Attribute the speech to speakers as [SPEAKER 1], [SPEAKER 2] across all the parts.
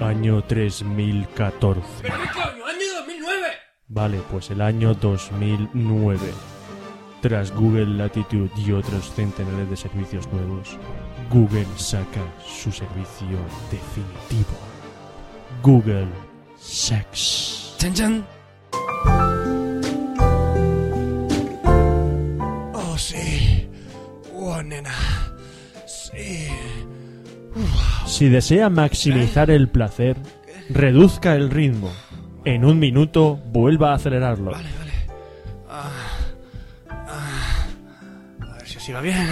[SPEAKER 1] año 3014.
[SPEAKER 2] ¿Pero qué coño? ¡Año 2009!
[SPEAKER 1] Vale, pues el año 2009. Tras Google Latitude y otros centenares de servicios nuevos, Google saca su servicio definitivo. Google Sex.
[SPEAKER 2] ¡Chan, chan! Oh, sí. Oh, nena. Sí.
[SPEAKER 1] Si desea maximizar el placer, reduzca el ritmo. En un minuto vuelva a acelerarlo.
[SPEAKER 2] Vale, vale. Ah, ah. a ver si así va bien.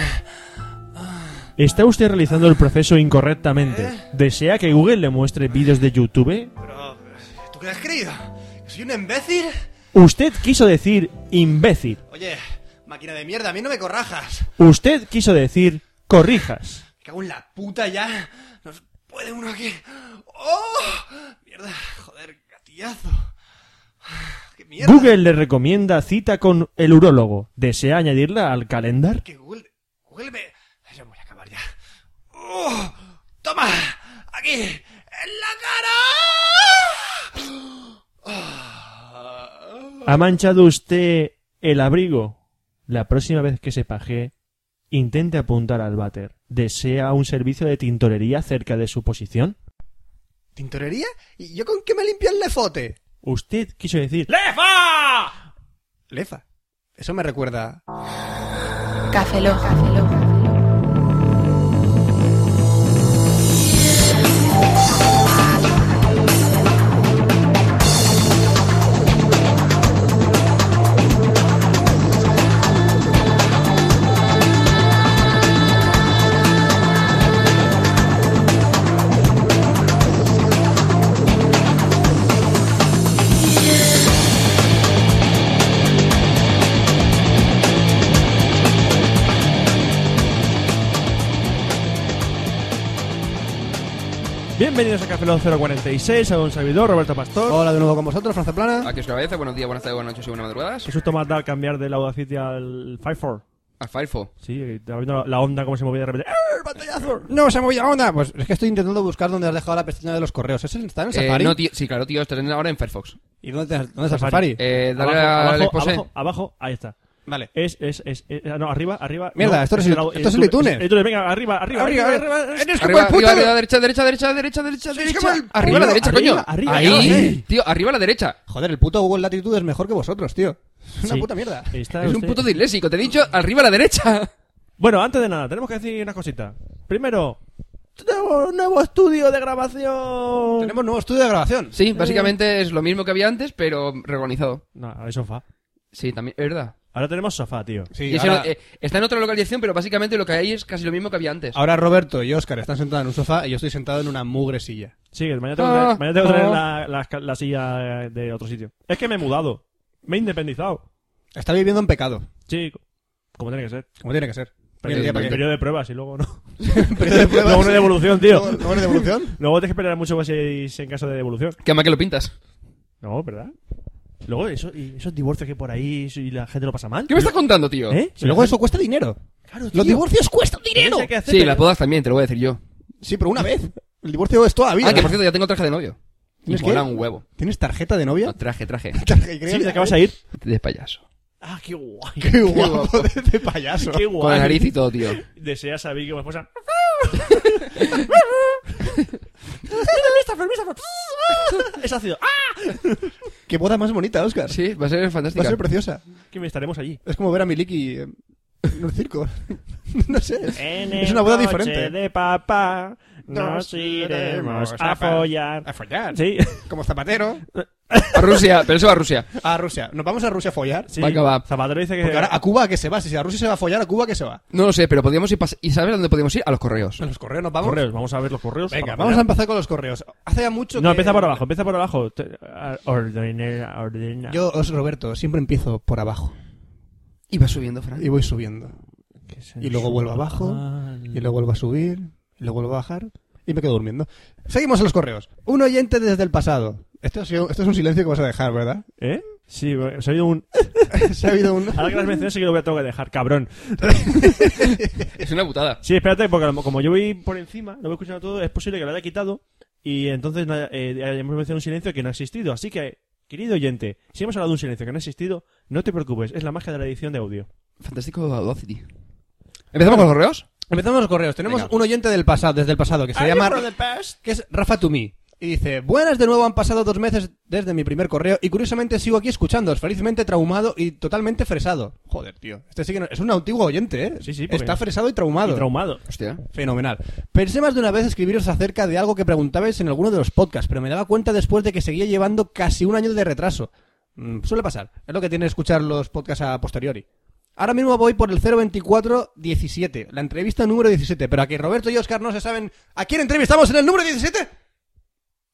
[SPEAKER 1] ¿Está usted realizando el proceso incorrectamente? ¿Desea que Google le muestre vídeos de YouTube?
[SPEAKER 2] Pero, ¿tú qué has creído? ¿Que soy un imbécil?
[SPEAKER 1] Usted quiso decir imbécil.
[SPEAKER 2] Oye, máquina de mierda, a mí no me corrajas.
[SPEAKER 1] Usted quiso decir corrijas.
[SPEAKER 2] Me cago en la puta ya. Nos puede uno aquí. ¡Oh! Mierda, joder, gatillazo. Ah, ¡Qué mierda!
[SPEAKER 1] Google le recomienda cita con el urólogo. ¿Desea añadirla al calendar?
[SPEAKER 2] Que Google. Google me. Ay, Ya voy a acabar ya. ¡Oh! ¡Toma! ¡Aquí! ¡En la cara! Ah.
[SPEAKER 1] ¿Ha manchado usted el abrigo? La próxima vez que se paje, intente apuntar al váter. ¿Desea un servicio de tintorería cerca de su posición?
[SPEAKER 2] ¿Tintorería? ¿Y yo con qué me limpio el lefote?
[SPEAKER 1] Usted quiso decir...
[SPEAKER 2] ¡Lefa! ¿Lefa? Eso me recuerda.
[SPEAKER 3] Café Lock.
[SPEAKER 1] Bienvenidos a Café Lock 046, a un servidor, Roberto Pastor.
[SPEAKER 2] Hola de nuevo con vosotros, Franza Plana.
[SPEAKER 4] Aquí os cabeza, buenos días, buenas tardes, buenas noches y buenas madrugadas.
[SPEAKER 1] Qué susto más da cambiar del Audacity al Firefour.
[SPEAKER 4] Al Firefo.
[SPEAKER 1] Sí, estaba viendo la, la onda como se movía de repente. ¡Eh, pantallazo!
[SPEAKER 2] No, se ha movido la onda. Pues es que estoy intentando buscar dónde has dejado la pestaña de los correos. ¿Ese está en el Safari?
[SPEAKER 4] Eh, no, tío, sí, claro, tío, está ahora en Firefox.
[SPEAKER 2] ¿Y dónde, te- dónde está el
[SPEAKER 1] Safari.
[SPEAKER 2] Safari?
[SPEAKER 4] Eh, dale
[SPEAKER 1] abajo,
[SPEAKER 4] al
[SPEAKER 1] abajo,
[SPEAKER 4] expose.
[SPEAKER 1] abajo, abajo, ahí está.
[SPEAKER 2] Vale.
[SPEAKER 1] Es, es, es, es- ah, no, arriba, arriba.
[SPEAKER 2] Mierda,
[SPEAKER 1] no, eh,
[SPEAKER 2] esto es
[SPEAKER 1] ese
[SPEAKER 2] el-
[SPEAKER 1] lado,
[SPEAKER 2] esto es el iTunes.
[SPEAKER 1] venga, arriba, arriba, arriba,
[SPEAKER 2] Arriba,
[SPEAKER 1] arriba.
[SPEAKER 2] arriba, eres como
[SPEAKER 4] Arriba,
[SPEAKER 2] el puto.
[SPEAKER 4] arriba, arriba, derecha, derecha, derecha, derecha, derecha,
[SPEAKER 2] Sois
[SPEAKER 4] derecha.
[SPEAKER 2] como el-
[SPEAKER 4] Arriba a la derecha,
[SPEAKER 1] arriba,
[SPEAKER 4] coño.
[SPEAKER 1] arriba,
[SPEAKER 4] Ahí,
[SPEAKER 1] arriba.
[SPEAKER 4] tío, arriba a la derecha.
[SPEAKER 2] Joder, el puto Google Latitude es mejor que vosotros, tío. Es una
[SPEAKER 1] Sí.
[SPEAKER 2] puta mierda.
[SPEAKER 1] Está
[SPEAKER 4] Es un
[SPEAKER 1] usted-
[SPEAKER 4] puto disléxico, te he dicho, arriba a la derecha.
[SPEAKER 1] Bueno, antes de nada, tenemos que decir una cosita. Primero, tenemos un nuevo estudio de grabación.
[SPEAKER 2] Tenemos nuevo estudio de grabación.
[SPEAKER 4] Sí, básicamente es lo mismo que había antes, pero reorganizado.
[SPEAKER 1] No, hay sofá.
[SPEAKER 4] Sí, también, es verdad.
[SPEAKER 1] Ahora tenemos sofá, tío.
[SPEAKER 2] Sí,
[SPEAKER 4] Y eso
[SPEAKER 2] ahora,
[SPEAKER 4] no- eh, está en otra localización, pero básicamente lo que hay es casi lo mismo que había antes.
[SPEAKER 2] ahora Roberto y Oscar están sentados en un sofá y yo estoy sentado en una mugre silla.
[SPEAKER 1] Sí, que mañana tengo que traer,
[SPEAKER 4] Ah,
[SPEAKER 1] mañana tengo que traer
[SPEAKER 4] ah.
[SPEAKER 1] la, la ca- la silla eh, de otro sitio. Es que me he mudado. Me he independizado.
[SPEAKER 2] Está viviendo en pecado,
[SPEAKER 1] Sí, co- como tiene que ser.
[SPEAKER 2] como tiene que ser.
[SPEAKER 1] Periodo,
[SPEAKER 2] Mira, tía, ¿para qué?
[SPEAKER 1] periodo de pruebas y luego no.
[SPEAKER 2] Periodo de pruebas.
[SPEAKER 1] Luego no hay devolución, tío.
[SPEAKER 2] Luego- luego no hay devolución.
[SPEAKER 1] Luego tienes que esperar mucho más si si en caso de devolución.
[SPEAKER 4] Que más que lo pintas.
[SPEAKER 1] No, ¿verdad? Luego eso, y esos divorcios que por ahí y la gente lo pasa mal.
[SPEAKER 4] ¿Qué me estás contando, tío?
[SPEAKER 1] ¿Eh?
[SPEAKER 2] Y luego eso cuesta dinero.
[SPEAKER 1] Claro, tío.
[SPEAKER 2] Los divorcios cuestan dinero.
[SPEAKER 1] Tienes que hacer-
[SPEAKER 4] Sí, las bodas también, te lo voy a decir yo.
[SPEAKER 2] Sí, pero una vez. El divorcio es toda la vida.
[SPEAKER 4] Ah, que por cierto, ya tengo traje de novio. Y
[SPEAKER 2] ¿Tienes
[SPEAKER 4] mola
[SPEAKER 2] qué?
[SPEAKER 4] un huevo.
[SPEAKER 2] ¿Tienes tarjeta de novia?
[SPEAKER 4] No, traje, traje.
[SPEAKER 1] Sí, te acabas a ir.
[SPEAKER 4] De payaso.
[SPEAKER 1] Ah, qué guay.
[SPEAKER 2] Qué guapo de, de payaso.
[SPEAKER 1] Qué
[SPEAKER 4] Con
[SPEAKER 1] guay.
[SPEAKER 4] la nariz y todo, tío.
[SPEAKER 1] Deseas saber que mi esposa. es ácido. ¡Ah!
[SPEAKER 2] Qué boda más bonita, Oscar.
[SPEAKER 4] Sí, va a ser
[SPEAKER 2] Va a
[SPEAKER 4] fantástica.
[SPEAKER 2] ser preciosa.
[SPEAKER 1] Que me estaremos allí.
[SPEAKER 2] Es como ver a Miliki en en un circo. no sé. es- Es una boda diferente.
[SPEAKER 1] de papá
[SPEAKER 2] nos iremos a
[SPEAKER 1] follar.
[SPEAKER 2] follar.
[SPEAKER 1] Sí.
[SPEAKER 2] Como zapatero.
[SPEAKER 4] A Rusia, pero eso va a Rusia.
[SPEAKER 2] A Rusia. Nos vamos a Rusia a follar.
[SPEAKER 1] sí.
[SPEAKER 4] Venga, va.
[SPEAKER 1] Zapatero dice que.
[SPEAKER 2] Porque ahora a Cuba que se va. Si a Rusia se va a follar, a Cuba que se va.
[SPEAKER 4] No lo sé, pero podíamos ir. pas- ¿Y sabes dónde podemos ir? A los correos.
[SPEAKER 2] A los correos nos vamos.
[SPEAKER 1] Correos, vamos a ver los correos.
[SPEAKER 2] Venga,
[SPEAKER 1] para
[SPEAKER 2] vamos a
[SPEAKER 1] follar.
[SPEAKER 2] empezar con los correos. Hace ya mucho
[SPEAKER 1] No,
[SPEAKER 2] que-
[SPEAKER 1] empieza por abajo, empieza por abajo. Te- a- Ordena, ordena.
[SPEAKER 2] Yo, os Roberto, siempre empiezo por abajo.
[SPEAKER 4] Y va subiendo, Fran.
[SPEAKER 2] Y voy subiendo.
[SPEAKER 1] Qué
[SPEAKER 2] Y luego vuelvo abajo.
[SPEAKER 1] sensual.
[SPEAKER 2] Y luego vuelvo a subir, y luego vuelvo a bajar, y me quedo durmiendo. Seguimos en los correos. Un oyente desde el pasado. Esto, ha sido- esto es un silencio que vas a dejar, ¿verdad?
[SPEAKER 1] ¿Eh? Sí, bueno, se ha oído un.
[SPEAKER 2] Se ha habido un...
[SPEAKER 1] Ahora que las menciones sí que lo voy a tener que dejar, cabrón.
[SPEAKER 4] Es una putada.
[SPEAKER 1] Sí, espérate, porque como yo voy por encima, no voy escuchando todo, es posible que lo haya quitado Y entonces na- eh, hemos mencionado un silencio que no ha existido. Así que, querido oyente, si hemos hablado de un silencio que no ha existido, no te preocupes, es la magia de la edición de audio.
[SPEAKER 4] Fantástico Audacity. ¿Empezamos con los correos?
[SPEAKER 2] Empezamos los correos. Tenemos
[SPEAKER 4] Venga.
[SPEAKER 2] un oyente del pasado, desde el pasado, que se llama... que es Rafa Tumi. Y dice, buenas de nuevo, han pasado dos meses desde mi primer correo y curiosamente sigo aquí escuchándoos, felizmente traumado y totalmente fresado. Joder, tío. Este sí que no- es un antiguo oyente, ¿eh?
[SPEAKER 1] Sí, sí, porque-
[SPEAKER 2] Está fresado y
[SPEAKER 1] Y
[SPEAKER 2] traumado.
[SPEAKER 1] traumado.
[SPEAKER 4] Hostia.
[SPEAKER 2] Fenomenal. Pensé más de una vez escribiros acerca de algo que preguntabais en alguno de los podcasts, pero me daba cuenta después de que seguía llevando casi un año de retraso. Mm, suele pasar. Es lo que tiene escuchar los podcasts a posteriori. Ahora mismo voy por el 02417, la entrevista número 17, pero a que Roberto y Oscar no se saben a quién entrevistamos en el número 17.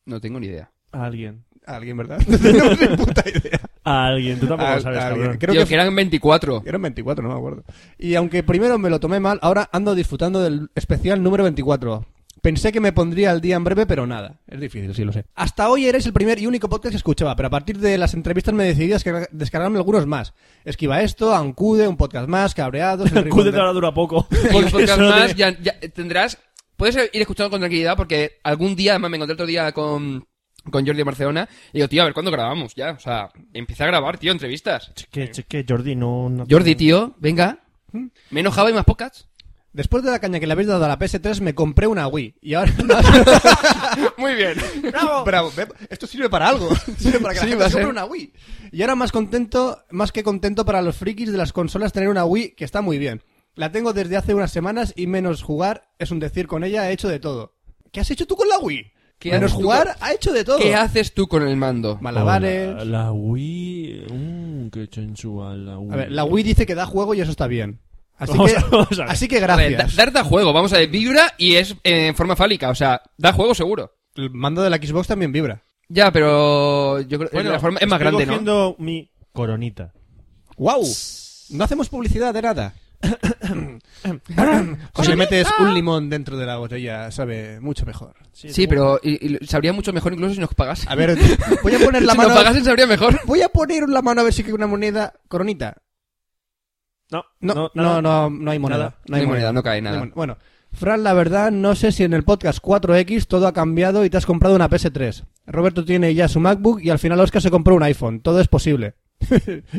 [SPEAKER 4] No tengo ni idea.
[SPEAKER 1] A alguien.
[SPEAKER 2] A alguien, ¿verdad? No tengo ni puta idea.
[SPEAKER 1] A alguien. Tú tampoco
[SPEAKER 2] A-
[SPEAKER 1] lo sabes,
[SPEAKER 2] a alguien.
[SPEAKER 1] cabrón.
[SPEAKER 2] Creo
[SPEAKER 4] Tío,
[SPEAKER 2] que
[SPEAKER 4] que eran 24.
[SPEAKER 2] eran 24, no me acuerdo. Y aunque primero me lo tomé mal, ahora ando disfrutando del especial número 24. Pensé que me pondría al día en breve, pero nada. Es difícil, sí lo sé. Hasta hoy eres el primer y único podcast que escuchaba, pero a partir de las entrevistas me decidí a descarga- descargarme algunos más. Esquiva esto, Ancude, un podcast más, Cabreados... El
[SPEAKER 1] Cude
[SPEAKER 2] Rincón
[SPEAKER 1] te
[SPEAKER 2] del-
[SPEAKER 1] ahora dura poco.
[SPEAKER 4] Y un podcast
[SPEAKER 1] eso no
[SPEAKER 4] más,
[SPEAKER 1] tiene-
[SPEAKER 4] ya, ya tendrás... Puedes ir escuchando con tranquilidad porque algún día, además me encontré otro día con, con Jordi en Barcelona y digo, tío, a ver cuándo grabamos ya. O sea, empieza a grabar, tío, entrevistas.
[SPEAKER 1] Es que, es que Jordi no... no-
[SPEAKER 4] Jordi, tío, venga. Me enojaba y más podcasts.
[SPEAKER 2] Después de la caña que le habéis dado a la PS3, me compré una Wii. Y ahora...
[SPEAKER 4] Muy bien.
[SPEAKER 2] Bravo, ve, esto sirve para algo. Sirve para que
[SPEAKER 4] Sí,
[SPEAKER 2] la gente se
[SPEAKER 4] va a
[SPEAKER 2] compre
[SPEAKER 4] ser.
[SPEAKER 2] una Wii. Y ahora más contento, más que contento para los frikis de las consolas tener una Wii, que está muy bien. La tengo desde hace unas semanas y menos jugar, es un decir, con ella he hecho de todo. ¿Qué has hecho tú con la Wii?
[SPEAKER 4] ¿Qué
[SPEAKER 2] menos
[SPEAKER 4] haces tú
[SPEAKER 2] jugar, ha hecho de todo.
[SPEAKER 4] ¿Qué haces tú con el mando?
[SPEAKER 2] Malabares.
[SPEAKER 1] Oh, La, la Wii... Mmm, qué sensual la Wii.
[SPEAKER 2] A ver, la Wii dice que da juego y eso está bien. Así
[SPEAKER 1] Vamos
[SPEAKER 2] que,
[SPEAKER 1] a- vamos a ver.
[SPEAKER 2] así que
[SPEAKER 4] A ver, Eh, da-
[SPEAKER 2] gracias.
[SPEAKER 4] dar da juego, vamos a ver, vibra y es eh, en forma fálica, o sea, da juego seguro.
[SPEAKER 2] El mando de la Xbox también vibra.
[SPEAKER 4] Ya, pero yo creo que
[SPEAKER 1] Bueno,
[SPEAKER 4] la forma es más
[SPEAKER 1] estoy
[SPEAKER 4] grande, ¿no?
[SPEAKER 1] cogiendo mi coronita.
[SPEAKER 2] ¡Wow! No hacemos publicidad de nada. si le metes
[SPEAKER 4] ah.
[SPEAKER 2] un limón dentro de la botella, sabe mucho mejor.
[SPEAKER 4] Sí, pero y- y sabría mucho mejor incluso si nos pagas.
[SPEAKER 2] A ver, voy a poner la
[SPEAKER 4] si
[SPEAKER 2] mano.
[SPEAKER 4] nos pagasen sabría mejor.
[SPEAKER 2] Voy a poner la mano a ver si hay una moneda. Coronita.
[SPEAKER 1] No,
[SPEAKER 2] No,
[SPEAKER 1] no,
[SPEAKER 2] no,
[SPEAKER 1] nada.
[SPEAKER 2] no, no, hay moneda.
[SPEAKER 1] Nada.
[SPEAKER 2] No hay moneda.
[SPEAKER 4] no cae
[SPEAKER 2] No hay
[SPEAKER 4] nada.
[SPEAKER 2] moneda. Bueno, Fran, la verdad, no sé si en el podcast 4X todo ha cambiado y te has comprado una PS3. Roberto tiene ya su MacBook y al final Oscar se compró un iPhone. Todo es posible.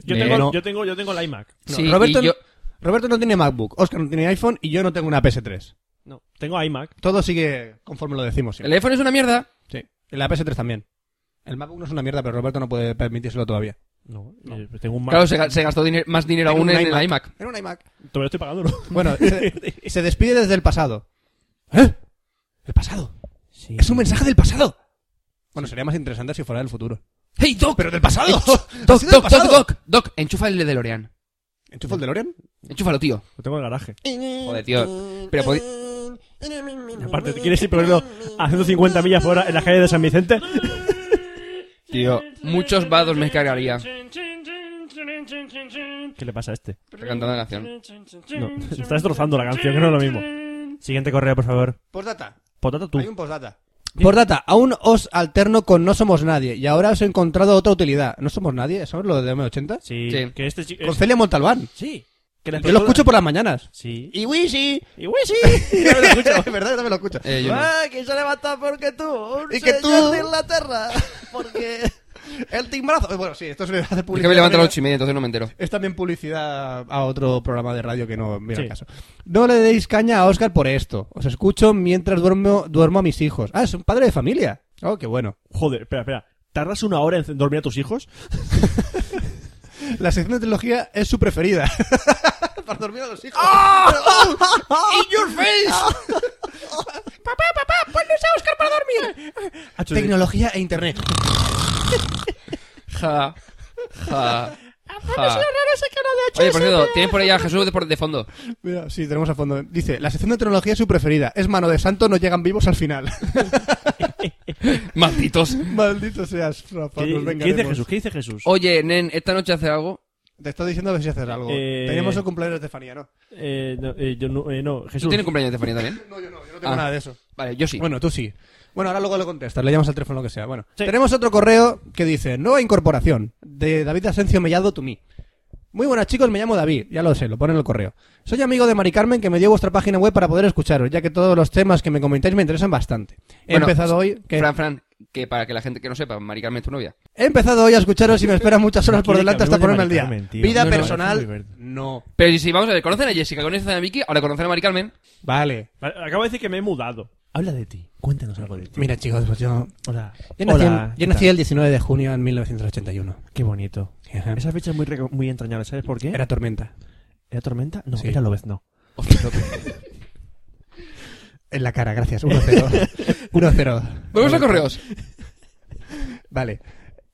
[SPEAKER 1] Yo
[SPEAKER 4] Eh,
[SPEAKER 1] tengo,
[SPEAKER 4] no.
[SPEAKER 1] yo tengo, yo tengo la iMac.
[SPEAKER 2] No,
[SPEAKER 4] Sí,
[SPEAKER 2] Roberto,
[SPEAKER 4] y yo-
[SPEAKER 2] Roberto no tiene MacBook, Oscar no tiene iPhone y yo no tengo una PS3.
[SPEAKER 1] No, tengo iMac.
[SPEAKER 2] Todo sigue conforme lo decimos.
[SPEAKER 4] El E- iPhone es una mierda.
[SPEAKER 2] Sí. Y La PS3 también. El MacBook no es una mierda, pero Roberto no puede permitírselo todavía.
[SPEAKER 1] No, eh, tengo un Mac.
[SPEAKER 4] Claro, se, ga- se gastó diner- más dinero
[SPEAKER 2] Tengo
[SPEAKER 4] aún
[SPEAKER 2] un
[SPEAKER 4] en
[SPEAKER 2] iMac.
[SPEAKER 4] el iMac.
[SPEAKER 2] Era un iMac.
[SPEAKER 1] Todavía estoy pagando.
[SPEAKER 2] Bueno, se, se despide desde el pasado. ¿Eh? ¿El pasado?
[SPEAKER 1] Sí.
[SPEAKER 2] Es un mensaje del pasado. Bueno, sería más interesante si fuera del futuro.
[SPEAKER 4] ¡Hey, Doc!
[SPEAKER 2] ¡Pero del pasado!
[SPEAKER 4] Doc,
[SPEAKER 2] sido
[SPEAKER 4] Doc,
[SPEAKER 2] del pasado.
[SPEAKER 4] Doc, Doc, Doc, enchufa el de DeLorean.
[SPEAKER 2] ¿Enchufa el DeLorean?
[SPEAKER 4] Enchúfalo, tío.
[SPEAKER 1] Lo tengo en el garaje.
[SPEAKER 4] Joder, tío. Pero podi-
[SPEAKER 1] Aparte, ¿te quieres ir por ejemplo, a 150 millas por hora en la calle de San Vicente?
[SPEAKER 4] Tío, muchos vados me cargaría
[SPEAKER 1] ¿Qué le pasa a este?
[SPEAKER 4] cantando la canción.
[SPEAKER 1] No, está destrozando la canción, que no es lo mismo. Siguiente correo, por favor.
[SPEAKER 2] Postdata.
[SPEAKER 1] Potata tú.
[SPEAKER 2] Hay un postdata. Postdata, aún os alterno con No Somos Nadie y ahora os he encontrado otra utilidad. ¿No Somos Nadie? ¿Eso es lo de M80?
[SPEAKER 1] Sí,
[SPEAKER 4] Sí.
[SPEAKER 1] que este chico...
[SPEAKER 2] Con Celia Montalbán.
[SPEAKER 1] Sí. Que la-
[SPEAKER 2] Yo lo escucho por las mañanas.
[SPEAKER 1] Sí.
[SPEAKER 2] Y Wishy.
[SPEAKER 1] Y güey, sí. Yo lo escucho.
[SPEAKER 2] Es verdad, yo también lo escucho.
[SPEAKER 4] Eh, yo no.
[SPEAKER 2] que se levanta porque tú, y que tú... de Inglaterra, porque el timbrazo... Eh, Bueno, sí, esto es hacer
[SPEAKER 4] Es
[SPEAKER 2] publicidad.
[SPEAKER 4] que me levanto a
[SPEAKER 2] también.
[SPEAKER 4] las ocho y media, entonces no me entero.
[SPEAKER 2] Es también publicidad a otro programa de radio que no mira
[SPEAKER 1] Sí.
[SPEAKER 2] el caso. No le deis caña a Oscar por esto. Os escucho mientras duermo, duermo a mis hijos. Ah, es un padre de familia. Oh, qué bueno.
[SPEAKER 1] Joder, espera, espera. ¿Tardas una hora en dormir a tus hijos?
[SPEAKER 2] La sección de trilogía es su preferida. Para dormir a los hijos.
[SPEAKER 4] ¡Ah! ¡In your face!
[SPEAKER 2] papá, papá, ponnos a Oscar para dormir.
[SPEAKER 1] Ah,
[SPEAKER 2] Tecnología e internet.
[SPEAKER 4] Ja, ja, ja. Oye, por cierto, tienes por ahí a Jesús de, por- de fondo.
[SPEAKER 2] Mira, sí, tenemos a fondo. Dice, la sección de tecnología es su preferida. Es mano de santo, no llegan vivos al final.
[SPEAKER 1] Eh,
[SPEAKER 4] Malditos.
[SPEAKER 2] Maldito seas, Rafa. pues
[SPEAKER 1] ¿Qué,
[SPEAKER 2] nos
[SPEAKER 1] eh, qué dice
[SPEAKER 2] vengaremos.
[SPEAKER 1] Jesús? ¿Qué dice Jesús?
[SPEAKER 4] Oye, nen, ¿esta noche hace algo?
[SPEAKER 2] Te estoy diciendo a ver si haces algo.
[SPEAKER 1] Eh,
[SPEAKER 2] Tenemos el cumpleaños de Estefanía, ¿no?
[SPEAKER 1] Eh, no, eh, yo no, eh, no,
[SPEAKER 4] ¿Tú
[SPEAKER 1] Jesús.
[SPEAKER 4] tienes cumpleaños de Fanny también?
[SPEAKER 2] No, yo no, yo no tengo
[SPEAKER 4] Ah.
[SPEAKER 2] nada de eso.
[SPEAKER 4] Vale, yo sí.
[SPEAKER 2] Bueno, tú sí. Bueno, ahora luego lo contestas, le llamas al teléfono lo que sea. Bueno,
[SPEAKER 1] Sí.
[SPEAKER 2] tenemos otro correo que dice: Nueva incorporación de David Asencio Mellado to me. Muy buenas chicos, me llamo David, ya lo sé, lo pone en el correo. Soy amigo de Mari Carmen que me dio vuestra página web para poder escucharos, ya que todos los temas que me comentáis me interesan bastante. He
[SPEAKER 4] Bueno,
[SPEAKER 2] empezado hoy... que-
[SPEAKER 4] Fran, Fran, que para que la gente que no sepa, Mari Carmen es tu novia.
[SPEAKER 2] He empezado hoy a escucharos y me esperan muchas horas
[SPEAKER 1] No
[SPEAKER 2] por
[SPEAKER 1] quiere
[SPEAKER 2] delante
[SPEAKER 1] que
[SPEAKER 2] hasta
[SPEAKER 1] hablemos
[SPEAKER 2] ponerme
[SPEAKER 1] de
[SPEAKER 2] al día.
[SPEAKER 1] Mari Carmen, tío.
[SPEAKER 2] Vida
[SPEAKER 1] No, no, es muy
[SPEAKER 2] personal,
[SPEAKER 1] verde.
[SPEAKER 2] no.
[SPEAKER 4] Pero si, vamos a ver, conocen a Jessica, conocen a Vicky, ahora conocen a Mari Carmen.
[SPEAKER 2] Vale.
[SPEAKER 1] Vale, Acabo de decir que me he mudado. Habla de ti. Cuéntanos algo de ti.
[SPEAKER 2] Mira chicos, pues yo...
[SPEAKER 1] Hola.
[SPEAKER 2] Yo nací,
[SPEAKER 1] Hola,
[SPEAKER 2] yo
[SPEAKER 1] ¿qué
[SPEAKER 2] nací
[SPEAKER 1] tal?
[SPEAKER 2] el 19 de junio en 1981.
[SPEAKER 1] Qué bonito.
[SPEAKER 2] Ajá.
[SPEAKER 1] Esa fecha es muy, reco- muy entrañable. ¿Sabes por qué?
[SPEAKER 2] Era tormenta.
[SPEAKER 1] ¿Era tormenta? No,
[SPEAKER 2] Sí.
[SPEAKER 1] era Lobezno.
[SPEAKER 2] En la cara, gracias. 1-0. 1-0.
[SPEAKER 4] Volvemos a correos.
[SPEAKER 2] Vale.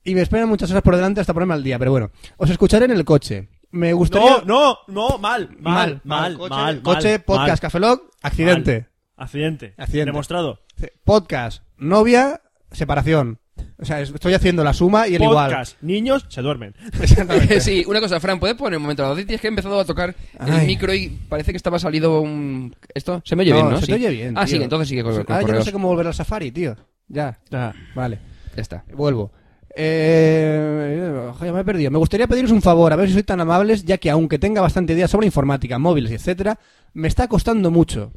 [SPEAKER 2] Y me esperan muchas horas por delante hasta ponerme al día, pero bueno. Os escucharé en el coche. Me gustaría...
[SPEAKER 1] No, no, no, mal, mal, mal, mal.
[SPEAKER 2] Coche,
[SPEAKER 1] mal,
[SPEAKER 2] coche, podcast, cafelog, accidente.
[SPEAKER 1] Accidente.
[SPEAKER 2] Accidente.
[SPEAKER 1] Demostrado.
[SPEAKER 2] Podcast, novia, separación. O sea, es- estoy haciendo la suma y el
[SPEAKER 1] podcast. Niños se duermen.
[SPEAKER 2] igual. Exactamente.
[SPEAKER 4] Eh, sí, una cosa, Fran, ¿puedes poner un momento? la noticia? Es que he empezado a tocar
[SPEAKER 2] Ay.
[SPEAKER 4] el micro y parece que estaba salido un... ¿Esto? Se me oye
[SPEAKER 2] No,
[SPEAKER 4] bien, ¿no?
[SPEAKER 2] se te
[SPEAKER 4] Sí.
[SPEAKER 2] oye bien.
[SPEAKER 4] Ah,
[SPEAKER 2] tío.
[SPEAKER 4] sí, entonces sigue con, con
[SPEAKER 2] Ah, yo no
[SPEAKER 4] correos.
[SPEAKER 2] sé cómo volver al Safari, tío. Ya, vale.
[SPEAKER 4] Ya está.
[SPEAKER 2] Vuelvo. Eh, joder, me he perdido. Me gustaría pediros un favor, a ver si sois tan amables, ya que aunque tenga bastante idea sobre informática, móviles, etcétera, me está costando mucho.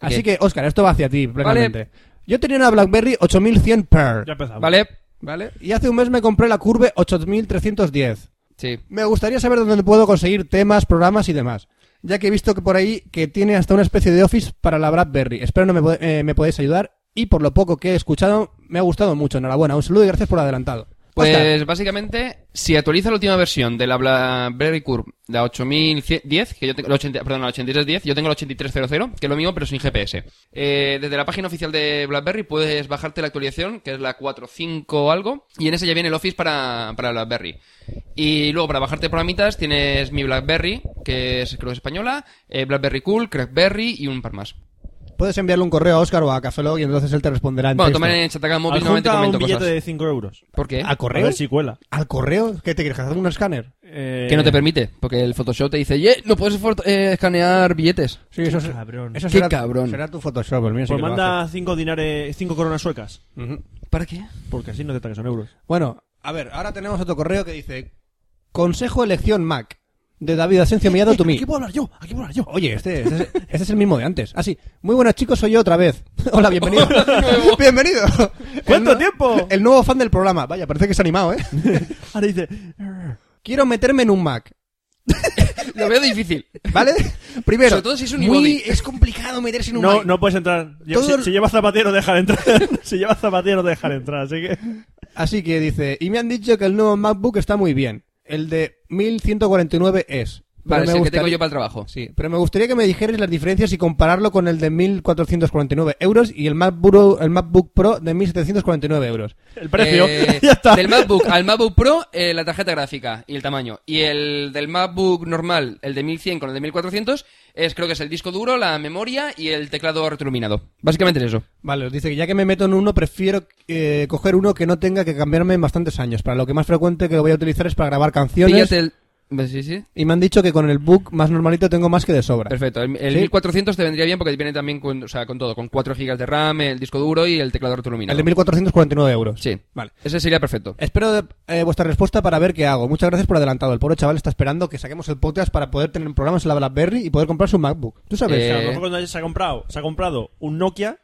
[SPEAKER 2] Así
[SPEAKER 4] ¿Qué?
[SPEAKER 2] que, Oscar, esto va hacia ti, plenamente. Yo tenía una BlackBerry 8100 per,
[SPEAKER 1] Ya empezamos.
[SPEAKER 4] ¿Vale?
[SPEAKER 2] E ¿vale? Y hace un mes me compré la Curve 8310.
[SPEAKER 4] Sí.
[SPEAKER 2] Me gustaría saber dónde puedo conseguir temas, programas y demás, ya que he visto que por ahí que tiene hasta una especie de Office para la BlackBerry. Espero no me, pod- eh, me podéis ayudar y por lo poco que he escuchado me ha gustado mucho. Enhorabuena, un saludo y gracias por adelantado. Oscar.
[SPEAKER 4] Pues básicamente, si actualiza la última versión de la BlackBerry Curve, la 8110, que yo tengo, la 80 perdón, la 8310, yo tengo la 8300, que es lo mismo pero sin GPS. Eh, desde la página oficial de BlackBerry puedes bajarte la actualización, que es la 45 algo, y en ese ya viene el Office para, para BlackBerry. Y luego para bajarte programitas tienes mi BlackBerry, que es creo que es española, eh, BlackBerry Cool, Crackberry y un par más.
[SPEAKER 2] Puedes enviarle un correo a Oscar o a Cafelog y entonces él te responderá. en
[SPEAKER 4] Bueno,
[SPEAKER 2] texto.
[SPEAKER 4] toman en Chataca Móvil nuevamente
[SPEAKER 1] Adjunta un
[SPEAKER 4] comento
[SPEAKER 1] billete
[SPEAKER 4] cosas. ¿Eh?
[SPEAKER 1] de 5 euros.
[SPEAKER 4] ¿Por qué?
[SPEAKER 2] ¿Al
[SPEAKER 1] A
[SPEAKER 2] correo?
[SPEAKER 1] ver si cuela.
[SPEAKER 2] ¿Al correo? ¿Qué te quieres hacer un escáner?
[SPEAKER 1] Eh,
[SPEAKER 4] Que no te permite, porque el Photoshop te dice, "Ye, no puedes foto- eh, escanear billetes.
[SPEAKER 2] Sí, eso es.
[SPEAKER 1] cabrón.
[SPEAKER 2] Eso
[SPEAKER 4] Qué
[SPEAKER 2] será,
[SPEAKER 4] cabrón.
[SPEAKER 2] Será tu Photoshop, el mío sí
[SPEAKER 1] Pues
[SPEAKER 2] que lo
[SPEAKER 1] manda 5 dinares, 5 coronas suecas.
[SPEAKER 2] hace. Ujú.
[SPEAKER 4] ¿Para qué?
[SPEAKER 1] Porque así no te traen son euros.
[SPEAKER 2] Bueno, a ver, ahora tenemos otro correo que dice: Consejo elección Mac de David Asencio Mellado Tumí.
[SPEAKER 1] puedo hablar yo, aquí puedo hablar yo.
[SPEAKER 2] Oye, este, este, es, este es el mismo de antes. Ah, sí. Muy buenas, chicos, soy yo otra vez. Hola, bienvenido. bienvenido.
[SPEAKER 1] ¿Cuánto
[SPEAKER 2] El nu-
[SPEAKER 1] tiempo?
[SPEAKER 2] El nuevo fan del programa. Vaya, parece que se ha animado, ¿eh?
[SPEAKER 1] Ahora dice,
[SPEAKER 2] Quiero meterme en un Mac.
[SPEAKER 4] Lo veo difícil.
[SPEAKER 2] ¿Vale? Primero.
[SPEAKER 4] Sobre todo si es un
[SPEAKER 2] muy-
[SPEAKER 4] iBody.
[SPEAKER 2] Es complicado meterse en un
[SPEAKER 1] no,
[SPEAKER 2] Mac.
[SPEAKER 1] no puedes entrar. Yo-
[SPEAKER 2] Todo
[SPEAKER 1] si,
[SPEAKER 2] el-
[SPEAKER 1] si llevas zapatero, deja de entrar. si llevas zapatero, deja de entrar. Así que.
[SPEAKER 2] Así que dice, y me han dicho que el nuevo MacBook está muy bien. El de 1149 es.
[SPEAKER 4] Vale, es el que tengo
[SPEAKER 2] gustaría-
[SPEAKER 4] yo para el trabajo.
[SPEAKER 2] Sí, pero me gustaría que me dijerais las diferencias y compararlo con el de 1449 euros y el MacBook, el MacBook Pro de 1749 euros.
[SPEAKER 1] El precio.
[SPEAKER 4] Eh,
[SPEAKER 1] ya está.
[SPEAKER 4] Del MacBook al MacBook Pro, eh, la tarjeta gráfica y el tamaño. Y el del MacBook normal, el de 1100 con el de 1400, es creo que es el disco duro, la memoria y el teclado retroiluminado. Básicamente es eso.
[SPEAKER 2] Vale, os dice que ya que me meto en uno, prefiero eh, coger uno que no tenga que cambiarme en bastantes años. Para lo que más frecuente que lo voy a utilizar es para grabar canciones.
[SPEAKER 4] Píllate el... ¿ves? Sí, sí.
[SPEAKER 2] Y me han dicho que con el book más normalito tengo más que de sobra.
[SPEAKER 4] Perfecto. El, el
[SPEAKER 2] Sí.
[SPEAKER 4] 1400 te vendría bien porque viene también con, o sea, con todo, con 4 GB de RAM, el disco duro y el teclado retroiluminado.
[SPEAKER 2] El de 1449 euros.
[SPEAKER 4] Sí.
[SPEAKER 2] Vale.
[SPEAKER 4] Ese sería perfecto.
[SPEAKER 2] Espero de- eh, vuestra respuesta para ver qué hago. Muchas gracias por adelantado. El pobre chaval está esperando que saquemos el podcast para poder tener programas en la BlackBerry y poder comprar su MacBook. ¿Tú sabes?
[SPEAKER 1] O sea, a
[SPEAKER 4] Eh,
[SPEAKER 1] lo mejor cuando se ha comprado, se ha comprado un Nokia.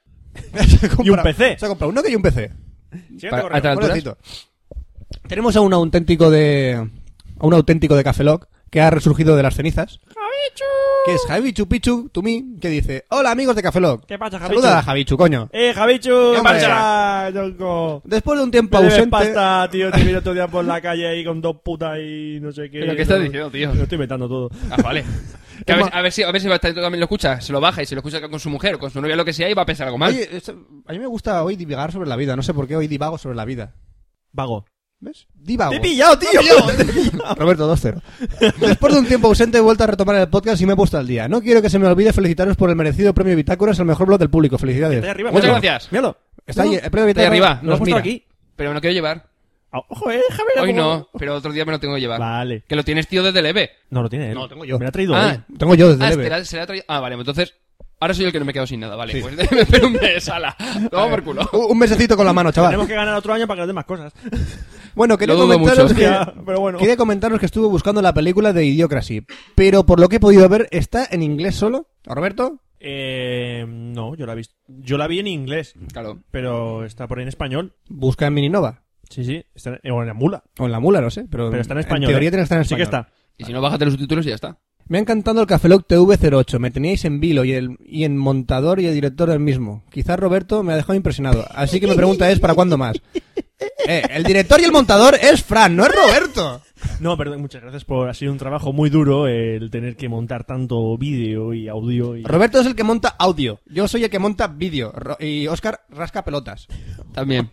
[SPEAKER 2] Se ha comprado-
[SPEAKER 1] y un PC.
[SPEAKER 2] Se ha comprado uno que y un PC.
[SPEAKER 1] Siguiente
[SPEAKER 4] Para-
[SPEAKER 1] correo.
[SPEAKER 4] hasta- alturas?
[SPEAKER 2] Pobrecito. Tenemos a un auténtico de a un auténtico de Cafeloc que ha resurgido de las cenizas. Que es Javi Chupichu Tumi que dice, "Hola amigos de Cafeloc."
[SPEAKER 1] ¿Qué pasa, Javichu?
[SPEAKER 2] Saluda a Javichu, coño.
[SPEAKER 1] ¡Eh, Javichu!
[SPEAKER 2] ¿Qué
[SPEAKER 1] ¡Qué pasa, tronco!
[SPEAKER 2] Después de un tiempo
[SPEAKER 1] Me debes
[SPEAKER 2] ausente,
[SPEAKER 1] pasta, tío. Te vino otro día por la calle ahí con dos putas y no sé qué.
[SPEAKER 4] ¿Pero qué estás diciendo, tío?
[SPEAKER 1] Lo estoy inventando todo.
[SPEAKER 4] Ah, vale. Que a, ver, a ver si, a ver si va- también lo escucha, se lo baja y se lo escucha con su mujer o con su novia, lo que sea, y va a pensar algo mal.
[SPEAKER 2] Oye, esto- a mí me gusta hoy divagar sobre la vida, no sé por qué hoy divago sobre la vida.
[SPEAKER 1] Vago.
[SPEAKER 2] ¿Ves? Divago.
[SPEAKER 1] ¡Te he pillado, tío!
[SPEAKER 2] Roberto 2-0. Después de un tiempo ausente he vuelto a retomar el podcast y me he puesto al día. No quiero que se me olvide felicitaros por el merecido premio Bitácoras, el mejor blog del público. Felicidades.
[SPEAKER 1] Está ahí arriba,
[SPEAKER 4] Muchas
[SPEAKER 1] míralo.
[SPEAKER 4] gracias.
[SPEAKER 1] Míralo.
[SPEAKER 2] Está ahí, el premio
[SPEAKER 4] Está
[SPEAKER 2] Bitácoras
[SPEAKER 4] ahí arriba.
[SPEAKER 1] Lo
[SPEAKER 2] nos
[SPEAKER 1] has puesto
[SPEAKER 2] mira.
[SPEAKER 1] aquí.
[SPEAKER 4] Pero me lo quiero llevar.
[SPEAKER 1] Ah, Ojo, eh, Javier.
[SPEAKER 4] Hoy
[SPEAKER 1] como-
[SPEAKER 4] no, pero otro día me lo tengo que llevar.
[SPEAKER 1] Vale.
[SPEAKER 4] Que lo tienes, tío, desde leve.
[SPEAKER 1] No lo tiene él.
[SPEAKER 2] No, tengo yo.
[SPEAKER 1] Me lo ha traído
[SPEAKER 4] Ah,
[SPEAKER 1] él.
[SPEAKER 2] Tengo yo desde
[SPEAKER 4] Ah,
[SPEAKER 2] leve.
[SPEAKER 4] será- será traído- ah, vale, entonces. Ahora soy el que no me quedo sin nada, vale. Pues me espero un mes, ala. Toma por culo.
[SPEAKER 2] Un un mesecito con la mano, chaval.
[SPEAKER 1] Tenemos que ganar otro año para que nos den más cosas.
[SPEAKER 2] Bueno, quería
[SPEAKER 4] Lo dudo
[SPEAKER 2] comentaros,
[SPEAKER 4] mucho.
[SPEAKER 2] que,
[SPEAKER 1] Ya, pero bueno.
[SPEAKER 2] quería comentaros que estuve buscando la película de Idiocracy, pero por lo que he podido ver, está en inglés solo. ¿Roberto?
[SPEAKER 1] Eh, no, yo la, he visto. yo la vi en inglés,
[SPEAKER 4] Claro.
[SPEAKER 1] pero está por ahí en español.
[SPEAKER 2] Busca en Mininova.
[SPEAKER 1] Sí, sí, está en, o en la mula.
[SPEAKER 2] O en la mula, no sé, pero,
[SPEAKER 1] Pero está en español.
[SPEAKER 2] teoría
[SPEAKER 1] ¿eh?
[SPEAKER 2] tiene que estar en español.
[SPEAKER 1] Sí que está.
[SPEAKER 4] Y si no, bájate los subtítulos y ya está.
[SPEAKER 2] Me ha encantado el Cafeloc TV08. Me teníais en vilo y, el, y en montador y el director del mismo. Quizás Roberto me ha dejado impresionado. Así que mi pregunta es, ¿para cuándo más? Eh, el director y el montador es Fran, no es Roberto.
[SPEAKER 1] No, perdón, muchas gracias por... Ha sido un trabajo muy duro el tener que montar tanto vídeo y audio y...
[SPEAKER 2] Roberto es el que monta audio. Yo soy el que monta vídeo. Ro- Y Oscar rasca pelotas.
[SPEAKER 4] También.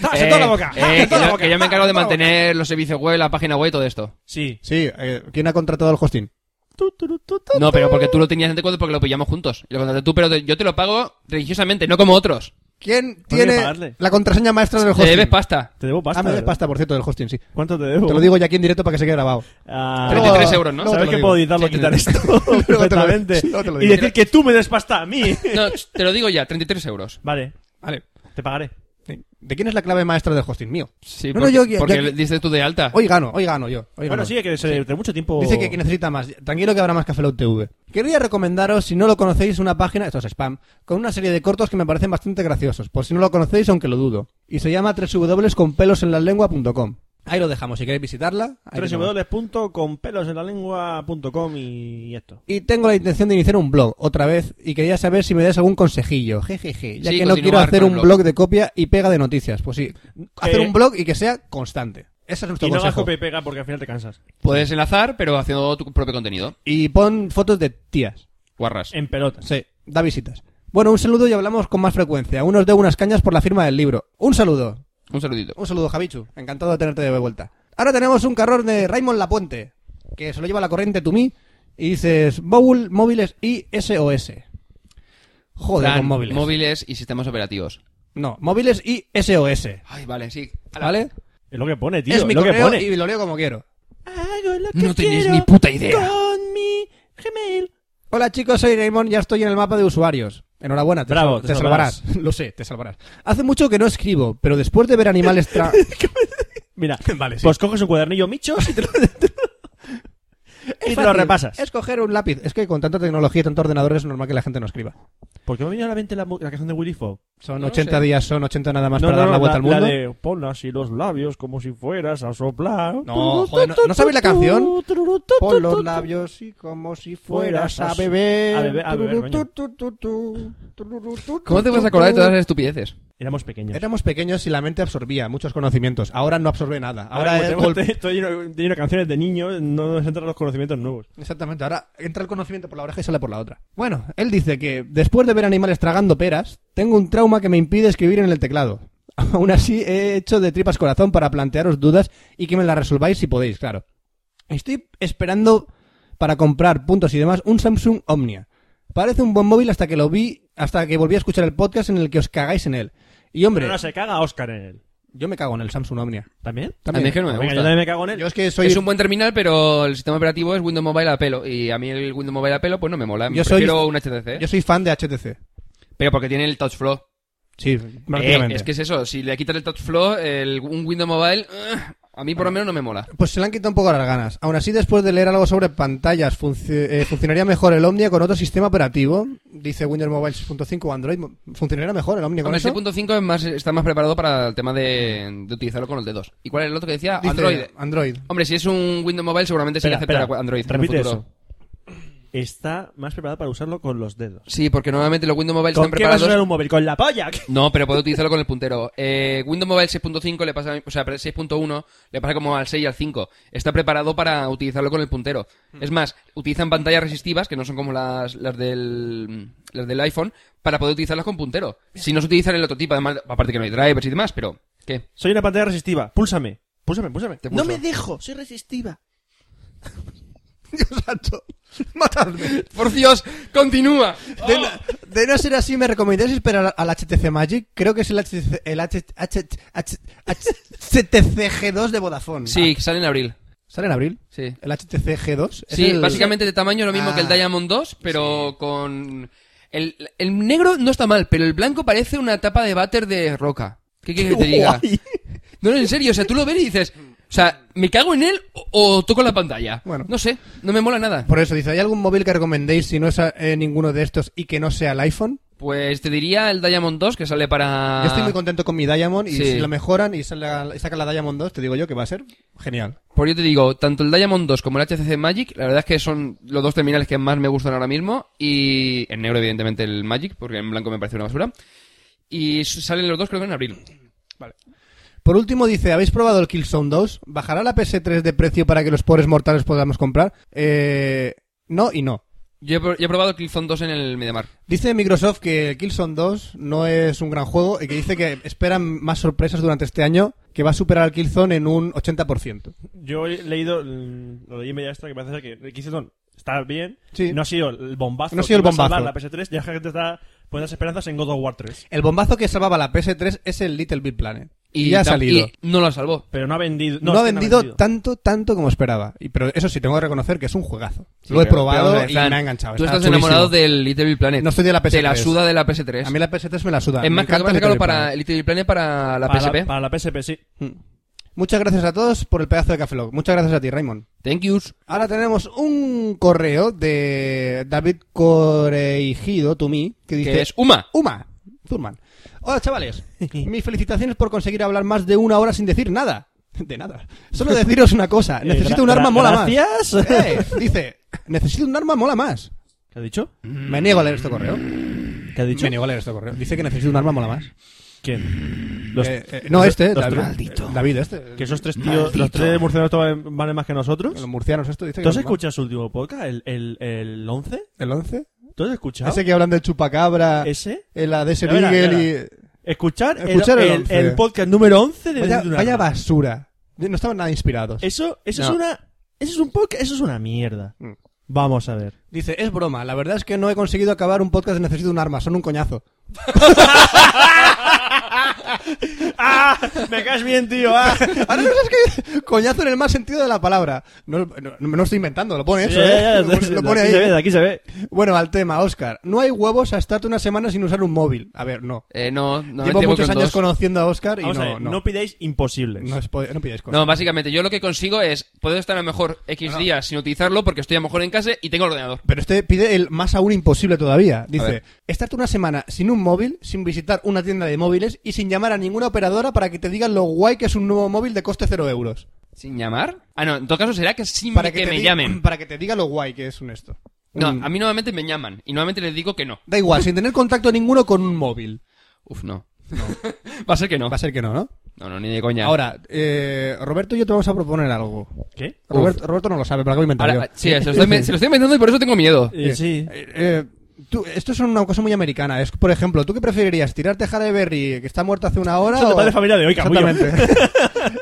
[SPEAKER 1] ¡Tase toda Ah, la boca!
[SPEAKER 4] eh,
[SPEAKER 1] ¡Tase
[SPEAKER 4] que,
[SPEAKER 1] toda la
[SPEAKER 4] yo,
[SPEAKER 1] boca!
[SPEAKER 4] que yo me encargo
[SPEAKER 1] ¡Tase toda la boca!
[SPEAKER 4] de mantener los servicios web, la página web y todo esto.
[SPEAKER 1] Sí.
[SPEAKER 2] Sí, eh, ¿quién ha contratado al hosting?
[SPEAKER 1] Tu, tu, tu, tu, tu.
[SPEAKER 4] No, pero porque tú lo tenías en cuenta porque lo pillamos juntos. Y lo contrataste tú, pero te- yo te lo pago religiosamente, no como otros.
[SPEAKER 2] ¿Quién
[SPEAKER 1] que
[SPEAKER 2] tiene
[SPEAKER 1] pagarle.
[SPEAKER 2] la contraseña maestra del
[SPEAKER 4] Te
[SPEAKER 2] hosting?
[SPEAKER 4] debes Eh, pasta.
[SPEAKER 1] Te debo pasta.
[SPEAKER 2] ah, me debes
[SPEAKER 1] ¿verdad?
[SPEAKER 2] pasta, por cierto, del hosting, sí.
[SPEAKER 1] ¿Cuánto te debo?
[SPEAKER 2] Te lo digo ya aquí en directo para que se quede grabado.
[SPEAKER 1] Ah,
[SPEAKER 4] 33 euros, ¿no?
[SPEAKER 2] Luego te
[SPEAKER 1] Sabes
[SPEAKER 2] lo
[SPEAKER 1] que
[SPEAKER 2] digo.
[SPEAKER 1] puedo editarlo,
[SPEAKER 4] Sí,
[SPEAKER 1] quitar
[SPEAKER 4] sí.
[SPEAKER 1] esto
[SPEAKER 2] te lo-
[SPEAKER 1] perfectamente.
[SPEAKER 2] luego te lo
[SPEAKER 1] Y
[SPEAKER 2] digo.
[SPEAKER 1] decir que tú me des pasta a mí.
[SPEAKER 4] No, te lo digo ya, 33 euros.
[SPEAKER 1] Vale,
[SPEAKER 2] Vale.
[SPEAKER 1] te pagaré.
[SPEAKER 2] ¿De quién es la clave maestra del hosting? Mío.
[SPEAKER 4] Sí,
[SPEAKER 2] No, no,
[SPEAKER 4] porque,
[SPEAKER 2] yo- yo-
[SPEAKER 4] porque
[SPEAKER 2] yo-
[SPEAKER 4] dices tú de alta.
[SPEAKER 2] Hoy gano, hoy gano yo. Hoy
[SPEAKER 1] Bueno,
[SPEAKER 2] gano.
[SPEAKER 1] sí, que se- de mucho tiempo...
[SPEAKER 2] Dice que, que necesita más. Tranquilo que habrá más Café Lock TV. Quería recomendaros, si no lo conocéis, una página, esto es spam, con una serie de cortos que me parecen bastante graciosos, por si no lo conocéis, aunque lo dudo. Y se llama www.conpelosenlalengua.com. Ahí lo dejamos, si queréis visitarla. ahí lo dejamos.
[SPEAKER 1] www.conpelosenlalengua.com y esto.
[SPEAKER 2] Y tengo la intención de iniciar un blog, otra vez, y quería saber si me das algún consejillo. Jejeje, ya
[SPEAKER 4] Sí,
[SPEAKER 2] que no quiero
[SPEAKER 4] continuar
[SPEAKER 2] hacer
[SPEAKER 4] con
[SPEAKER 2] un
[SPEAKER 4] el
[SPEAKER 2] blog.
[SPEAKER 4] blog.
[SPEAKER 2] de copia y pega de noticias. Pues sí, hacer
[SPEAKER 1] Eh,
[SPEAKER 2] un blog y que sea constante. Ese es nuestro
[SPEAKER 1] Y no hagas
[SPEAKER 2] consejo.
[SPEAKER 1] copia y pega porque al final te cansas.
[SPEAKER 4] Puedes enlazar, pero haciendo tu propio contenido.
[SPEAKER 2] y pon fotos de tías.
[SPEAKER 4] Guarras.
[SPEAKER 2] Eh.
[SPEAKER 1] En pelotas.
[SPEAKER 2] Sí, da visitas. Bueno, un saludo y hablamos con más frecuencia. Unos de unas cañas por la firma del libro. Un saludo.
[SPEAKER 4] Un saludito.
[SPEAKER 2] Un saludo, Javichu. Encantado de tenerte de vuelta. Ahora tenemos un carrón de Raymond Lapuente, que se lo lleva la corriente to me y dices Bowl, móviles y SOS. Joder,
[SPEAKER 4] Plan,
[SPEAKER 2] con móviles.
[SPEAKER 4] y sistemas operativos.
[SPEAKER 2] No, móviles y SOS.
[SPEAKER 4] Ay, vale, sí. Ala.
[SPEAKER 2] ¿Vale?
[SPEAKER 1] Es lo que pone, tío.
[SPEAKER 2] es mi
[SPEAKER 1] lo que
[SPEAKER 2] correo
[SPEAKER 1] pone.
[SPEAKER 2] y lo leo como quiero.
[SPEAKER 4] No tenéis ni puta idea.
[SPEAKER 1] Con mi Gmail.
[SPEAKER 2] Hola chicos, soy Raymond, ya estoy en el mapa de usuarios. Enhorabuena, te,
[SPEAKER 1] Bravo,
[SPEAKER 2] sal-
[SPEAKER 1] te
[SPEAKER 2] te
[SPEAKER 1] salvarás.
[SPEAKER 2] salvarás. Lo sé, te salvarás. Hace mucho que no escribo, pero después de ver animales tra...
[SPEAKER 1] Mira,
[SPEAKER 2] Vale, sí.
[SPEAKER 1] pues coges un cuadernillo michos y te lo, y te lo
[SPEAKER 2] fácil.
[SPEAKER 1] repasas.
[SPEAKER 2] Es coger un lápiz. Es que con tanta tecnología y tanto ordenador es normal que la gente no escriba.
[SPEAKER 1] ¿Por qué me ha venido a la mente la, mu- la canción de Willy Fogg?
[SPEAKER 2] Son
[SPEAKER 4] No lo
[SPEAKER 2] 80
[SPEAKER 4] sé.
[SPEAKER 2] días, son 80 nada más para dar la vuelta al
[SPEAKER 1] la
[SPEAKER 2] mundo.
[SPEAKER 1] de pon así los labios como si fueras a soplar.
[SPEAKER 2] No, joder, ¿no- no sabéis la canción? Pon los labios y como si fueras a beber.
[SPEAKER 1] A beber- a beber,
[SPEAKER 2] Tururú,
[SPEAKER 1] coño.
[SPEAKER 2] tu, tu, tu, tururú, tu,
[SPEAKER 4] ¿Cómo te
[SPEAKER 2] tu,
[SPEAKER 4] vas a
[SPEAKER 2] tu,
[SPEAKER 4] acordar de
[SPEAKER 2] tu?
[SPEAKER 4] todas esas estupideces?
[SPEAKER 1] Éramos pequeños.
[SPEAKER 2] Éramos pequeños y la mente absorbía muchos conocimientos. Ahora no absorbe nada. Ahora,
[SPEAKER 1] Ahora,
[SPEAKER 2] es
[SPEAKER 1] como
[SPEAKER 2] golpe-
[SPEAKER 1] tengo- estoy lleno, estoy lleno de canciones de niños, no nos entran los conocimientos nuevos.
[SPEAKER 2] Exactamente, ahora entra el conocimiento por la oreja y sale por la otra. Bueno, él dice que después de ver animales tragando peras, tengo un trauma que me impide escribir en el teclado. Aún así, he hecho de tripas corazón para plantearos dudas y que me las resolváis si podéis, claro. Estoy esperando para comprar puntos y demás un Samsung Omnia. Parece un buen móvil hasta que lo vi, hasta que volví a escuchar el podcast en el que os cagáis en él. Y hombre,
[SPEAKER 1] Pero no se caga Oscar en él.
[SPEAKER 2] yo me cago en el Samsung Omnia.
[SPEAKER 1] ¿También?
[SPEAKER 4] A mí es que
[SPEAKER 2] También.
[SPEAKER 4] no me
[SPEAKER 1] Venga, yo
[SPEAKER 4] gusta.
[SPEAKER 1] también me cago en él.
[SPEAKER 2] Yo es que soy
[SPEAKER 4] Eh, Es un buen terminal, pero el sistema operativo es Windows Mobile a pelo. Y a mí el Windows Mobile a pelo, pues no me mola.
[SPEAKER 2] Yo soy-
[SPEAKER 4] Prefiero un HTC.
[SPEAKER 2] yo soy fan de HTC.
[SPEAKER 4] Pero porque tiene el Touch Flow.
[SPEAKER 2] Sí,
[SPEAKER 4] Eh,
[SPEAKER 2] prácticamente.
[SPEAKER 4] es que es eso. Si le quitas el Touch Flow, el, un Windows Mobile, ugh, a mí por lo menos no me mola.
[SPEAKER 2] Pues se le han quitado un poco las ganas. Aún así, después de leer algo sobre pantallas, funci- eh, funcionaría mejor el Omnia con otro sistema operativo. Dice Windows Mobile 6.5 o Android. mo- ¿Funcionaría mejor el Omnia con
[SPEAKER 4] Con el
[SPEAKER 2] eso?
[SPEAKER 4] 6.5 es más, está más preparado para el tema de, de utilizarlo con los dedos. ¿Y cuál es el otro que decía?
[SPEAKER 2] Dice
[SPEAKER 4] Android.
[SPEAKER 2] Android.
[SPEAKER 4] Hombre, si es un Windows Mobile, seguramente sí que
[SPEAKER 1] Espera,
[SPEAKER 4] aceptará
[SPEAKER 1] espera.
[SPEAKER 4] Android. en el
[SPEAKER 1] Repite
[SPEAKER 4] futuro.
[SPEAKER 1] eso. Está más preparado para usarlo con los dedos.
[SPEAKER 4] Sí, porque normalmente los Windows Mobile
[SPEAKER 1] ¿Con
[SPEAKER 4] están
[SPEAKER 1] qué vas a
[SPEAKER 4] preparados.
[SPEAKER 1] usar un móvil? ¿Con la polla?
[SPEAKER 4] No, pero puedo utilizarlo con el puntero. Eh, Windows Mobile 6.5 le pasa, o sea, 6.1 le pasa como al 6 y al 5. Está preparado para utilizarlo con el puntero.
[SPEAKER 1] Hmm.
[SPEAKER 4] Es más, utilizan pantallas resistivas que no son como las, las del las del iPhone para poder utilizarlas con puntero. Si no se utilizan el otro tipo, además, aparte que no hay drivers y demás, pero ¿qué?
[SPEAKER 1] Soy una pantalla resistiva. Púlsame. Púlsame, púlsame.
[SPEAKER 4] Te
[SPEAKER 1] no
[SPEAKER 4] pulso.
[SPEAKER 1] me dejo. Soy resistiva.
[SPEAKER 2] Dios santo. Matadme.
[SPEAKER 4] Por Dios, continúa.
[SPEAKER 2] De, no- de no ser así, ¿me recomendáis esperar al HTC Magic? Creo que es el HTC, el HTC HTC G2 de Vodafone.
[SPEAKER 4] Sí, sale en abril.
[SPEAKER 2] Ah, ¿Sale en abril?
[SPEAKER 4] Sí.
[SPEAKER 2] ¿El HTC G2? Es
[SPEAKER 4] Sí,
[SPEAKER 2] el-
[SPEAKER 4] básicamente de tamaño es lo mismo
[SPEAKER 2] Ah.
[SPEAKER 4] que el Diamond 2, pero con El, el negro no está mal, pero el blanco parece una tapa de váter de roca. ¿Qué quieres que te diga? No, no, en serio, o sea, tú lo ves y dices, o sea, ¿me cago en él o, o toco la pantalla?
[SPEAKER 2] Bueno.
[SPEAKER 4] No sé, no me mola nada.
[SPEAKER 2] Por eso dice, ¿hay algún móvil que recomendéis si no es eh, ninguno de estos y que no sea el iPhone?
[SPEAKER 4] Pues te diría el Diamond 2 que sale para...
[SPEAKER 2] Yo estoy muy contento con mi Diamond y
[SPEAKER 4] Ah. Sí.
[SPEAKER 2] si lo mejoran y saca, y saca la Diamond 2, te digo yo que va a ser genial.
[SPEAKER 4] Por yo te digo, tanto el Diamond 2 como el HCC Magic, la verdad es que son los dos terminales que más me gustan ahora mismo. Y en negro, evidentemente, el Magic, porque en blanco me parece una basura. Y s- salen los dos, creo que en abril.
[SPEAKER 2] Por último dice, ¿habéis probado el Killzone 2? ¿Bajará la PS3 de precio para que los pobres mortales podamos comprar? Eh, no y no.
[SPEAKER 4] Yo he, pro- yo he probado el Killzone 2 en el Mediamar.
[SPEAKER 2] Dice Microsoft que el Killzone 2 no es un gran juego y que dice que esperan más sorpresas durante este año, que va a superar al Killzone en un 80%.
[SPEAKER 1] Yo he leído, mm, lo leí en media extra, que parece ser que el Killzone está bien.
[SPEAKER 2] Sí.
[SPEAKER 1] No ha sido el bombazo.
[SPEAKER 2] No ha sido el
[SPEAKER 1] que iba a
[SPEAKER 2] bombazo.
[SPEAKER 1] salvar La PS3 y la gente está poniendo las esperanzas en God of War 3.
[SPEAKER 2] El bombazo que salvaba la PS3 es el Little Big Planet. Y, ya ha
[SPEAKER 4] tam-
[SPEAKER 2] salido.
[SPEAKER 4] y no lo salvó.
[SPEAKER 1] Pero no ha vendido.
[SPEAKER 2] No,
[SPEAKER 1] No,
[SPEAKER 2] ha
[SPEAKER 1] es que no
[SPEAKER 2] vendido tanto, tanto como esperaba. Y, pero eso sí, tengo que reconocer que es un juegazo. lo he
[SPEAKER 4] Pero-
[SPEAKER 2] probado
[SPEAKER 4] pero, en
[SPEAKER 2] y
[SPEAKER 4] plan,
[SPEAKER 2] me ha enganchado.
[SPEAKER 4] Tú
[SPEAKER 2] Está
[SPEAKER 4] estás enamorado
[SPEAKER 2] chulísimo.
[SPEAKER 4] del Little Big Planet.
[SPEAKER 2] No estoy de la
[SPEAKER 4] Te la
[SPEAKER 2] PS3.
[SPEAKER 4] suda de la PS3.
[SPEAKER 2] A mí la PS3 me la suda.
[SPEAKER 4] es
[SPEAKER 2] Me
[SPEAKER 4] más, creo que
[SPEAKER 2] encanta
[SPEAKER 4] van a
[SPEAKER 2] Little
[SPEAKER 4] sacarlo
[SPEAKER 2] Big
[SPEAKER 4] para
[SPEAKER 2] Planet.
[SPEAKER 4] el Little Big Planet para la
[SPEAKER 1] para,
[SPEAKER 4] PSP.
[SPEAKER 1] La, para la PSP, sí.
[SPEAKER 2] Muchas gracias a todos por el pedazo de Café Lock. Muchas gracias a ti, Raymond.
[SPEAKER 4] Thank yous.
[SPEAKER 2] Ahora tenemos un correo de David Corregido, to me, que dice...
[SPEAKER 4] Que es Uma.
[SPEAKER 2] Uma, Zurman. Hola chavales, mis felicitaciones por conseguir hablar más de una hora sin decir nada. De nada. Solo deciros una cosa, Ah, necesito un arma mola más.
[SPEAKER 1] Eh, gracias.
[SPEAKER 2] Eh, dice, necesito un arma mola más.
[SPEAKER 1] ¿Qué ha dicho?
[SPEAKER 2] Me niego a leer este correo.
[SPEAKER 1] ¿Qué ha dicho?
[SPEAKER 2] Me niego a leer este correo. Dice que necesito un arma mola más.
[SPEAKER 1] ¿Quién? Los-
[SPEAKER 2] Eh, eh, no, este,
[SPEAKER 1] los-
[SPEAKER 2] David,
[SPEAKER 1] Maldito.
[SPEAKER 2] David, este.
[SPEAKER 1] que esos tres tíos, los tres murcianos toman- valen más que
[SPEAKER 2] Los
[SPEAKER 1] nosotros.
[SPEAKER 2] murcianos, esto dice que
[SPEAKER 1] ¿Tú has
[SPEAKER 2] no-
[SPEAKER 1] escuchado su último podcast? ¿El, el, el 11?
[SPEAKER 2] ¿El 11?
[SPEAKER 1] ¿Tú has escuchado?
[SPEAKER 2] Ese que hablan del chupacabra,
[SPEAKER 1] ¿Ese?
[SPEAKER 2] el la de ese
[SPEAKER 1] Ya verás, ya
[SPEAKER 2] Beagle y...
[SPEAKER 1] Escuchar, el-
[SPEAKER 2] Escuchar el
[SPEAKER 1] el,
[SPEAKER 2] 11.
[SPEAKER 1] el podcast número 11 de
[SPEAKER 2] Vaya,
[SPEAKER 1] Dentro de una
[SPEAKER 2] vaya
[SPEAKER 1] Rama.
[SPEAKER 2] basura. No estaban nada inspirados.
[SPEAKER 1] Eso, eso
[SPEAKER 4] No.
[SPEAKER 1] es una. Eso es un podcast, eso es una mierda.
[SPEAKER 2] Mm.
[SPEAKER 1] Vamos a ver.
[SPEAKER 2] Dice, es broma, la verdad es que no he conseguido acabar un podcast de Necesito un arma, son un coñazo.
[SPEAKER 1] ¡Ah! Me caes bien, tío. ¡Ah!
[SPEAKER 2] Ahora no sabes que coñazo en el más sentido de la palabra. No, no, no estoy inventando, lo pone eso,
[SPEAKER 1] Ya,
[SPEAKER 2] ¿eh?
[SPEAKER 1] ya, ya,
[SPEAKER 2] Lo pone- lo pone
[SPEAKER 1] aquí se ve,
[SPEAKER 2] ahí.
[SPEAKER 1] de aquí se ve.
[SPEAKER 2] Bueno, al tema, Oscar. No hay huevos a estarte una semana sin usar un móvil. A ver, no.
[SPEAKER 4] Eh, no, no,
[SPEAKER 2] Llevo
[SPEAKER 4] no,
[SPEAKER 2] muchos
[SPEAKER 4] con
[SPEAKER 2] años
[SPEAKER 4] dos.
[SPEAKER 2] conociendo a Oscar y
[SPEAKER 1] Vamos
[SPEAKER 2] no,
[SPEAKER 1] a ver,
[SPEAKER 2] no.
[SPEAKER 1] no pidáis imposibles.
[SPEAKER 2] No es po- no pidáis cosas.
[SPEAKER 4] No, básicamente, yo lo que consigo es, puedo estar a lo mejor X días sin utilizarlo porque estoy a lo mejor en casa y tengo el ordenador.
[SPEAKER 2] Pero este pide el más aún imposible todavía. Dice,
[SPEAKER 4] ver.
[SPEAKER 2] estarte una semana sin un móvil, sin visitar una tienda de móviles y sin llamar a ninguna operadora para que te digan lo guay que es un nuevo móvil de coste cero euros.
[SPEAKER 4] ¿Sin llamar? Ah, no, en todo caso será que sin
[SPEAKER 2] Para
[SPEAKER 4] que,
[SPEAKER 2] te
[SPEAKER 4] me
[SPEAKER 2] di-
[SPEAKER 4] llamen.
[SPEAKER 2] Para que te diga lo guay que es un esto.
[SPEAKER 4] No,
[SPEAKER 2] Un-
[SPEAKER 4] a mí nuevamente me llaman y nuevamente les digo que no.
[SPEAKER 2] Da igual, sin tener contacto ninguno con un móvil.
[SPEAKER 4] Uf, no. Va a ser que no.
[SPEAKER 2] Va a ser que no, ¿no?
[SPEAKER 4] No, no, ni de coña.
[SPEAKER 2] Ahora, eh, Roberto y yo te vamos a proponer algo.
[SPEAKER 1] ¿Qué?
[SPEAKER 2] Robert- Roberto no lo sabe, ¿para qué voy a inventar
[SPEAKER 4] Ahora,
[SPEAKER 2] yo?
[SPEAKER 4] sí, se lo, estoy, me- se lo estoy inventando y por eso tengo miedo.
[SPEAKER 1] Eh, sí.
[SPEAKER 2] Eh, eh, tú- esto es una cosa muy americana. Es, por ejemplo, ¿tú qué preferirías? ¿Tirarte a Halle Berry, que está muerto hace una hora?
[SPEAKER 1] Eso es de
[SPEAKER 2] o-
[SPEAKER 1] padre de familia de hoy, capullo.
[SPEAKER 2] Exactamente.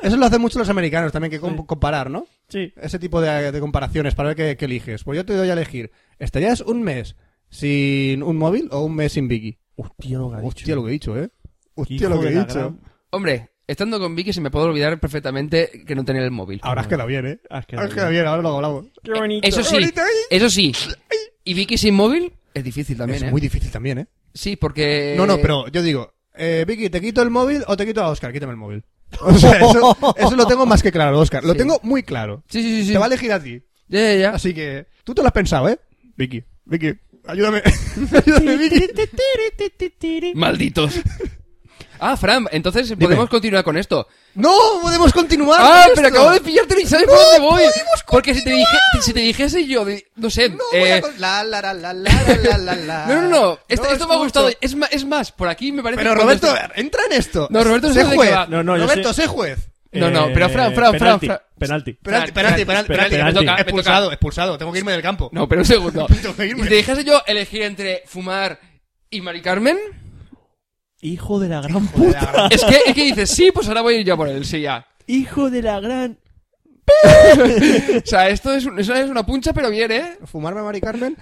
[SPEAKER 2] Eso lo hacen mucho los americanos también, que com- comparar, ¿no?
[SPEAKER 1] Sí.
[SPEAKER 2] Ese tipo de, de comparaciones para ver qué, qué eliges. Pues yo te doy a elegir. ¿Estarías un mes sin un móvil o un mes sin Vicky?
[SPEAKER 1] Hostia, lo que ha dicho.
[SPEAKER 2] Hostia, lo que he dicho, ¿eh? Hostia,
[SPEAKER 1] Hijo
[SPEAKER 2] lo que
[SPEAKER 1] de
[SPEAKER 2] he
[SPEAKER 1] la
[SPEAKER 2] dicho.
[SPEAKER 1] gran-
[SPEAKER 4] Hombre, estando con Vicky se me puede olvidar perfectamente que no tener el móvil.
[SPEAKER 2] Ahora has quedado bien, ¿eh?
[SPEAKER 1] Has quedado
[SPEAKER 2] Has quedado bien, ahora lo hablamos.
[SPEAKER 1] Qué bonito.
[SPEAKER 4] Eso sí,
[SPEAKER 2] Ahorita ahí.
[SPEAKER 4] eso sí. Y Vicky sin móvil es difícil también,
[SPEAKER 2] es
[SPEAKER 4] ¿eh?
[SPEAKER 2] muy difícil también, ¿eh?
[SPEAKER 4] Sí, porque...
[SPEAKER 2] No, no, pero yo digo, eh, Vicky, ¿te quito el móvil o te quito a Oscar? Quítame el móvil. O sea, eso, eso lo tengo más que claro, Oscar. Lo
[SPEAKER 4] Sí.
[SPEAKER 2] tengo muy claro.
[SPEAKER 4] Sí, sí, sí. sí.
[SPEAKER 2] Te va a elegir a ti.
[SPEAKER 4] Ya, ya, ya.
[SPEAKER 2] Así que tú te lo has pensado, ¿eh? Vicky, Vicky, ayúdame. ayúdame, Vicky.
[SPEAKER 4] Malditos. Ah, Fran, entonces podemos continuar con esto.
[SPEAKER 2] No, podemos continuar.
[SPEAKER 4] Ah,
[SPEAKER 2] con
[SPEAKER 4] pero
[SPEAKER 2] esto!
[SPEAKER 4] acabo de pillarte y sabes por
[SPEAKER 2] No
[SPEAKER 4] dónde voy.
[SPEAKER 2] podemos
[SPEAKER 4] Porque si te, dije, si te dijese yo, de- no sé.
[SPEAKER 2] No, voy a
[SPEAKER 4] eh,
[SPEAKER 2] con- la, la, la, la, la, la, la, la.
[SPEAKER 4] no, no, no. Esto, esto me ha
[SPEAKER 2] escucho.
[SPEAKER 4] gustado. Es más, es más, por aquí me parece.
[SPEAKER 2] Pero
[SPEAKER 4] que
[SPEAKER 2] Roberto,
[SPEAKER 4] cuando-
[SPEAKER 2] entra en esto.
[SPEAKER 4] No, Roberto
[SPEAKER 2] sé
[SPEAKER 4] sabe de qué
[SPEAKER 2] juez.
[SPEAKER 4] va.
[SPEAKER 1] No, no, yo
[SPEAKER 2] Roberto,
[SPEAKER 1] sé-
[SPEAKER 2] sé juez.
[SPEAKER 4] No,
[SPEAKER 2] eh,
[SPEAKER 4] no, pero Fran, Fran, Fran,
[SPEAKER 1] Eh, penalti,
[SPEAKER 4] Fran.
[SPEAKER 1] Penalti.
[SPEAKER 2] Penalti,
[SPEAKER 4] Fran,
[SPEAKER 2] penalti, penalti,
[SPEAKER 4] Fran,
[SPEAKER 2] penalti.
[SPEAKER 1] penalti.
[SPEAKER 2] Me toca,
[SPEAKER 4] Me toca.
[SPEAKER 2] Expulsado, expulsado. Tengo que irme del campo.
[SPEAKER 4] No, pero un segundo.
[SPEAKER 2] Tengo que
[SPEAKER 4] Y
[SPEAKER 2] irme.
[SPEAKER 4] si te dijese yo elegir entre fumar y Mari Carmen,
[SPEAKER 1] Hijo de la gran
[SPEAKER 2] Joder,
[SPEAKER 1] puta.
[SPEAKER 2] ahora-
[SPEAKER 4] es que, es que dices, sí, pues ahora voy a ir yo a por él, sí, ya.
[SPEAKER 1] Hijo de la gran.
[SPEAKER 4] O sea, esto es, un- eso es una puncha, pero bien, ¿eh?
[SPEAKER 2] ¿Fumarme a Mari Carmen?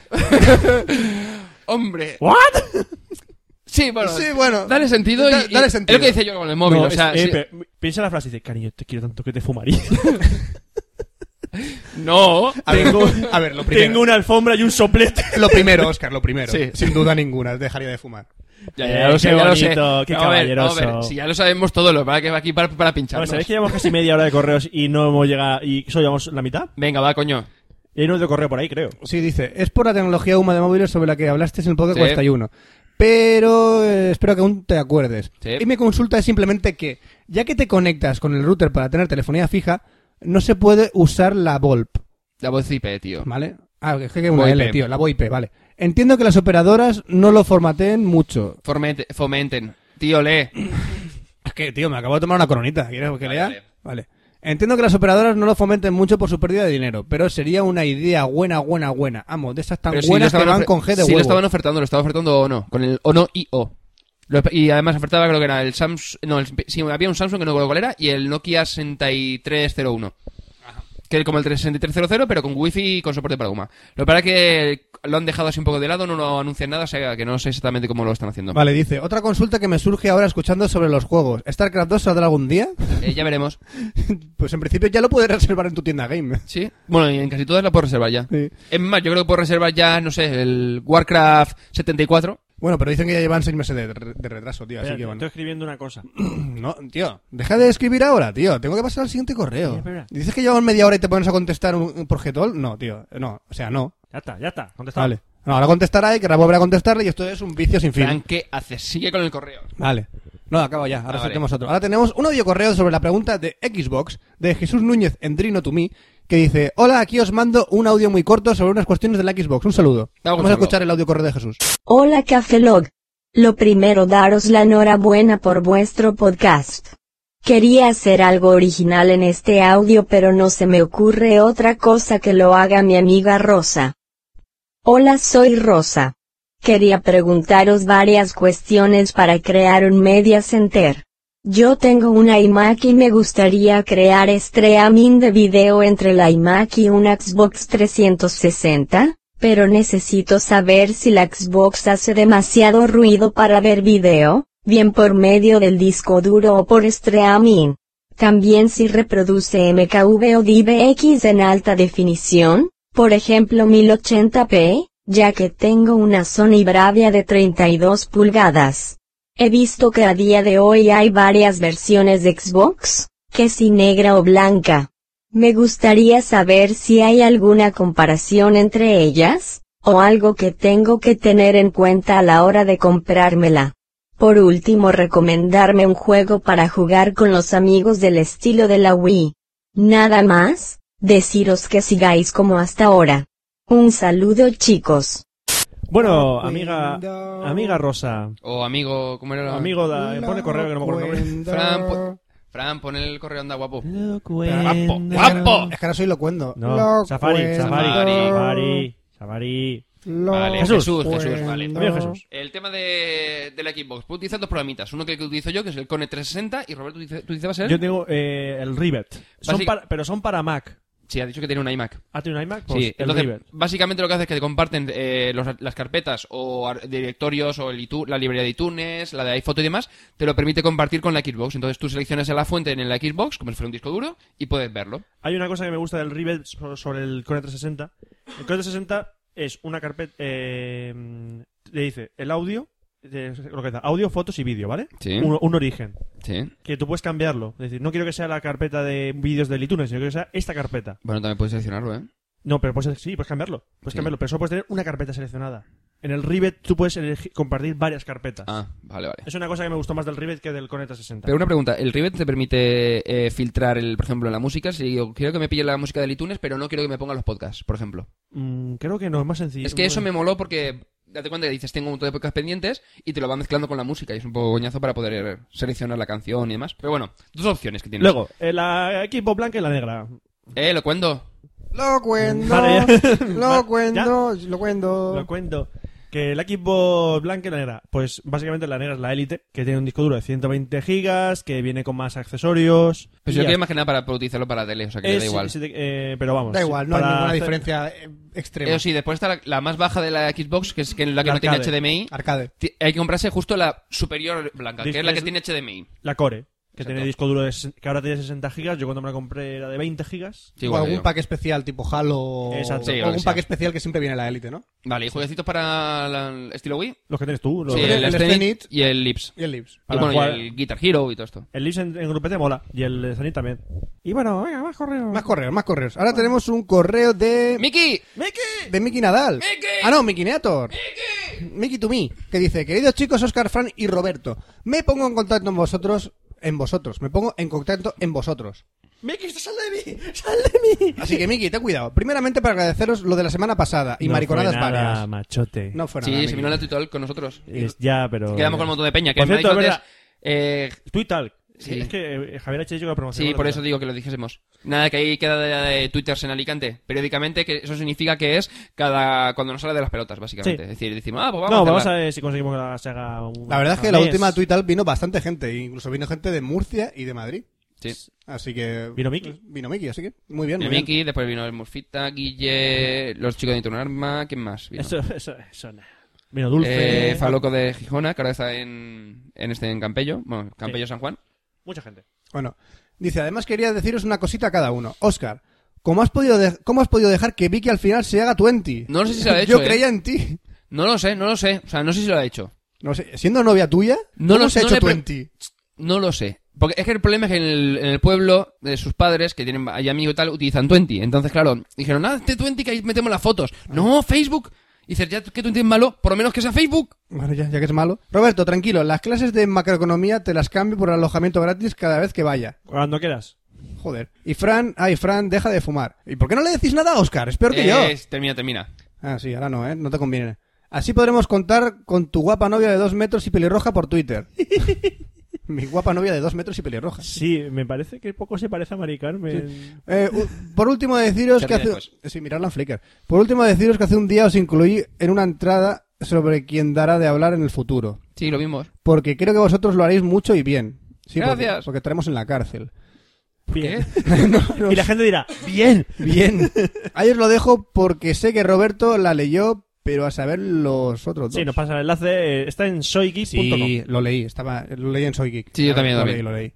[SPEAKER 4] Hombre.
[SPEAKER 1] ¿What?
[SPEAKER 4] Sí, bueno.
[SPEAKER 2] Sí, bueno.
[SPEAKER 4] Dale sentido y.
[SPEAKER 2] Da-
[SPEAKER 4] y-
[SPEAKER 2] dale
[SPEAKER 4] es
[SPEAKER 2] sentido.
[SPEAKER 4] lo que dice yo con el móvil,
[SPEAKER 1] No,
[SPEAKER 4] o sea.
[SPEAKER 1] es- eh,
[SPEAKER 4] sí.
[SPEAKER 1] pero piensa la frase y dice, cariño, te quiero tanto que te fumaría.
[SPEAKER 4] No.
[SPEAKER 1] Eh,
[SPEAKER 2] A ver, a ver, lo primero.
[SPEAKER 1] Tengo una alfombra y un soplete.
[SPEAKER 2] Lo primero, Oscar, lo primero.
[SPEAKER 4] Sí.
[SPEAKER 2] sin duda ninguna, dejaría de fumar.
[SPEAKER 4] Ya,
[SPEAKER 1] Eh, qué bonito, qué
[SPEAKER 4] Vamos a ver, vamos a ver,
[SPEAKER 1] caballeroso.
[SPEAKER 4] si ya lo sabemos todo, lo para que va aquí para, para pincharnos.
[SPEAKER 1] Bueno, ¿Sabéis que llevamos casi media hora de correos y no hemos llegado y solo llevamos la mitad?
[SPEAKER 4] Venga, va, coño.
[SPEAKER 1] Y hay uno de correo por ahí, creo.
[SPEAKER 2] Sí, dice, es por la tecnología Uma de móviles sobre la que hablaste en el podcast
[SPEAKER 4] Sí.
[SPEAKER 2] 41. Pero eh, espero que aún te acuerdes.
[SPEAKER 4] Sí.
[SPEAKER 2] Y mi consulta es simplemente que, ya que te conectas con el router para tener telefonía fija, no se puede usar la VoLP,
[SPEAKER 4] La voz IP, tío.
[SPEAKER 2] ¿vale? Ah, es que hay una
[SPEAKER 4] VoIP.
[SPEAKER 2] L, tío, la VoIP, vale. Entiendo que las operadoras no lo formateen mucho.
[SPEAKER 4] Formete- fomenten. Tío, lee.
[SPEAKER 2] Es que, tío, me acabo de tomar una coronita. ¿Quieres que
[SPEAKER 4] Vale,
[SPEAKER 2] lea?
[SPEAKER 4] vale.
[SPEAKER 2] Vale. Entiendo que las operadoras no lo fomenten mucho por su pérdida de dinero, pero sería una idea buena, buena, buena. Amo, de esas tan
[SPEAKER 4] Pero si lo
[SPEAKER 2] buenas que
[SPEAKER 4] estaban
[SPEAKER 2] van
[SPEAKER 4] ofre-
[SPEAKER 2] con G de
[SPEAKER 4] si lo
[SPEAKER 2] huevo.
[SPEAKER 4] estaban ofertando, lo estaba ofertando o no. Con el o no y o. Lo- Y además ofertaba, creo que era el Samsung. No, el- sí, había un Samsung que no recuerdo cuál era. Y el Nokia 6301. Que es como el 6300, pero con wifi y con soporte para UMA. Lo que pasa es que lo han dejado así un poco de lado, no lo anuncian nada, o sea que no sé exactamente cómo lo están haciendo.
[SPEAKER 2] Vale, dice, otra consulta que me surge ahora escuchando sobre los juegos. ¿StarCraft 2 saldrá algún día?
[SPEAKER 4] Eh, ya veremos.
[SPEAKER 2] pues en principio ya lo puedes reservar en tu tienda game.
[SPEAKER 4] Sí. Bueno, y en casi todas la puedo reservar ya.
[SPEAKER 2] Sí.
[SPEAKER 4] Es más, yo creo que puedo reservar ya, no sé, el Warcraft 74.
[SPEAKER 2] Bueno, pero dicen que ya llevan seis meses de, de retraso, tío, así
[SPEAKER 1] Espera,
[SPEAKER 2] que
[SPEAKER 1] estoy
[SPEAKER 2] bueno.
[SPEAKER 1] escribiendo una cosa.
[SPEAKER 2] No, tío, deja de escribir ahora, tío. Tengo que pasar al siguiente correo.
[SPEAKER 1] Espera, espera.
[SPEAKER 2] ¿Dices que llevan media hora y te pones a contestar un, un progetol? No, tío, no. O sea, no.
[SPEAKER 1] Ya está, ya está. Contestado.
[SPEAKER 2] Vale. No, ahora contestará y querrá volver a contestarle y esto es un vicio sin fin.
[SPEAKER 4] Fran, ¿qué haces? Sigue con el correo.
[SPEAKER 2] Vale. No, acabo ya.
[SPEAKER 4] Ah,
[SPEAKER 2] Ahora
[SPEAKER 4] vale.
[SPEAKER 2] saltemos otro. Ahora tenemos un audio correo sobre la pregunta de Xbox de Jesús Núñez Endrino To Me que dice: Hola, aquí os mando un audio muy corto sobre unas cuestiones de la Xbox. Un saludo. Vamos
[SPEAKER 4] Vamos
[SPEAKER 2] a
[SPEAKER 4] con saludo.
[SPEAKER 2] escuchar el audio correo de Jesús.
[SPEAKER 3] Hola Cafelog. Lo primero daros la enhorabuena por vuestro podcast. Quería hacer algo original en este audio pero no se me ocurre otra cosa que lo haga mi amiga Rosa. Hola soy Rosa. Quería preguntaros varias cuestiones para crear un media center. Yo tengo una iMac y me gustaría crear streaming de video entre la iMac y una Xbox 360, pero necesito saber si la Xbox hace demasiado ruido para ver video, bien por medio del disco duro o por streaming. También si reproduce MKV o DVX en alta definición, por ejemplo 1080p, ya que tengo una Sony Bravia de 32 pulgadas. He visto que a día de hoy hay varias versiones de Xbox, que si negra o blanca. Me gustaría saber si hay alguna comparación entre ellas, o algo que tengo que tener en cuenta a la hora de comprármela. Por último, recomendarme un juego para jugar con los amigos del estilo de la Wii. Nada más, deciros que sigáis como hasta ahora. Un saludo chicos.
[SPEAKER 1] Bueno, amiga, amiga Rosa,
[SPEAKER 4] O amigo, ¿cómo era?
[SPEAKER 1] amigo, da, pone correo que no me acuerdo el nombre.
[SPEAKER 4] Fran, pon- Fran, pon el correo, anda guapo.
[SPEAKER 2] Guapo,
[SPEAKER 4] guapo.
[SPEAKER 2] Es que ahora soy locuendo.
[SPEAKER 1] No, Safari, Safari,
[SPEAKER 4] Safari.
[SPEAKER 1] Safari, Safari.
[SPEAKER 4] Vale,
[SPEAKER 1] Jesús.
[SPEAKER 4] Jesús, Jesús, vale.
[SPEAKER 1] Pues, Amigo Jesús.
[SPEAKER 4] El tema de, de la Xbox. Puedo utilizar dos programitas. Uno que utilizo yo, que es el Cone 360, y Roberto, ¿tú utilizabas el?
[SPEAKER 1] Yo tengo eh, el Rivet. Son
[SPEAKER 4] Básica-
[SPEAKER 1] para- pero son para Mac.
[SPEAKER 4] Sí, ha dicho que tiene un iMac.
[SPEAKER 1] ¿Ah, tiene un iMac? Pues
[SPEAKER 4] Sí,
[SPEAKER 1] el
[SPEAKER 4] entonces,
[SPEAKER 1] Rivet.
[SPEAKER 4] básicamente lo que hace es que te comparten eh, los- las carpetas o ar- directorios o el itu- la librería de iTunes, la de iPhoto y demás, te lo permite compartir con la Xbox. Entonces tú seleccionas la fuente en la Xbox, como si fuera un disco duro, y puedes verlo.
[SPEAKER 1] Hay una cosa que me gusta del Rivet so- sobre el Core 360. El Core 360 es una carpeta. eh, le dice el audio, eh, lo que da, audio, fotos y vídeo, ¿vale?
[SPEAKER 4] Sí.
[SPEAKER 1] Un, un origen.
[SPEAKER 4] Sí.
[SPEAKER 1] Que tú puedes cambiarlo. Es decir, no quiero que sea la carpeta de vídeos de iTunes, sino que sea esta carpeta.
[SPEAKER 4] Bueno, también puedes seleccionarlo, ¿eh?
[SPEAKER 1] No, pero puedes, sí, puedes cambiarlo. Puedes
[SPEAKER 4] Sí.
[SPEAKER 1] cambiarlo, pero solo puedes tener una carpeta seleccionada. En el Rivet tú puedes elegir- compartir varias carpetas.
[SPEAKER 4] Ah, vale, vale.
[SPEAKER 1] Es una cosa que me gustó más del Rivet que del Conecta 60.
[SPEAKER 4] Pero una pregunta, ¿el Rivet te permite eh, filtrar, el, por ejemplo, la música? Si yo quiero que me pille la música del iTunes, pero no quiero que me pongan los podcasts, por ejemplo.
[SPEAKER 1] Mm, creo que no, es más sencillo.
[SPEAKER 4] es que eso me moló porque, date cuenta que dices, tengo un montón de podcasts pendientes y te lo va mezclando con la música y es un poco coñazo para poder seleccionar la canción y demás. Pero bueno, dos opciones que tienes.
[SPEAKER 1] Luego, eh, la equipo blanca y la negra.
[SPEAKER 4] Eh, lo cuento.
[SPEAKER 2] Locuendo.
[SPEAKER 1] Vale, ya.
[SPEAKER 2] Locuendo.
[SPEAKER 1] Lo
[SPEAKER 2] Locuendo.
[SPEAKER 1] cuento. Que el equipo blanca y la negra. Pues básicamente la negra es la élite, que tiene un disco duro de 120 gigas, que viene con más accesorios.
[SPEAKER 4] Pues
[SPEAKER 1] y
[SPEAKER 4] yo
[SPEAKER 1] ya
[SPEAKER 4] quería más que nada para, para utilizarlo para tele, o sea que
[SPEAKER 1] está.
[SPEAKER 4] da
[SPEAKER 1] Es-
[SPEAKER 4] igual.
[SPEAKER 1] sí, te- eh, pero vamos.
[SPEAKER 2] Da igual, no hay
[SPEAKER 1] para
[SPEAKER 2] ninguna
[SPEAKER 1] hacer-
[SPEAKER 2] diferencia eh, extrema.
[SPEAKER 4] Eso sí, después está la, la más baja de la Xbox, que es que en la que
[SPEAKER 1] La
[SPEAKER 4] no tiene
[SPEAKER 1] arcade. Ah.
[SPEAKER 4] HDMI.
[SPEAKER 2] Arcade.
[SPEAKER 4] Ti- Hay que comprarse justo la superior blanca, que
[SPEAKER 1] Dices-
[SPEAKER 4] es la que tiene HDMI.
[SPEAKER 1] La core. que
[SPEAKER 4] Exacto.
[SPEAKER 1] tiene disco duro de ses- que ahora tiene 60 gigas. Yo cuando me la compré era de 20 gigas.
[SPEAKER 2] o
[SPEAKER 4] Sí, igual que
[SPEAKER 2] algún
[SPEAKER 4] yo.
[SPEAKER 2] pack especial tipo Halo.
[SPEAKER 1] Exacto.
[SPEAKER 4] Sí,
[SPEAKER 2] O
[SPEAKER 4] lo que
[SPEAKER 2] algún
[SPEAKER 4] sea.
[SPEAKER 2] pack especial que siempre viene la élite, ¿no?
[SPEAKER 4] Vale, ¿y jueguecitos para la- el estilo Wii?
[SPEAKER 1] Los que tienes tú. Los
[SPEAKER 4] Sí,
[SPEAKER 2] el
[SPEAKER 4] el, Zenith
[SPEAKER 2] Zenith.
[SPEAKER 4] y el Lips.
[SPEAKER 2] Y el Lips.
[SPEAKER 4] Y
[SPEAKER 1] Para
[SPEAKER 4] bueno, y
[SPEAKER 1] jugar-
[SPEAKER 4] el Guitar Hero y todo esto.
[SPEAKER 1] El Lips en, en grupete mola. Y el Zenith también. Y bueno, venga, más correo.
[SPEAKER 2] Más correos, más correos. Ahora tenemos un correo de.
[SPEAKER 4] ¡Miki!
[SPEAKER 2] De Mickey Nadal.
[SPEAKER 4] ¡Mickey!
[SPEAKER 2] Ah, no, Mickey Neator. Mickey to me. Que dice, queridos chicos, Oscar, Fran y Roberto, me pongo en contacto en vosotros, en vosotros, me pongo en contacto en vosotros.
[SPEAKER 1] Mickey, sal de mí. Sal de mí.
[SPEAKER 2] Así que, Mickey, ten cuidado. Primeramente para agradeceros lo de la semana pasada y mariconadas varias.
[SPEAKER 1] machote.
[SPEAKER 2] No fue nada.
[SPEAKER 4] Sí, se
[SPEAKER 2] Mickey.
[SPEAKER 4] vino la tutorial con nosotros. Y
[SPEAKER 1] Es- ya, pero.
[SPEAKER 4] Quedamos con un montón de peña. Que
[SPEAKER 1] Por
[SPEAKER 4] me ha
[SPEAKER 1] cierto,
[SPEAKER 4] dicho
[SPEAKER 1] es verdad.
[SPEAKER 4] antes, eh,
[SPEAKER 1] Twitter.
[SPEAKER 4] Sí.
[SPEAKER 1] Es que eh, Javier H. dicho que lo promocionó,
[SPEAKER 4] Sí, por
[SPEAKER 1] ¿verdad?
[SPEAKER 4] eso digo que lo dijésemos. Nada, que ahí queda de, de twitters en Alicante periódicamente, que eso significa que es cada cuando nos sale de las pelotas, básicamente.
[SPEAKER 1] Sí.
[SPEAKER 4] Es decir, decimos, ah, pues vamos
[SPEAKER 1] No,
[SPEAKER 4] a
[SPEAKER 1] vamos a
[SPEAKER 4] hacerla.
[SPEAKER 1] ver si conseguimos que la se haga un-
[SPEAKER 2] La verdad es que
[SPEAKER 1] al
[SPEAKER 2] la
[SPEAKER 1] mes.
[SPEAKER 2] última tuital vino bastante gente, incluso vino gente de Murcia y de Madrid.
[SPEAKER 4] Sí.
[SPEAKER 2] Así que.
[SPEAKER 1] Vino Mickey.
[SPEAKER 2] Vino Mickey, así que muy bien,
[SPEAKER 4] Vino
[SPEAKER 2] muy bien.
[SPEAKER 4] Miki, después vino el Murfita, Guille, los chicos de Intro Arma, ¿quién más? Vino?
[SPEAKER 1] Eso, eso, eso. nada. Vino Dulce.
[SPEAKER 4] Eh, Faloco de Gijona, que ahora está en, en este en Campello, bueno, Campello San Juan.
[SPEAKER 1] Mucha gente.
[SPEAKER 2] Bueno, dice, además quería deciros una cosita a cada uno. Oscar, ¿cómo has podido, de- cómo has podido dejar que Vicky al final se haga 20?
[SPEAKER 4] No sé si se lo ha hecho,
[SPEAKER 2] Yo
[SPEAKER 4] ¿eh?
[SPEAKER 2] creía en ti.
[SPEAKER 4] No lo sé, no lo sé. O sea, no sé si lo ha hecho.
[SPEAKER 2] No sé, siendo novia tuya,
[SPEAKER 4] No
[SPEAKER 2] ¿cómo
[SPEAKER 4] lo-
[SPEAKER 2] se ha
[SPEAKER 4] no
[SPEAKER 2] hecho
[SPEAKER 4] le pre-
[SPEAKER 2] 20?
[SPEAKER 4] No lo sé. Porque es que el problema es que en el, en el pueblo de sus padres, que tienen hay amigos y tal, utilizan Twenty. Entonces, claro, dijeron, ah, este Twenty que ahí metemos las fotos. No, Facebook. Y dices, ya que Twenty es malo, por lo menos que sea Facebook.
[SPEAKER 2] Bueno, ya, ya que es malo. Roberto, tranquilo, las clases de macroeconomía te las cambio por alojamiento gratis cada vez que vaya.
[SPEAKER 1] Cuando quieras.
[SPEAKER 2] Joder. Y Fran, ay, Fran, deja de fumar. ¿Y por qué no le decís nada a Oscar? Es peor que yo.
[SPEAKER 4] Es- termina, termina.
[SPEAKER 2] Ah, sí, ahora no, ¿eh? No te conviene. Así podremos contar con tu guapa novia de dos metros y pelirroja por Twitter. Mi guapa novia de dos metros y pelirroja.
[SPEAKER 1] Sí, me parece que poco se parece a Mari Carmen.
[SPEAKER 2] Eh, u- por último deciros
[SPEAKER 4] Se
[SPEAKER 2] que hace...
[SPEAKER 4] ríe,
[SPEAKER 2] Sí, miradla en Flickr. Por último deciros que hace un día os incluí en una entrada sobre quién dará de hablar en el futuro.
[SPEAKER 4] Sí, lo mismo.
[SPEAKER 2] Porque creo que vosotros lo haréis mucho y bien. Sí, porque-
[SPEAKER 4] Gracias.
[SPEAKER 2] Porque, estaremos en la cárcel.
[SPEAKER 1] Bien.
[SPEAKER 2] No, no,
[SPEAKER 1] Y la gente dirá, bien.
[SPEAKER 2] bien. Ahí os lo dejo porque sé que Roberto la leyó, pero a saber los otros dos.
[SPEAKER 1] Sí, nos pasa el enlace. eh, Está en soygeek.com.
[SPEAKER 2] Sí, lo leí, estaba, lo leí en Soy Geek.
[SPEAKER 4] Sí, yo
[SPEAKER 2] Lo-
[SPEAKER 4] también,
[SPEAKER 2] lo
[SPEAKER 4] también.
[SPEAKER 2] Leí, lo leí.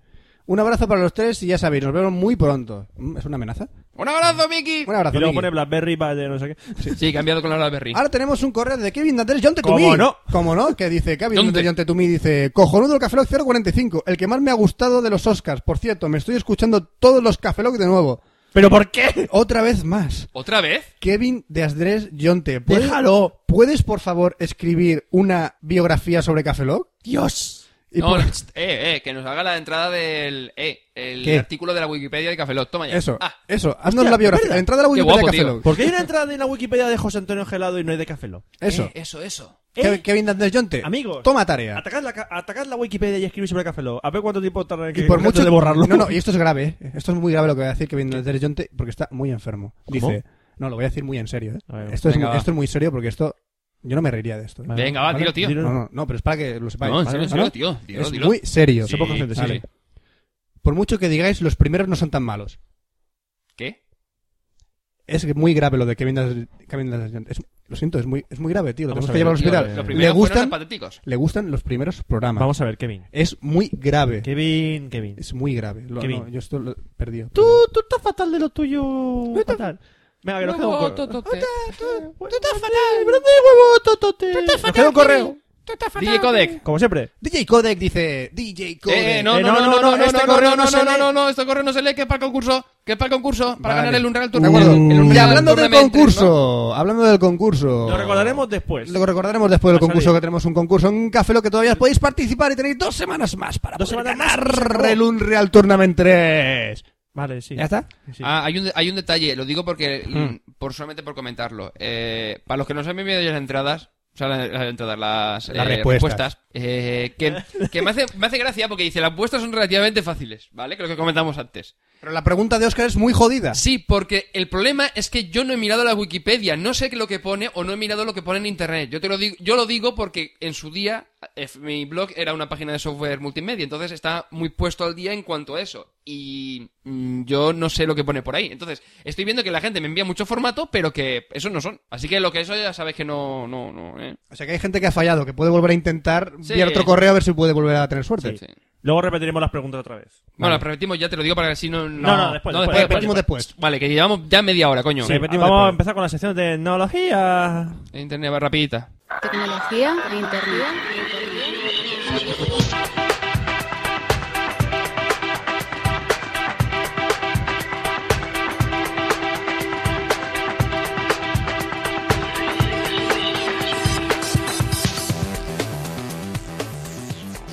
[SPEAKER 2] Un abrazo para los tres y ya sabéis, nos vemos muy pronto. Mm, ¿Es una amenaza?
[SPEAKER 4] ¡Un abrazo, Miki!
[SPEAKER 2] Un abrazo.
[SPEAKER 1] Y luego
[SPEAKER 2] Miki.
[SPEAKER 1] pone Blackberry para de no sé qué.
[SPEAKER 4] Sí, cambiado con la Blackberry.
[SPEAKER 2] Ahora tenemos un correo de Kevin Dantel John Tetumi.
[SPEAKER 1] ¿Cómo no?
[SPEAKER 2] ¿Cómo no? Que dice, Kevin
[SPEAKER 4] ¿Dónde?
[SPEAKER 2] Dantel John Tetumi dice, cojonudo el Café Lock 045, el que más me ha gustado de los Oscars. Por cierto, me estoy escuchando todos los Café Lock de nuevo.
[SPEAKER 1] ¿Pero por qué?
[SPEAKER 2] Otra vez más.
[SPEAKER 4] ¿Otra vez?
[SPEAKER 2] Kevin de Asdres Jonte. ¿puedes-
[SPEAKER 1] Déjalo.
[SPEAKER 2] ¿Puedes, por favor, escribir una biografía sobre Café Lock?
[SPEAKER 1] Dios.
[SPEAKER 2] Y
[SPEAKER 4] No,
[SPEAKER 2] por-
[SPEAKER 4] no, tst, eh, eh, que nos haga la entrada del. Eh, el
[SPEAKER 2] ¿Qué?
[SPEAKER 4] artículo de la Wikipedia de Cafelot. Toma ya.
[SPEAKER 2] Eso,
[SPEAKER 4] Ah,
[SPEAKER 2] eso, haznos
[SPEAKER 1] Hostia,
[SPEAKER 2] la biografía.
[SPEAKER 1] ¿verdad?
[SPEAKER 2] La entrada de la
[SPEAKER 4] Qué
[SPEAKER 2] Wikipedia
[SPEAKER 4] guapo,
[SPEAKER 2] de Café
[SPEAKER 4] tío.
[SPEAKER 2] Lock.
[SPEAKER 1] ¿Por qué hay una entrada en la Wikipedia de José Antonio Gelado y no hay de Café Lock?
[SPEAKER 2] Eso.
[SPEAKER 4] eh, eso, eso.
[SPEAKER 2] Kevin-
[SPEAKER 1] ¿Eh?
[SPEAKER 2] Kevin de Andrés Jonte.
[SPEAKER 1] Amigos.
[SPEAKER 2] Toma tarea.
[SPEAKER 1] Atacad la, ca- atacad la Wikipedia y escribís sobre Café Lock. A ver cuánto tiempo tardan en
[SPEAKER 2] Y
[SPEAKER 1] que
[SPEAKER 2] por
[SPEAKER 1] antes
[SPEAKER 2] mucho
[SPEAKER 1] Eh, de borrarlo.
[SPEAKER 2] No, no, y esto es grave. ¿eh? Esto es muy grave lo que voy a decir que viene de Jonte porque está muy enfermo.
[SPEAKER 1] ¿Cómo?
[SPEAKER 2] Dice, no, lo voy a decir muy en serio. ¿eh?
[SPEAKER 1] A ver,
[SPEAKER 2] esto, es,
[SPEAKER 4] venga,
[SPEAKER 2] mu-
[SPEAKER 4] va.
[SPEAKER 2] esto es muy serio porque esto yo no me reiría de esto. ¿eh?
[SPEAKER 1] Vale.
[SPEAKER 4] Venga, va,
[SPEAKER 1] Vale,
[SPEAKER 4] tiro, tío.
[SPEAKER 1] dilo.
[SPEAKER 2] No, no, no, pero es para que lo sepáis.
[SPEAKER 4] No, en
[SPEAKER 2] ¿vale?
[SPEAKER 4] serio,
[SPEAKER 2] ¿Vale?
[SPEAKER 4] en serio, tío. Dilo,
[SPEAKER 2] es
[SPEAKER 4] dilo.
[SPEAKER 2] muy serio.
[SPEAKER 4] Sí,
[SPEAKER 1] Soy poca gente, sí,
[SPEAKER 4] vale.
[SPEAKER 1] sí.
[SPEAKER 2] Por mucho que digáis, los primeros no son tan malos.
[SPEAKER 4] ¿Qué?
[SPEAKER 2] Es muy grave lo de Kevin Dal- Kevin Dal- Jonte. Es- Lo siento, es muy, es muy grave, tío. Lo
[SPEAKER 1] Vamos
[SPEAKER 2] tenemos
[SPEAKER 1] a ver,
[SPEAKER 2] que llevar
[SPEAKER 1] tío,
[SPEAKER 2] al hospital.
[SPEAKER 1] eh,
[SPEAKER 4] Los
[SPEAKER 1] ¿Le
[SPEAKER 4] primeros fueron
[SPEAKER 2] gustan?
[SPEAKER 4] patéticos.
[SPEAKER 2] Le gustan los primeros programas.
[SPEAKER 1] Vamos a ver, Kevin.
[SPEAKER 2] Es muy grave.
[SPEAKER 1] Kevin, Kevin.
[SPEAKER 2] Es muy grave. Lo-
[SPEAKER 1] Kevin.
[SPEAKER 2] no, yo esto lo he perdido.
[SPEAKER 1] Tú, tú estás fatal de lo tuyo. fatal. Venga, que nos queda un correo. Tú estás fatal, brote de huevo, totote. Tú estás
[SPEAKER 2] Nos queda un correo.
[SPEAKER 4] DJ Codec.
[SPEAKER 1] Como siempre.
[SPEAKER 2] DJ Codec dice DJ Codec.
[SPEAKER 4] Eh, no,
[SPEAKER 1] Eh,
[SPEAKER 4] no, no, no, no, no,
[SPEAKER 1] este
[SPEAKER 4] no, no,
[SPEAKER 1] correo
[SPEAKER 4] no,
[SPEAKER 1] no
[SPEAKER 4] no,
[SPEAKER 1] se
[SPEAKER 4] no,
[SPEAKER 1] lee.
[SPEAKER 4] no, no, este correo no se lee, que es para el concurso, que es para el concurso, para
[SPEAKER 2] Vale.
[SPEAKER 4] ganar el Unreal
[SPEAKER 2] De
[SPEAKER 4] Tournament.
[SPEAKER 2] acuerdo.
[SPEAKER 4] El
[SPEAKER 2] Mm. y
[SPEAKER 4] Unreal
[SPEAKER 2] hablando del
[SPEAKER 4] Tournament, ¿no?
[SPEAKER 2] concurso, hablando del concurso.
[SPEAKER 1] Lo recordaremos después.
[SPEAKER 2] Oh. Lo recordaremos después del
[SPEAKER 1] Ha
[SPEAKER 2] concurso,
[SPEAKER 1] salido.
[SPEAKER 2] que tenemos un concurso en Café Lo que todavía podéis participar y tenéis dos semanas más para
[SPEAKER 1] Dos
[SPEAKER 2] poder
[SPEAKER 1] semanas más, se
[SPEAKER 2] ganar
[SPEAKER 1] acabó.
[SPEAKER 2] el Unreal Tournament 3.
[SPEAKER 1] Vale, sí.
[SPEAKER 2] ¿Ya está?
[SPEAKER 1] Sí.
[SPEAKER 4] Ah, hay un, hay un detalle, lo digo porque, mm, por solamente por comentarlo. Eh, para los que nos han enviado ya las entradas, o sea, las, las entradas, las,
[SPEAKER 2] Las
[SPEAKER 4] eh,
[SPEAKER 2] respuestas.
[SPEAKER 4] eh, que, que me, hace, me hace gracia porque dice, las puestas son relativamente fáciles, ¿vale? Que lo que comentamos antes.
[SPEAKER 2] Pero la pregunta de Oscar es muy jodida.
[SPEAKER 4] Sí, porque el problema es que yo no he mirado la Wikipedia, no sé lo que pone o no he mirado lo que pone en internet. Yo te lo digo, yo lo digo porque en su día eh, mi blog era una página de software multimedia, entonces está muy puesto al día en cuanto a eso y mm, yo no sé lo que pone por ahí. Entonces, estoy viendo que la gente me envía mucho formato, pero que esos no son. Así que lo que eso ya sabes que no no no, eh.
[SPEAKER 2] O sea que hay gente que ha fallado, que puede volver a intentar
[SPEAKER 4] Sí.
[SPEAKER 2] enviar otro correo a ver si puede volver a tener suerte.
[SPEAKER 4] Sí, sí.
[SPEAKER 1] Luego repetiremos las preguntas otra vez.
[SPEAKER 4] Bueno, la repetimos, ya te lo digo para que si no.
[SPEAKER 1] No, no, después, después,
[SPEAKER 2] repetimos después.
[SPEAKER 4] Vale, que llevamos ya media hora, coño.
[SPEAKER 1] Sí, vamos
[SPEAKER 2] repetimos
[SPEAKER 1] a
[SPEAKER 4] pues.
[SPEAKER 2] después.
[SPEAKER 1] empezar con la sección de tecnología.
[SPEAKER 4] Internet va rapidita.
[SPEAKER 5] Tecnología e internet.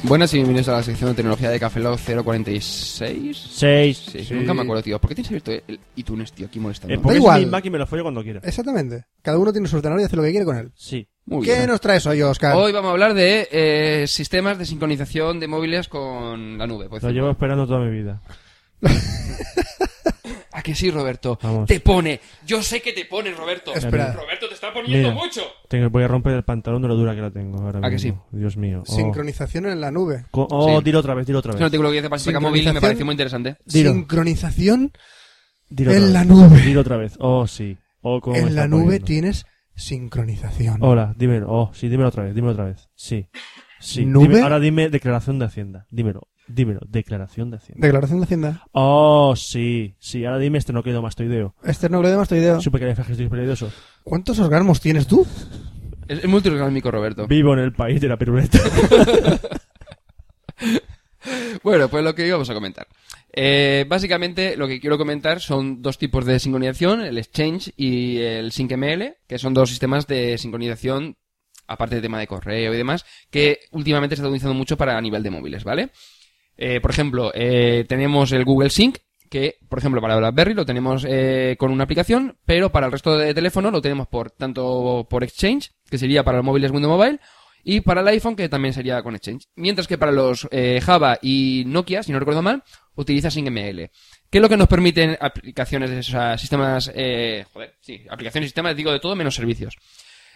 [SPEAKER 4] Buenas y bienvenidos a la sección de tecnología de Café Lock 046.
[SPEAKER 1] 6.
[SPEAKER 4] Sí, Nunca me acuerdo, tío. ¿Por qué tienes abierto el iTunes, tío? Aquí molestando.
[SPEAKER 1] porque
[SPEAKER 2] Da
[SPEAKER 1] es
[SPEAKER 2] igual.
[SPEAKER 1] mi Mac y me lo follo cuando quiera.
[SPEAKER 2] Exactamente. Cada uno tiene su ordenador y hace lo que quiere con él.
[SPEAKER 1] Sí.
[SPEAKER 4] Muy
[SPEAKER 2] ¿Qué
[SPEAKER 4] bien.
[SPEAKER 2] nos traes hoy, Oscar?
[SPEAKER 4] Hoy vamos a hablar de eh, sistemas de sincronización de móviles con la nube. Pues por
[SPEAKER 1] Lo
[SPEAKER 4] ejemplo.
[SPEAKER 1] llevo esperando toda mi vida.
[SPEAKER 4] ¿A que sí, Roberto?
[SPEAKER 1] Vamos.
[SPEAKER 4] Te pone. Yo sé que te pone, Roberto.
[SPEAKER 2] Espera.
[SPEAKER 1] Oh.
[SPEAKER 4] Roberto te está poniendo
[SPEAKER 1] Mira.
[SPEAKER 4] mucho.
[SPEAKER 1] Tengo, voy a romper el pantalón de lo dura que la tengo ahora
[SPEAKER 4] ¿A Ah, que
[SPEAKER 1] mismo. Dios mío. Oh.
[SPEAKER 2] Sincronización en la nube.
[SPEAKER 1] Co- oh,
[SPEAKER 4] Sí.
[SPEAKER 1] dilo otra vez, dilo otra
[SPEAKER 4] Es
[SPEAKER 1] vez.
[SPEAKER 4] un artículo que dice Pacheca Móvil y me
[SPEAKER 2] Sincronización.
[SPEAKER 4] pareció muy interesante.
[SPEAKER 1] Dilo.
[SPEAKER 2] Sincronización
[SPEAKER 1] Dilo
[SPEAKER 2] en
[SPEAKER 1] otra
[SPEAKER 2] la
[SPEAKER 1] vez.
[SPEAKER 2] nube.
[SPEAKER 1] Dilo otra vez. Oh, sí. Oh, cómo me
[SPEAKER 2] en la
[SPEAKER 1] está
[SPEAKER 2] nube
[SPEAKER 1] poniendo.
[SPEAKER 2] tienes sincronización.
[SPEAKER 1] Hola, dímelo. Oh, sí, dímelo otra vez, dímelo otra vez. Sí. Sí.
[SPEAKER 2] ¿Nube?
[SPEAKER 1] Dime- ahora dime declaración de Hacienda. Dímelo. Dímelo. Declaración de Hacienda.
[SPEAKER 2] Declaración de Hacienda.
[SPEAKER 1] Oh, sí. Sí, ahora dime este no quedo mastoideo.
[SPEAKER 2] Esternocleido mastoideo.
[SPEAKER 1] Supe que estoy peligroso.
[SPEAKER 2] ¿Cuántos orgasmos tienes tú?
[SPEAKER 4] Es, es multiorgásmico, Roberto.
[SPEAKER 1] Vivo en el país de la piruleta.
[SPEAKER 4] Bueno, pues lo que íbamos a comentar. Eh, básicamente, lo que quiero comentar son dos tipos de sincronización, el Exchange y el SyncML, que son dos sistemas de sincronización, aparte del tema de correo y demás, que últimamente se está utilizando mucho para a nivel de móviles, ¿vale? Eh, por ejemplo, eh, tenemos el Google Sync, que, por ejemplo, para BlackBerry lo tenemos eh, con una aplicación, pero para el resto de teléfono lo tenemos por tanto por Exchange, que sería para los móviles Windows Mobile, y para el iPhone, que también sería con Exchange. Mientras que para los eh, Java y Nokia, si no recuerdo mal, utiliza SyncML. ¿Qué es lo que nos permiten aplicaciones, o sea, sistemas, eh, joder, sí, aplicaciones y sistemas, digo de todo menos servicios?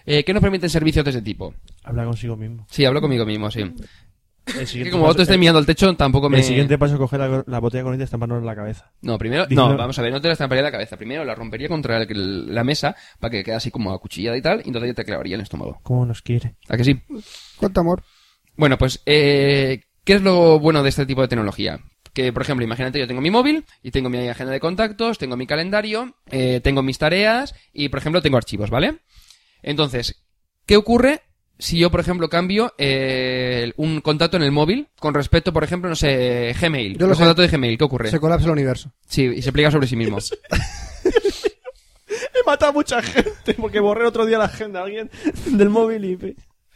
[SPEAKER 4] Eh, ¿Qué nos permiten servicios de ese tipo?
[SPEAKER 1] Habla consigo mismo.
[SPEAKER 4] Sí, hablo conmigo mismo, sí.
[SPEAKER 1] El
[SPEAKER 4] Es
[SPEAKER 1] siguiente
[SPEAKER 4] que como vosotros estáis
[SPEAKER 1] el-
[SPEAKER 4] mirando al techo, tampoco me...
[SPEAKER 1] El siguiente paso es coger la, la botella con y estamparnos en la cabeza.
[SPEAKER 4] No, primero,
[SPEAKER 1] Diciendo-
[SPEAKER 4] no, vamos a ver, no te la estamparía en la cabeza. Primero la rompería contra el- la mesa para que quede así como acuchillada y tal, y entonces ya te clavaría en el estómago.
[SPEAKER 1] ¿Cómo nos quiere?
[SPEAKER 4] ¿A que sí?
[SPEAKER 2] ¿Cuánto amor?
[SPEAKER 4] Bueno, pues, eh, ¿qué es lo bueno de este tipo de tecnología? Que, por ejemplo, imagínate, yo tengo mi móvil y tengo mi agenda de contactos, tengo mi calendario, eh, tengo mis tareas y, por ejemplo, tengo archivos, ¿vale? Entonces, ¿qué ocurre si yo, por ejemplo, cambio eh, un contacto en el móvil con respecto, por ejemplo, no sé, Gmail?
[SPEAKER 2] Yo lo
[SPEAKER 4] los
[SPEAKER 2] sé.
[SPEAKER 4] contactos de Gmail, ¿qué ocurre?
[SPEAKER 2] Se colapsa el universo.
[SPEAKER 4] Sí, y se pliega sobre sí mismo.
[SPEAKER 1] He matado a mucha gente porque borré otro día la agenda a alguien del móvil y...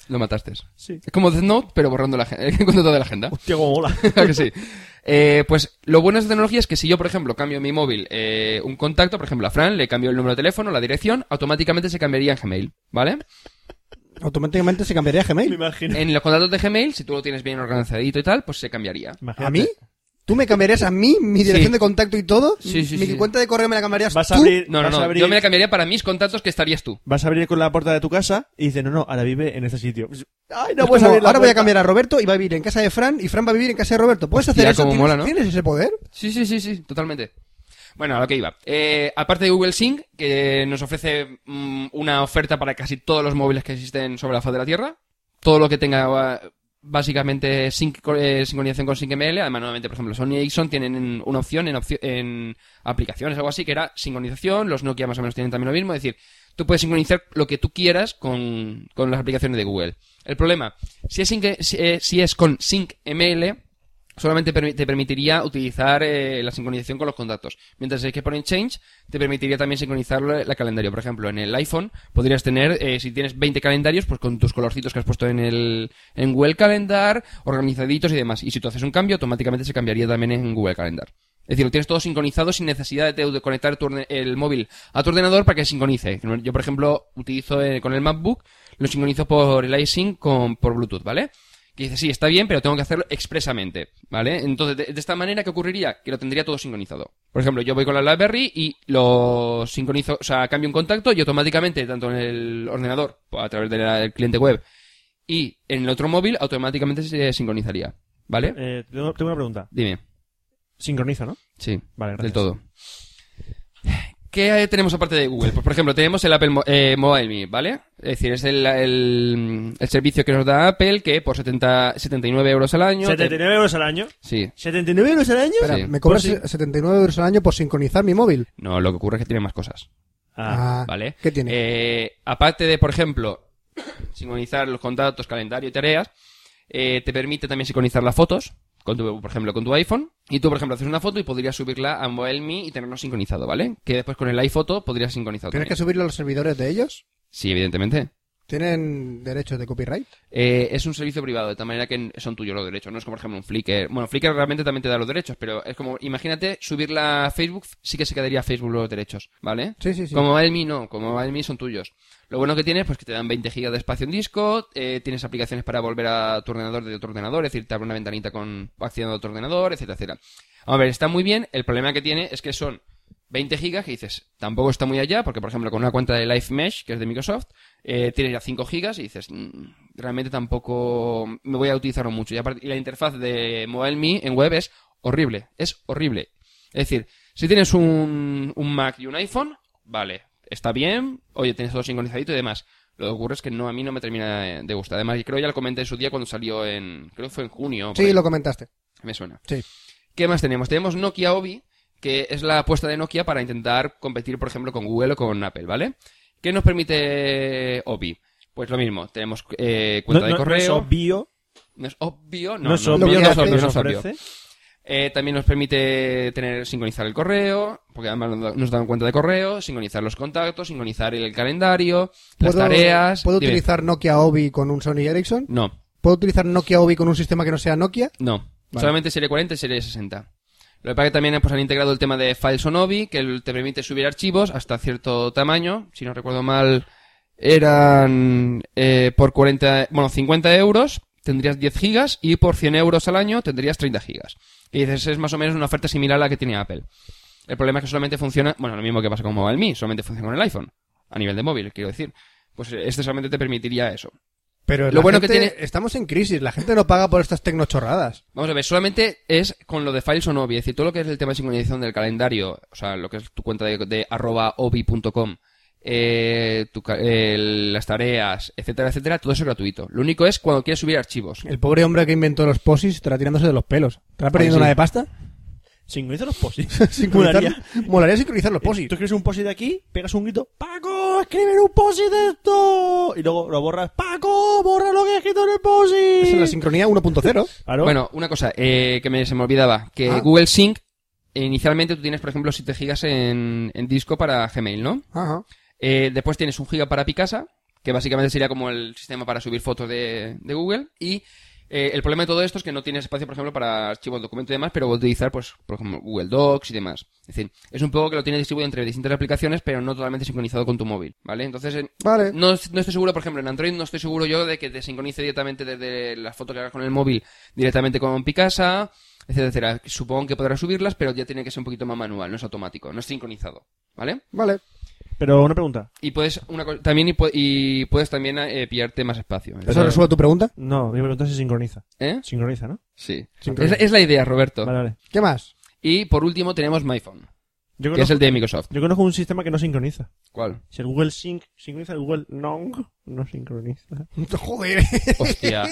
[SPEAKER 4] Lo mataste.
[SPEAKER 1] Sí.
[SPEAKER 4] Es como Death Note, pero borrando la, el contacto de la agenda.
[SPEAKER 1] Hostia, cómo mola.
[SPEAKER 4] ¿A que sí? Eh, pues lo bueno de esta tecnología es que si yo, por ejemplo, cambio en mi móvil eh, un contacto, por ejemplo, a Fran, le cambio el número de teléfono, la dirección, automáticamente se cambiaría en Gmail, ¿vale?
[SPEAKER 2] Automáticamente se cambiaría a
[SPEAKER 1] Me
[SPEAKER 2] Gmail.
[SPEAKER 1] imagino.
[SPEAKER 4] En los contactos de Gmail, si tú lo tienes bien organizadito y tal, pues se cambiaría.
[SPEAKER 1] Imagínate.
[SPEAKER 2] ¿A mí? ¿Tú me cambiarías a mí? ¿Mi dirección de contacto y todo?
[SPEAKER 4] Sí, sí,
[SPEAKER 2] ¿Mi
[SPEAKER 4] sí.
[SPEAKER 2] cuenta de correo me la cambiarías
[SPEAKER 1] Vas a
[SPEAKER 2] tú?
[SPEAKER 1] abrir...
[SPEAKER 4] No, no,
[SPEAKER 1] vas a
[SPEAKER 4] no.
[SPEAKER 1] abrir-
[SPEAKER 4] Yo me la cambiaría para mis contactos que estarías tú.
[SPEAKER 1] Vas a abrir con la puerta de tu casa y dices, no, no, ahora vive en este sitio. Ay, no
[SPEAKER 2] Es
[SPEAKER 1] puedes
[SPEAKER 2] como,
[SPEAKER 1] abrir la
[SPEAKER 2] ahora voy a
[SPEAKER 1] puerta.
[SPEAKER 2] cambiar a Roberto y va a vivir en casa de Fran y Fran va a vivir en casa de Roberto. ¿Puedes
[SPEAKER 4] Hostia,
[SPEAKER 2] hacer eso?
[SPEAKER 4] cómo
[SPEAKER 2] ¿Tienes,
[SPEAKER 4] mola, ¿no?
[SPEAKER 2] tienes ese poder?
[SPEAKER 4] Sí, sí, sí, sí, totalmente. Bueno, a lo que iba. Eh, aparte de Google Sync, que nos ofrece mm, una oferta para casi todos los móviles que existen sobre la faz de la Tierra, todo lo que tenga eh, básicamente sync, eh, sincronización con SyncML, además nuevamente, por ejemplo, Sony y Ericsson tienen una opción en, opci- en aplicaciones, algo así, que era sincronización, los Nokia más o menos tienen también lo mismo, es decir, tú puedes sincronizar lo que tú quieras con, con las aplicaciones de Google. El problema, si es, sync- si, eh, si es con SyncML, solamente permi- te permitiría utilizar eh, la sincronización con los contactos. Mientras que por Change te permitiría también sincronizar la la calendario. Por ejemplo, en el iPhone podrías tener, eh, si tienes 20 calendarios, pues con tus colorcitos que has puesto en el en Google Calendar, organizaditos y demás. Y si tú haces un cambio, automáticamente se cambiaría también en Google Calendar. Es decir, lo tienes todo sincronizado sin necesidad de, de conectar tu orden- el móvil a tu ordenador para que sincronice. Yo, por ejemplo, utilizo eh, con el MacBook, lo sincronizo por el iSync con, por Bluetooth, ¿vale? Que dice, sí, está bien, pero tengo que hacerlo expresamente, ¿vale? Entonces, de, de esta manera, ¿qué ocurriría? Que lo tendría todo sincronizado. Por ejemplo, yo voy con la BlackBerry y lo sincronizo, o sea, cambio un contacto y automáticamente, tanto en el ordenador, a través del cliente web, y en el otro móvil, automáticamente se sincronizaría, ¿vale?
[SPEAKER 1] Eh, tengo tengo una pregunta.
[SPEAKER 4] Dime.
[SPEAKER 1] Sincroniza, ¿no?
[SPEAKER 4] Sí,
[SPEAKER 1] Vale, gracias.
[SPEAKER 4] del todo. ¿Qué eh, tenemos aparte de Google? Pues, por ejemplo, tenemos el Apple Mo- eh, Mobile Me, ¿vale? Es decir, es el, el- el servicio que nos da Apple, que por 70, 79 euros al año... te-
[SPEAKER 1] 79 euros al año.
[SPEAKER 4] Sí.
[SPEAKER 1] ¿79 euros al año?
[SPEAKER 2] Espera,
[SPEAKER 4] Sí.
[SPEAKER 2] me cobras
[SPEAKER 1] Pues sí.
[SPEAKER 2] 79 euros al año por sincronizar mi móvil.
[SPEAKER 4] No, lo que ocurre es que tiene más cosas.
[SPEAKER 1] Ah,
[SPEAKER 2] Ah,
[SPEAKER 4] ¿Vale?
[SPEAKER 2] ¿Qué tiene?
[SPEAKER 4] Eh, aparte de, por ejemplo, sincronizar los contactos, calendario y tareas, eh, te permite también sincronizar las fotos, con tu, por ejemplo, con tu iPhone. Y tú, por ejemplo, haces una foto y podrías subirla a MobileMe y tenerlo sincronizado, ¿vale? Que después con el iPhoto podrías sincronizarlo.
[SPEAKER 2] ¿Tienes que
[SPEAKER 4] también.
[SPEAKER 2] subirlo a los servidores de ellos?
[SPEAKER 4] Sí, evidentemente.
[SPEAKER 2] ¿Tienen derechos de copyright?
[SPEAKER 4] Eh, es un servicio privado, de tal manera que son tuyos los derechos. No es como, por ejemplo, un Flickr. Bueno, Flickr realmente también te da los derechos, pero es como, imagínate, subirla a Facebook, sí que se quedaría a Facebook los derechos, ¿vale?
[SPEAKER 2] Sí, sí, sí.
[SPEAKER 4] Como Elmi no, como Elmi son tuyos. Lo bueno que tienes, pues que te dan 20 gigas de espacio en disco, eh, tienes aplicaciones para volver a tu ordenador de otro ordenador, es decir, te abre una ventanita con accediendo a otro ordenador, etcétera, etcétera. A ver, está muy bien, el problema que tiene es que son 20 gigas que dices, tampoco está muy allá, porque por ejemplo con una cuenta de Live Mesh, que es de Microsoft, eh, tienes ya 5 gigas y dices, "Mm, realmente tampoco me voy a utilizarlo mucho. Y, aparte- y la interfaz de MobileMe en web es horrible, es horrible. Es decir, si tienes un, un Mac y un iPhone, vale, está bien, oye, tienes todo sincronizadito y demás. Lo que ocurre es que no, a mí no me termina de- de gustar. Además, y creo ya lo comenté en su día cuando salió en, creo que fue en junio. por
[SPEAKER 2] Sí,
[SPEAKER 4] ahí.
[SPEAKER 2] lo comentaste.
[SPEAKER 4] Me suena.
[SPEAKER 2] Sí.
[SPEAKER 4] ¿Qué más tenemos? Tenemos Nokia Obi, que es la apuesta de Nokia para intentar competir, por ejemplo, con Google o con Apple, ¿vale? ¿Qué nos permite Obi? Pues lo mismo, tenemos eh,
[SPEAKER 1] no,
[SPEAKER 4] cuenta de
[SPEAKER 1] no- no es
[SPEAKER 4] correo.
[SPEAKER 1] obvio.
[SPEAKER 4] No es obvio,
[SPEAKER 1] No,
[SPEAKER 4] no,
[SPEAKER 1] es
[SPEAKER 4] no,
[SPEAKER 1] obvio lo
[SPEAKER 2] lo
[SPEAKER 4] no
[SPEAKER 2] que
[SPEAKER 1] que
[SPEAKER 4] es obvio,
[SPEAKER 1] nos
[SPEAKER 4] no es obvio.
[SPEAKER 1] ofrece.
[SPEAKER 4] Eh, también nos permite tener sincronizar el correo, porque además nos da- nos dan cuenta de correo, sincronizar los contactos, sincronizar el calendario, las tareas.
[SPEAKER 2] ¿Puedo
[SPEAKER 4] Dime.
[SPEAKER 2] utilizar Nokia Obi con un Sony Ericsson?
[SPEAKER 4] No,
[SPEAKER 2] ¿Puedo utilizar Nokia Obi con un sistema que no sea Nokia?
[SPEAKER 4] No, solamente serie 40 y serie 60. Lo que pasa que también pues, han integrado el tema de Files on Obi, que el- te permite subir archivos hasta cierto tamaño. Si no recuerdo mal, eran eh, por 40, bueno, 50 euros tendrías 10 gigas y por 100 euros al año tendrías 30 gigas. Y dices, es más o menos una oferta similar a la que tiene Apple. El problema es que solamente funciona, bueno, lo mismo que pasa con MobileMe, solamente funciona con el iPhone, a nivel de móvil, quiero decir. Pues eh, este solamente te permitiría eso.
[SPEAKER 2] Pero
[SPEAKER 4] Lo
[SPEAKER 2] la
[SPEAKER 4] bueno que
[SPEAKER 2] gente-
[SPEAKER 4] tiene-
[SPEAKER 2] Estamos en crisis, la gente no paga por estas tecnochorradas.
[SPEAKER 4] Vamos a ver, solamente es con lo de files on Obi, es decir, todo lo que es el tema de sincronización del calendario, o sea, lo que es tu cuenta de, de arroba obi.com, eh, tu ca- eh, las tareas, etcétera, etcétera, todo eso es gratuito. Lo único es cuando quieres subir archivos.
[SPEAKER 2] El pobre hombre que inventó los posis estará tirándose de los pelos. ¿Estará perdiendo
[SPEAKER 4] sí.
[SPEAKER 2] una de pasta?
[SPEAKER 1] Sincroniza los posis.
[SPEAKER 2] Sincronizar-
[SPEAKER 1] Molaría.
[SPEAKER 2] Molaría sincronizar los posis.
[SPEAKER 1] Eh, Tú escribes un posi de aquí, pegas un grito, Paco, escribe un posi de esto. Y luego lo borras, Paco, borra lo que he escrito en el posi.
[SPEAKER 2] Esa es la sincronía 1.0.
[SPEAKER 1] Claro.
[SPEAKER 4] Bueno, una cosa eh, que me, se me olvidaba, que
[SPEAKER 2] Ah.
[SPEAKER 4] Google Sync, eh, inicialmente tú tienes, por ejemplo, 7 gigas en, en disco para Gmail, ¿no?
[SPEAKER 2] Ajá.
[SPEAKER 4] Eh, después tienes un giga para Picasa, que básicamente sería como el sistema para subir fotos de, de Google. Y eh, el problema de todo esto es que no tienes espacio, por ejemplo, para archivos, documentos y demás, pero voy a utilizar, pues, por ejemplo, Google Docs y demás. Es decir, es un poco que lo tienes distribuido entre distintas aplicaciones, pero no totalmente sincronizado con tu móvil, ¿vale? Entonces, en-
[SPEAKER 2] Vale.
[SPEAKER 4] no, no estoy seguro, por ejemplo, en Android no estoy seguro yo de que te sincronice directamente desde las fotos que hagas con el móvil directamente con Picasa, etcétera, etcétera. Supongo que podrás subirlas, pero ya tiene que ser un poquito más manual, no es automático, no es sincronizado, ¿vale?
[SPEAKER 2] Vale.
[SPEAKER 1] Pero una pregunta.
[SPEAKER 4] Y puedes una co- también y, pu- y puedes también eh, pillarte más espacio.
[SPEAKER 2] ¿Eso resuelve tu pregunta?
[SPEAKER 1] No, mi pregunta es si sincroniza.
[SPEAKER 4] ¿Eh?
[SPEAKER 1] Sincroniza, ¿no?
[SPEAKER 4] Sí. Es,
[SPEAKER 2] Sincroniza.
[SPEAKER 4] es la idea, Roberto.
[SPEAKER 1] Vale, vale.
[SPEAKER 2] ¿Qué más?
[SPEAKER 4] Y por último tenemos MyPhone,
[SPEAKER 1] Yo
[SPEAKER 4] que es
[SPEAKER 1] conozco,
[SPEAKER 4] el de Microsoft.
[SPEAKER 1] yo conozco un sistema que no sincroniza.
[SPEAKER 4] ¿Cuál?
[SPEAKER 1] Si el Google Sync sincroniza, el Google Nong no sincroniza.
[SPEAKER 2] Joder.
[SPEAKER 4] Hostia.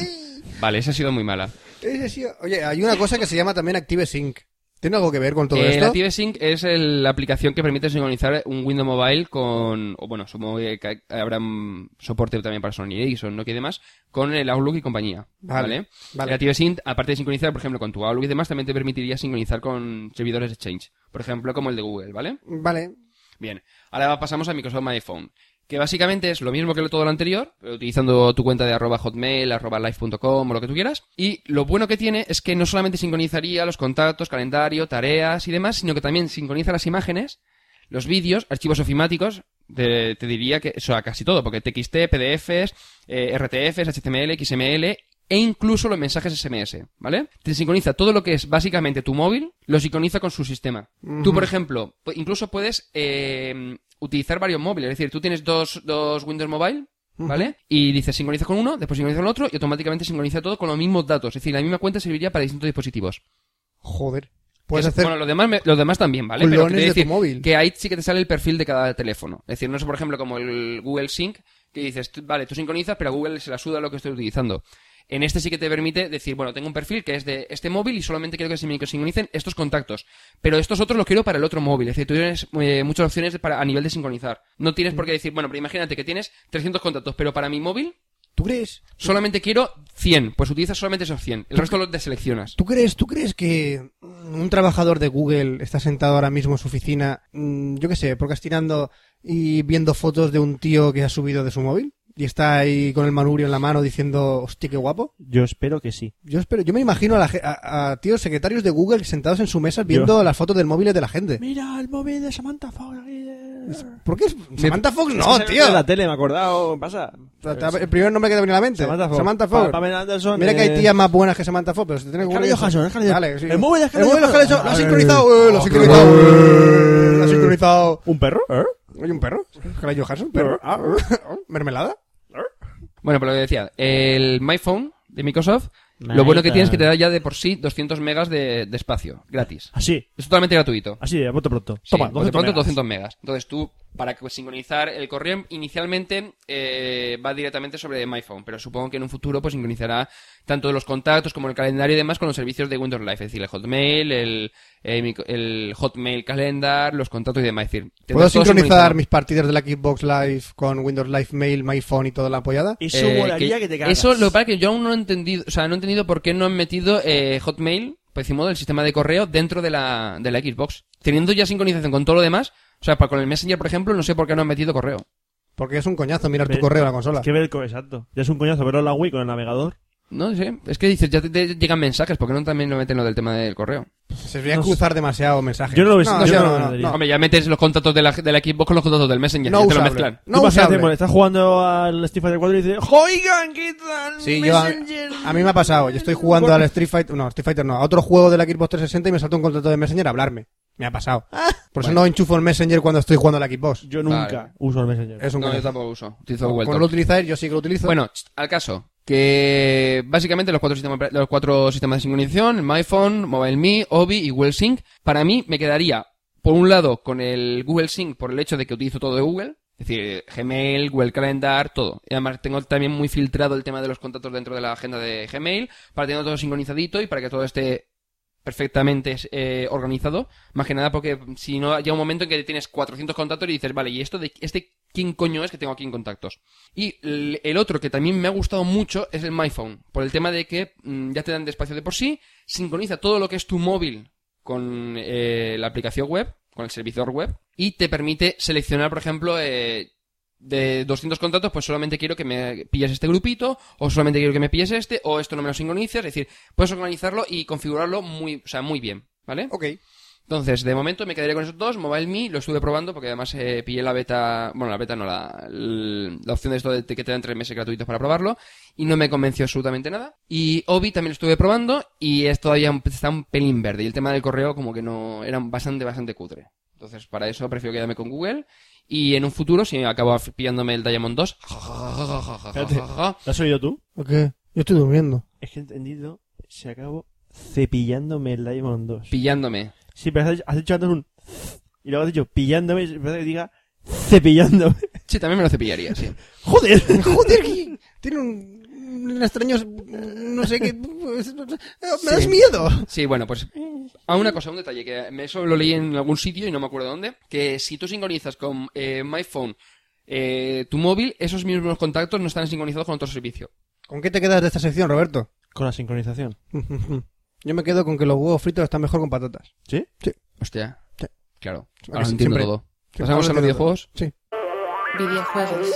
[SPEAKER 4] Vale, esa ha sido muy mala.
[SPEAKER 2] Ese sí- Oye, hay una cosa que se llama también Active Sync. ¿Tiene algo que ver con todo
[SPEAKER 4] Eh,
[SPEAKER 2] esto?
[SPEAKER 4] Native Sync es el- la aplicación que permite sincronizar un Windows Mobile con, o bueno, supongo que ca- habrá mm, soporte también para Sony Ericsson, ¿no? Que demás, con el Outlook y compañía.
[SPEAKER 2] Vale,
[SPEAKER 4] ¿Vale?
[SPEAKER 2] vale.
[SPEAKER 4] El Native Sync, aparte de sincronizar, por ejemplo, con tu Outlook y demás, también te permitiría sincronizar con servidores Exchange. Por ejemplo, como el de Google, ¿vale?
[SPEAKER 2] Vale.
[SPEAKER 4] Bien, ahora pasamos a Microsoft My Phone, que básicamente es lo mismo que lo todo lo anterior, pero utilizando tu cuenta de arroba hotmail, arroba live.com o lo que tú quieras. Y lo bueno que tiene es que no solamente sincronizaría los contactos, calendario, tareas y demás, sino que también sincroniza las imágenes, los vídeos, archivos ofimáticos, te, te diría que, o sea, casi todo, porque TXT, PDFs, eh, RTFs, HTML, XML e incluso los mensajes SMS, ¿vale? Te sincroniza todo lo que es básicamente tu móvil, lo sincroniza con su sistema. Tú, por ejemplo, pu- incluso puedes eh, utilizar varios móviles, es decir, tú tienes dos, dos Windows Mobile, ¿vale? Y dices sincroniza con uno, después sincroniza con otro y automáticamente sincroniza todo con los mismos datos, es decir, la misma cuenta serviría para distintos dispositivos.
[SPEAKER 2] Joder. Puedes
[SPEAKER 4] Que es-
[SPEAKER 2] hacer
[SPEAKER 4] Bueno, los demás, me- los demás también, ¿vale? Pero
[SPEAKER 2] Clones
[SPEAKER 4] quiero
[SPEAKER 2] de tu
[SPEAKER 4] decir
[SPEAKER 2] móvil.
[SPEAKER 4] Que ahí sí que te sale el perfil de cada teléfono. Es decir, no es, por ejemplo, como el Google Sync, que dices, tú- vale, tú sincronizas, pero a Google se la suda lo que estoy utilizando. En este sí que te permite decir, bueno, tengo un perfil que es de este móvil y solamente quiero que se me sincronicen estos contactos. Pero estos otros los quiero para el otro móvil. Es decir, tú tienes eh, muchas opciones para, a nivel de sincronizar. No tienes por qué decir, bueno, pero imagínate que tienes 300 contactos, pero para mi móvil
[SPEAKER 2] ¿Tú crees?
[SPEAKER 4] solamente quiero 100. Pues utilizas solamente esos 100. El resto los deseleccionas.
[SPEAKER 2] ¿Tú crees, ¿Tú crees que mm, un trabajador de Google está sentado ahora mismo en su oficina, mm, yo qué sé, procrastinando y viendo fotos de un tío que ha subido de su móvil? Y está ahí con el manubrio en la mano diciendo, hostia, qué guapo.
[SPEAKER 1] Yo espero que sí.
[SPEAKER 2] Yo espero, yo me imagino a, la ge- a- a tíos secretarios de Google sentados en su mesa viendo las fotos del móvil de la gente.
[SPEAKER 1] Mira, el móvil de Samantha Fox. No,
[SPEAKER 2] ¿Por qué? es- Samantha Fox no, tío.
[SPEAKER 1] la tele, me he acordado. Pasa.
[SPEAKER 2] El primer nombre que te venía a la mente.
[SPEAKER 1] Samantha Fox. Pa- Pamela Anderson,
[SPEAKER 2] Mira que hay
[SPEAKER 1] eh,
[SPEAKER 2] tías más buenas que Samantha Fox, pero se tiene que
[SPEAKER 1] Scarlett
[SPEAKER 2] ocurrir-
[SPEAKER 1] Johansson, Scarlett-
[SPEAKER 2] Vale, sí.
[SPEAKER 1] El móvil de Scarlett
[SPEAKER 2] El móvil de Scarlett Johansson. Lo ha
[SPEAKER 1] Johansson.
[SPEAKER 2] sincronizado. eh, Lo ha
[SPEAKER 1] Oh, qué
[SPEAKER 2] sincronizado.
[SPEAKER 1] guay.
[SPEAKER 2] eh, Lo ha sincronizado.
[SPEAKER 1] ¿Un perro?
[SPEAKER 2] ¿Hay un perro? ¿Scarlett Johansson? ¿Perro? Ah, oh, ¿Mermelada?
[SPEAKER 4] Bueno, pero lo que decía, el MyPhone de Microsoft, lo bueno que tiene es que te da ya de por sí 200 megas de, de espacio, gratis.
[SPEAKER 1] Así,
[SPEAKER 4] Es totalmente gratuito.
[SPEAKER 1] así, de pronto pronto.
[SPEAKER 4] Sí,
[SPEAKER 1] Toma,
[SPEAKER 4] pues
[SPEAKER 1] 200
[SPEAKER 4] de pronto
[SPEAKER 1] megas.
[SPEAKER 4] 200 megas. Entonces tú, para que- sincronizar el correo, inicialmente eh, va directamente sobre MyPhone, pero supongo que en un futuro pues sincronizará tanto los contactos como el calendario y demás con los servicios de Windows Live, es decir, el Hotmail, el, eh, mic- el Hotmail Calendar, los contactos y demás. Es decir, tendrás
[SPEAKER 2] ¿Puedo
[SPEAKER 4] todo
[SPEAKER 2] sincronizar
[SPEAKER 4] sincronizado.
[SPEAKER 2] mis partidas de la Xbox Live con Windows Live Mail, MyPhone y toda la apoyada?
[SPEAKER 1] Eso
[SPEAKER 4] Eh,
[SPEAKER 1] volaría que, te cagas.
[SPEAKER 4] Eso lo que pasa es que yo aún no he entendido, o sea, no he entendido por qué no han metido eh, Hotmail, por decir modo, el sistema de correo dentro de la, de la Xbox. Teniendo ya sincronización con todo lo demás, o sea, para- con el Messenger, por ejemplo, no sé por qué no han metido correo.
[SPEAKER 2] Porque es un coñazo mirar tu
[SPEAKER 1] Pero-
[SPEAKER 2] correo en la consola.
[SPEAKER 1] Es que ver el co- exacto. Ya es un coñazo verlo en la Wii con el navegador.
[SPEAKER 4] No sé, es que dices, ya te, te llegan mensajes, ¿por qué no también lo meten lo del tema del correo?
[SPEAKER 2] Se veía
[SPEAKER 1] no sé.
[SPEAKER 2] cruzar demasiado mensajes.
[SPEAKER 1] Yo no lo ves-
[SPEAKER 2] no,
[SPEAKER 1] yo
[SPEAKER 2] sí,
[SPEAKER 1] no
[SPEAKER 2] no,
[SPEAKER 1] lo
[SPEAKER 2] no,
[SPEAKER 1] vería.
[SPEAKER 2] no.
[SPEAKER 4] Hombre, ya metes los contactos de la, de la Xbox con los contactos del Messenger,
[SPEAKER 2] No
[SPEAKER 4] ya te lo
[SPEAKER 2] usable.
[SPEAKER 4] mezclan.
[SPEAKER 2] No
[SPEAKER 1] Tú imagínate,
[SPEAKER 2] usable.
[SPEAKER 1] bueno, estás jugando al Street Fighter 4 y dices, ¡Oigan, qué tal!
[SPEAKER 2] Sí, yo a,
[SPEAKER 1] Messenger".
[SPEAKER 2] a mí me ha pasado. Yo estoy jugando al Street Fighter, no, Street Fighter no, a otro juego de la Xbox 360 y me salta un contrato de Messenger a hablarme. Me ha pasado. Por eso no enchufo el Messenger cuando estoy jugando a la Xbox.
[SPEAKER 1] Yo nunca
[SPEAKER 4] Vale.
[SPEAKER 1] uso el Messenger.
[SPEAKER 2] Es un
[SPEAKER 4] No, yo
[SPEAKER 2] coñazo.
[SPEAKER 4] tampoco uso, utilizo
[SPEAKER 2] Cuando
[SPEAKER 4] Welton.
[SPEAKER 2] lo utilizáis, yo sí que lo utilizo.
[SPEAKER 4] Bueno, ch- al caso. Que básicamente los cuatro sistemas, los cuatro sistemas de sincronización, MyPhone, MobileMe, Obi y Google Sync, para mí me quedaría, por un lado, con el Google Sync por el hecho de que utilizo todo de Google, es decir, Gmail, Google Calendar, todo. Y además tengo también muy filtrado el tema de los contactos dentro de la agenda de Gmail, para tener todo sincronizadito y para que todo esté perfectamente eh, organizado. Más que nada porque si no, llega un momento en que tienes 400 contactos y dices, vale, ¿y esto de este quién coño es que tengo aquí en contactos? Y el el otro que también me ha gustado mucho es el MyPhone, por el tema de que mm, ya te dan despacio de por sí, sincroniza todo lo que es tu móvil con eh, la aplicación web, con el servidor web, y te permite seleccionar, por ejemplo, eh, de 200 contactos, pues solamente quiero que me pilles este grupito, o solamente quiero que me pilles este, o esto no me lo sincronizas, es decir, puedes organizarlo y configurarlo muy, o sea, muy bien, ¿vale?
[SPEAKER 2] ok.
[SPEAKER 4] Entonces, de momento me quedaría con esos dos. MobileMe lo estuve probando porque además eh, pillé la beta, bueno, la beta no, la, l- la opción de esto de que te dan tres meses gratuitos para probarlo y no me convenció absolutamente nada. Y Obi también lo estuve probando y es todavía un- está un pelín verde y el tema del correo como que no era bastante, bastante cutre. Entonces, para eso prefiero quedarme con Google y en un futuro, si acabo af- pillándome el Diamond 2,
[SPEAKER 1] ¿Lo has oído tú?
[SPEAKER 2] Ok. Yo estoy durmiendo.
[SPEAKER 1] Es que he entendido, se acabó cepillándome el Diamond 2.
[SPEAKER 4] pillándome.
[SPEAKER 1] Sí, pero has dicho- has dicho antes un... Y luego has dicho pillándome, y parece que diga cepillándome.
[SPEAKER 4] Sí, también me lo cepillaría, sí.
[SPEAKER 1] ¡Joder!
[SPEAKER 2] Joder, que tiene un, un extraño. No sé qué. Me das miedo.
[SPEAKER 4] Sí, bueno, pues a una cosa, un detalle, que me- eso lo leí en algún sitio y no me acuerdo dónde, que si tú sincronizas con eh, MyPhone eh, tu móvil, esos mismos contactos no están sincronizados con otro servicio.
[SPEAKER 2] ¿Con qué te quedas de esta sección, Roberto?
[SPEAKER 1] Con la sincronización.
[SPEAKER 2] Yo me quedo con que los huevos fritos están mejor con patatas.
[SPEAKER 1] ¿Sí?
[SPEAKER 4] Hostia.
[SPEAKER 2] Sí.
[SPEAKER 4] Claro.
[SPEAKER 2] Sí,
[SPEAKER 4] Ahora lo entiendo
[SPEAKER 2] siempre.
[SPEAKER 4] todo. ¿Pasamos a los videojuegos?
[SPEAKER 2] Sí.
[SPEAKER 5] Videojuegos.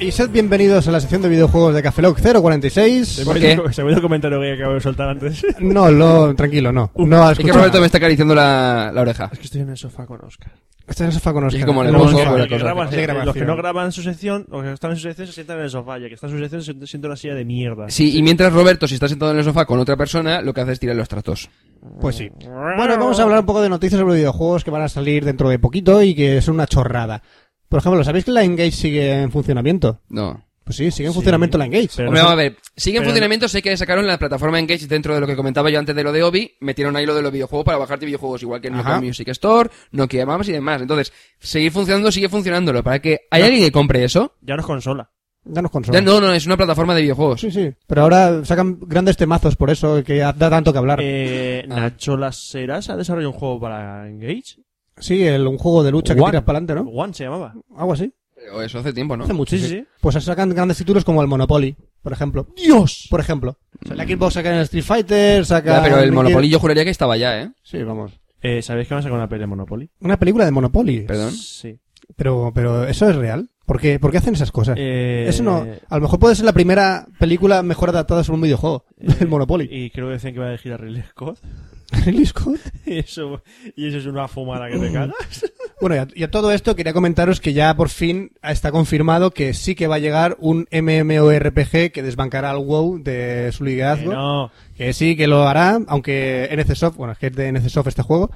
[SPEAKER 2] Y sed bienvenidos a la sección de videojuegos de Cafeloc 046.
[SPEAKER 4] ¿Por qué?
[SPEAKER 1] Se me dio el comentario que acabo de soltar antes. es
[SPEAKER 2] No, lo, tranquilo, no. No has
[SPEAKER 4] Es que
[SPEAKER 2] escuchado
[SPEAKER 4] Roberto
[SPEAKER 2] nada.
[SPEAKER 4] me está acariciando la, la oreja.
[SPEAKER 1] que estoy en el sofá con Oscar.
[SPEAKER 2] Está en Este el sofá con
[SPEAKER 4] Y
[SPEAKER 2] Oscar.
[SPEAKER 4] como le
[SPEAKER 2] No,
[SPEAKER 4] pongo-
[SPEAKER 2] no,
[SPEAKER 4] Sofá,
[SPEAKER 1] Los
[SPEAKER 2] no,
[SPEAKER 1] que,
[SPEAKER 4] la
[SPEAKER 2] no,
[SPEAKER 4] cosa.
[SPEAKER 1] graban-
[SPEAKER 2] no,
[SPEAKER 1] eh,
[SPEAKER 2] grabación.
[SPEAKER 1] los que no graban su sección, los que están en su sección se sientan en el sofá, y el que está en su sección se sienta en una silla de mierda.
[SPEAKER 4] Sí, y mientras Roberto, si está sentado en el sofá con otra persona, lo que hace es tirar los tratos.
[SPEAKER 2] Pues sí. Bueno, vamos a hablar un poco de noticias sobre videojuegos que van a salir dentro de poquito y que son una chorrada. Por ejemplo, ¿sabéis que la Engage sigue en funcionamiento?
[SPEAKER 4] No.
[SPEAKER 2] Pues sí, sigue en
[SPEAKER 1] Sí.
[SPEAKER 2] funcionamiento la Engage.
[SPEAKER 1] Pero
[SPEAKER 4] Hombre,
[SPEAKER 1] no-
[SPEAKER 4] vamos a ver. Sigue en
[SPEAKER 1] pero-
[SPEAKER 4] funcionamiento, sé que sacaron la plataforma Engage dentro de lo que comentaba yo antes de lo de Obi. Metieron ahí lo de los videojuegos para bajarte videojuegos, igual que en
[SPEAKER 2] Ajá.
[SPEAKER 4] Local Music Store, Nokia Maps y demás. Entonces, seguir funcionando, sigue funcionándolo. Para que hay alguien que compre eso.
[SPEAKER 1] Ya nos consola.
[SPEAKER 2] Danos consola.
[SPEAKER 4] Ya no, no, es una plataforma de videojuegos.
[SPEAKER 2] Sí, sí. Pero ahora sacan grandes temazos por eso, que da tanto que hablar.
[SPEAKER 1] Eh,
[SPEAKER 4] Ah.
[SPEAKER 1] Nacho Las Heras ha desarrollado un juego para Engage.
[SPEAKER 2] sí, el- un juego de lucha que
[SPEAKER 1] One.
[SPEAKER 2] tiras para adelante, ¿no?
[SPEAKER 1] One se llamaba.
[SPEAKER 2] Algo así.
[SPEAKER 4] Pero eso hace tiempo, ¿no?
[SPEAKER 2] Hace mucho,
[SPEAKER 1] Sí,
[SPEAKER 2] sí.
[SPEAKER 1] sí.
[SPEAKER 2] Pues sacan grandes títulos como el Monopoly, por ejemplo. ¡Dios! Por ejemplo. O sea, la Xbox saca el Street Fighter, saca...
[SPEAKER 4] Mm. Ya, pero el Monopoly yo juraría que estaba ya, ¿eh?
[SPEAKER 2] Sí, vamos.
[SPEAKER 1] Eh, ¿Sabéis que van a sacar una pelea de Monopoly?
[SPEAKER 2] Una película de Monopoly.
[SPEAKER 4] Perdón.
[SPEAKER 1] Sí.
[SPEAKER 2] Pero, pero ¿eso es real? ¿Por qué, por qué hacen esas cosas?
[SPEAKER 1] Eh,
[SPEAKER 2] Eso no... A lo mejor puede ser la primera película mejor adaptada sobre un videojuego.
[SPEAKER 4] eh,
[SPEAKER 2] el Monopoly.
[SPEAKER 1] Y creo que decían que va a elegir a Ridley Scott.
[SPEAKER 2] Ridley Scott.
[SPEAKER 1] Y eso, y eso es una fumada que te cagas.
[SPEAKER 2] Bueno, y a, y a todo esto quería comentaros que ya por fin está confirmado que sí que va a llegar un MMORPG que desbancará al WoW de su
[SPEAKER 1] Que
[SPEAKER 2] liderazgo.
[SPEAKER 1] Eh, no.
[SPEAKER 2] Que sí, que lo hará, aunque NCSoft, bueno, es que es de NCSoft este juego.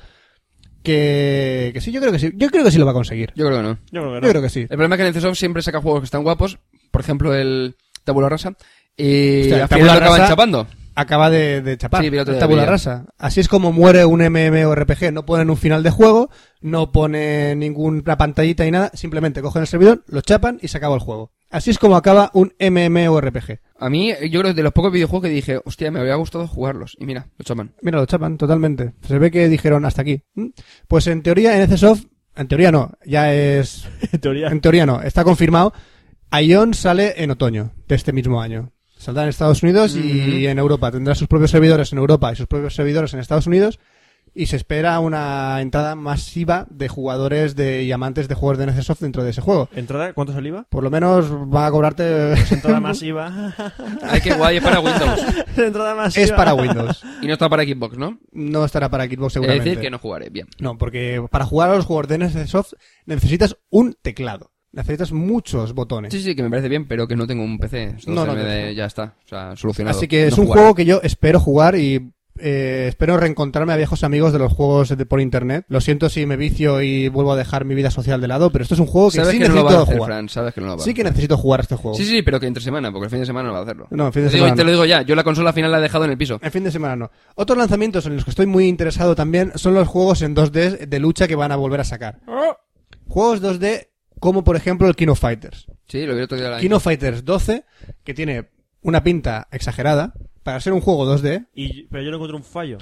[SPEAKER 2] Que, que sí, yo creo que sí. Yo creo que sí lo va a conseguir.
[SPEAKER 4] Yo creo que no.
[SPEAKER 1] Yo creo que no.
[SPEAKER 2] Yo creo que sí.
[SPEAKER 4] El problema es que Necesoft siempre saca juegos que están guapos, por ejemplo el Tabula Rasa, y
[SPEAKER 2] Hostia, el
[SPEAKER 4] al final
[SPEAKER 2] Tabula
[SPEAKER 4] lo acaban
[SPEAKER 2] Rasa-
[SPEAKER 4] chapando.
[SPEAKER 2] Acaba de, de chapar.
[SPEAKER 4] Sí, vi el otro día,
[SPEAKER 2] tabula
[SPEAKER 4] vi ya.
[SPEAKER 2] rasa. Así es como muere un MMORPG. No ponen un final de juego, no ponen ninguna pantallita ni nada. Simplemente cogen el servidor, lo chapan y se acaba el juego. Así es como acaba un MMORPG.
[SPEAKER 4] A mí, eh, yo creo que de los pocos videojuegos que dije, hostia, me había gustado jugarlos. Y mira, lo chapan.
[SPEAKER 2] Mira, lo chapan totalmente. Se ve que dijeron hasta aquí. Mm. Pues en teoría, NCSoft, en teoría no, ya es
[SPEAKER 1] En teoría.
[SPEAKER 2] En teoría no, está confirmado. Ion sale en otoño de este mismo año. Saldrá en Estados Unidos y
[SPEAKER 4] Ujú.
[SPEAKER 2] en Europa. Tendrá sus propios servidores en Europa y sus propios servidores en Estados Unidos. Y se espera una entrada masiva de jugadores de, y amantes de juegos de NCSoft dentro de ese juego.
[SPEAKER 1] ¿Entrada? ¿Cuánto saliva?
[SPEAKER 2] Por lo menos va a cobrarte...
[SPEAKER 1] Entrada masiva.
[SPEAKER 4] Ay, qué guay, es para Windows.
[SPEAKER 1] Entrada masiva.
[SPEAKER 2] es para Windows.
[SPEAKER 4] Y no está para Xbox, ¿no?
[SPEAKER 2] No estará para Xbox
[SPEAKER 4] Es
[SPEAKER 2] seguramente.
[SPEAKER 4] decir, que no jugaré. Bien.
[SPEAKER 2] No, porque para jugar a los juegos de NCSoft necesitas un teclado. Necesitas muchos botones.
[SPEAKER 4] Sí, sí, que me parece bien, pero que no tengo un PC. Entonces
[SPEAKER 2] No, no
[SPEAKER 4] me
[SPEAKER 2] te-
[SPEAKER 4] de- ya está. O sea, solucionado.
[SPEAKER 2] Así que
[SPEAKER 4] No
[SPEAKER 2] es un
[SPEAKER 4] jugaré.
[SPEAKER 2] juego que yo espero jugar y eh, espero reencontrarme a viejos amigos de los juegos de- por internet. Lo siento si me vicio y vuelvo a dejar mi vida social de lado, pero esto es un juego que
[SPEAKER 4] Sabes
[SPEAKER 2] sí
[SPEAKER 4] que no
[SPEAKER 2] necesito
[SPEAKER 4] lo vas a hacer,
[SPEAKER 2] jugar.
[SPEAKER 4] Fran. Sabes que no lo vas a
[SPEAKER 2] sí que necesito jugar a este juego.
[SPEAKER 4] Sí, sí, pero que entre semana, porque el fin de semana no va a hacerlo.
[SPEAKER 2] No, en fin de
[SPEAKER 4] Te digo-
[SPEAKER 2] semana
[SPEAKER 4] Te
[SPEAKER 2] no.
[SPEAKER 4] lo digo ya, yo la consola final la he dejado en el piso.
[SPEAKER 2] En fin de semana no. Otros lanzamientos en los que estoy muy interesado también son los juegos en 2D de lucha que van a volver a sacar. Juegos 2D como por ejemplo el Kino Fighters.
[SPEAKER 4] Sí, lo vi otro día. la-
[SPEAKER 2] Kino Fighters 12 que tiene una pinta exagerada para ser un juego 2D.
[SPEAKER 1] Y- pero yo le encuentro un fallo.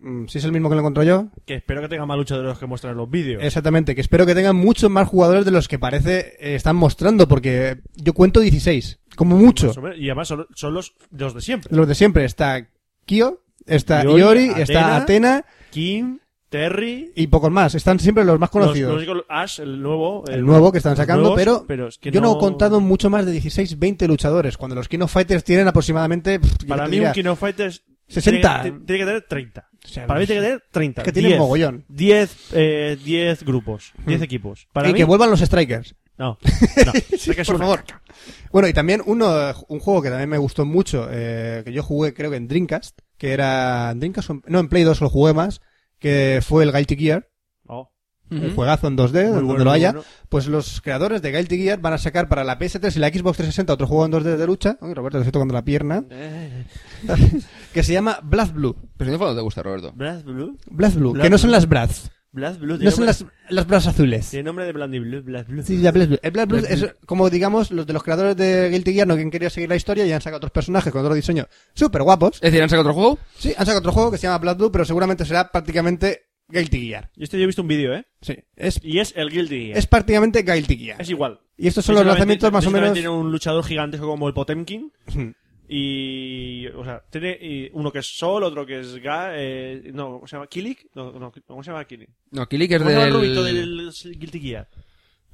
[SPEAKER 2] mm, Si es el mismo que lo encontré yo,
[SPEAKER 1] Que espero que tenga más lucha de los que muestran en los vídeos.
[SPEAKER 2] Exactamente, que espero que tengan muchos más jugadores de los que parece eh, están mostrando, porque yo cuento 16, como mucho.
[SPEAKER 1] Más o menos. Y además son, son los, los de siempre.
[SPEAKER 2] Los de siempre, está Kyo, está
[SPEAKER 1] Iori,
[SPEAKER 2] Iori, está Atena
[SPEAKER 1] Kim, Terry.
[SPEAKER 2] y pocos más. Están siempre los más conocidos.
[SPEAKER 1] Los, los chicos- Ash, el nuevo.
[SPEAKER 2] el nuevo que están
[SPEAKER 1] los
[SPEAKER 2] sacando,
[SPEAKER 1] nuevos,
[SPEAKER 2] pero,
[SPEAKER 1] es que
[SPEAKER 2] yo no he contado mucho más de 16, 20 luchadores, cuando los Kino Fighters tienen aproximadamente... pff, yo
[SPEAKER 1] Para
[SPEAKER 2] te
[SPEAKER 1] mí,
[SPEAKER 2] diría,
[SPEAKER 1] un Kino Fighters.
[SPEAKER 2] 60.
[SPEAKER 1] Tiene, tiene que tener 30.
[SPEAKER 2] o sea,
[SPEAKER 1] Para mí, tiene que tener 30.
[SPEAKER 2] es que tienen
[SPEAKER 1] 10,
[SPEAKER 2] mogollón.
[SPEAKER 1] 10, eh, 10 grupos. 10 equipos. Para
[SPEAKER 2] y
[SPEAKER 1] mí.
[SPEAKER 2] que vuelvan los Strikers.
[SPEAKER 1] No. no. Es que es
[SPEAKER 2] por
[SPEAKER 1] una
[SPEAKER 2] favor.
[SPEAKER 1] caca.
[SPEAKER 2] Bueno, y también uno, un juego que también me gustó mucho, eh, que yo jugué creo que en Dreamcast, que era... ¿en Dreamcast? o en- No, en Play 2 lo jugué más, que fue el Guilty Gear,
[SPEAKER 1] Oh,
[SPEAKER 4] Ujú.
[SPEAKER 2] un juegazo en 2D,
[SPEAKER 1] muy
[SPEAKER 2] Eh, donde
[SPEAKER 1] bueno,
[SPEAKER 2] lo
[SPEAKER 1] muy
[SPEAKER 2] haya.
[SPEAKER 1] bueno.
[SPEAKER 2] Pues los creadores de Guilty Gear van a sacar para la PS3 y la Xbox 360 otro juego en 2D de lucha, Ay, Roberto, te estoy tocando la pierna,
[SPEAKER 1] Eh.
[SPEAKER 2] que se llama Blast Blue.
[SPEAKER 4] Pero si no fue donde te gusta, Roberto.
[SPEAKER 1] Blast Blue.
[SPEAKER 2] Blast Blue,
[SPEAKER 1] Blast
[SPEAKER 2] que no son
[SPEAKER 1] Blue.
[SPEAKER 2] las Braz,
[SPEAKER 1] Blast Blue.
[SPEAKER 2] no
[SPEAKER 1] tiene
[SPEAKER 2] son
[SPEAKER 1] nombre-
[SPEAKER 2] las, las Braz azules.
[SPEAKER 1] Tiene nombre de Blandy Blue. Blast Blue.
[SPEAKER 2] Sí, ya Blast Blue. El Blast Blue
[SPEAKER 1] Blast
[SPEAKER 2] es como digamos los de los creadores de Guilty Gear no que han querido seguir la historia y han sacado otros personajes con otro diseño súper guapos.
[SPEAKER 4] Es decir, ¿han sacado otro juego?
[SPEAKER 2] Sí, han sacado otro juego que se llama Blood Blue, pero seguramente será prácticamente Guilty Gear.
[SPEAKER 1] Yo esto yo he visto un vídeo, ¿eh?
[SPEAKER 2] Sí, es,
[SPEAKER 1] Y es el Guilty Gear.
[SPEAKER 2] es prácticamente Guilty Gear.
[SPEAKER 1] Es igual.
[SPEAKER 2] Y estos son los
[SPEAKER 1] Básicamente-
[SPEAKER 2] lanzamientos más o
[SPEAKER 1] básicamente
[SPEAKER 2] menos...
[SPEAKER 1] Tiene un luchador gigantesco como el Potemkin.
[SPEAKER 2] Ujú.
[SPEAKER 1] Y. O sea, tiene y uno que es Sol, otro que es Ga. Eh, no, ¿cómo se llama? ¿Kilik? No, no, ¿cómo se llama Kilik?
[SPEAKER 4] No, Kilik es
[SPEAKER 1] ¿Cómo se llama el rubito
[SPEAKER 4] del...
[SPEAKER 1] del Guilty Gear?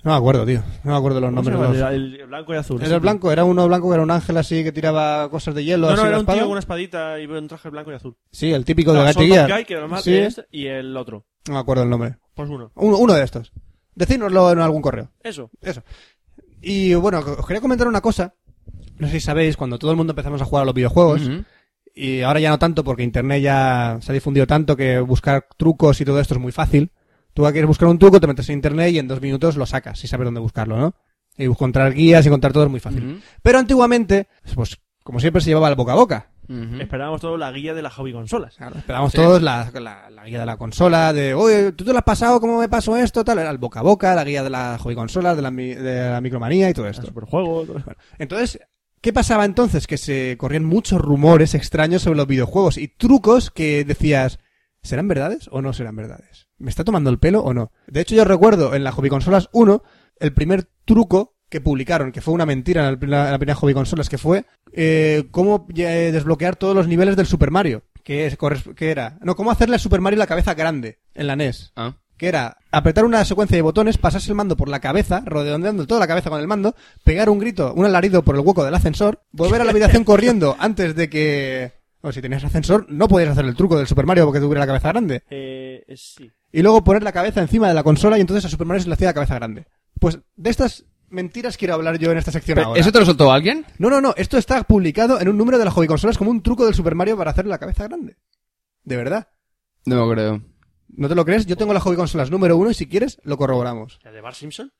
[SPEAKER 2] No me acuerdo, tío. No me acuerdo los
[SPEAKER 1] ¿Cómo se
[SPEAKER 2] nombres.
[SPEAKER 1] llama?
[SPEAKER 2] de los-
[SPEAKER 1] el, el blanco y azul.
[SPEAKER 2] Era
[SPEAKER 1] ese
[SPEAKER 2] el
[SPEAKER 1] tío.
[SPEAKER 2] blanco, era uno blanco que era un ángel así que tiraba cosas de hielo.
[SPEAKER 1] No,
[SPEAKER 2] así
[SPEAKER 1] no,
[SPEAKER 2] la
[SPEAKER 1] era un tío
[SPEAKER 2] espada.
[SPEAKER 1] con una espadita y un traje blanco y azul.
[SPEAKER 2] Sí, el típico
[SPEAKER 1] No,
[SPEAKER 2] de
[SPEAKER 1] Son
[SPEAKER 2] Gatiguía.
[SPEAKER 1] Guy, que era más
[SPEAKER 2] Sí.
[SPEAKER 1] de este, y el otro.
[SPEAKER 2] No me acuerdo el nombre.
[SPEAKER 1] Pues uno.
[SPEAKER 2] Uno, uno de estos. Decídnoslo en algún correo.
[SPEAKER 1] Eso.
[SPEAKER 2] Eso. Y bueno, os quería comentar una cosa. No sé si sabéis, cuando todo el mundo empezamos a jugar a los videojuegos,
[SPEAKER 4] Pues, Ujú.
[SPEAKER 2] y ahora ya no tanto porque internet ya se ha difundido tanto que buscar trucos y todo esto es muy fácil. Tú quieres buscar un truco, te metes en internet y en dos minutos lo sacas, si sabes dónde buscarlo, ¿no? Y encontrar guías y encontrar todo es muy fácil.
[SPEAKER 4] Ujú.
[SPEAKER 2] Pero antiguamente, pues como siempre se llevaba el boca a boca.
[SPEAKER 4] Ujú.
[SPEAKER 1] Esperábamos todo la guía de las hobby consolas.
[SPEAKER 2] Claro, esperábamos
[SPEAKER 4] Sí.
[SPEAKER 2] todos la, la- la guía de la consola, de, oye, ¿tú te lo has pasado? ¿Cómo me pasó esto? Tal, era el boca a boca, la guía de la hobby consola, de la, mi- de la micromanía y todo esto.
[SPEAKER 1] Superjuegos.
[SPEAKER 2] Entonces, ¿qué pasaba entonces? Que se corrían muchos rumores extraños sobre los videojuegos y trucos que decías, ¿serán verdades o no serán verdades? ¿Me está tomando el pelo o no? De hecho, yo recuerdo en la Hobby Consolas 1, el primer truco que publicaron, que fue una mentira en la primera, en la primera Hobby Consolas, que fue eh, cómo eh, desbloquear todos los niveles del Super Mario. Que, es, corres- que era... No, cómo hacerle a Super Mario la cabeza grande en la E NES
[SPEAKER 4] Ah.
[SPEAKER 2] que era apretar una secuencia de botones, pasarse el mando por la cabeza, redondeando toda la cabeza con el mando, pegar un grito, un alarido por el hueco del ascensor, volver a la habitación corriendo antes de que... O si tenías ascensor, no podías hacer el truco del Super Mario porque tuviera la cabeza grande.
[SPEAKER 1] Eh, eh, sí.
[SPEAKER 2] Y luego poner la cabeza encima de la consola y entonces a Super Mario se le hacía la cabeza grande. Pues de estas mentiras quiero hablar yo en esta sección
[SPEAKER 4] Pero,
[SPEAKER 2] ahora.
[SPEAKER 4] ¿Eso te lo soltó alguien?
[SPEAKER 2] No, no, no, esto está publicado en un número de la hobby consolas como un truco del Super Mario para hacerle la cabeza grande. De verdad.
[SPEAKER 4] No me creo.
[SPEAKER 2] ¿No te lo crees? Yo tengo la hobby consolas número uno y si quieres lo corroboramos.
[SPEAKER 1] ¿La de Bart Simpson?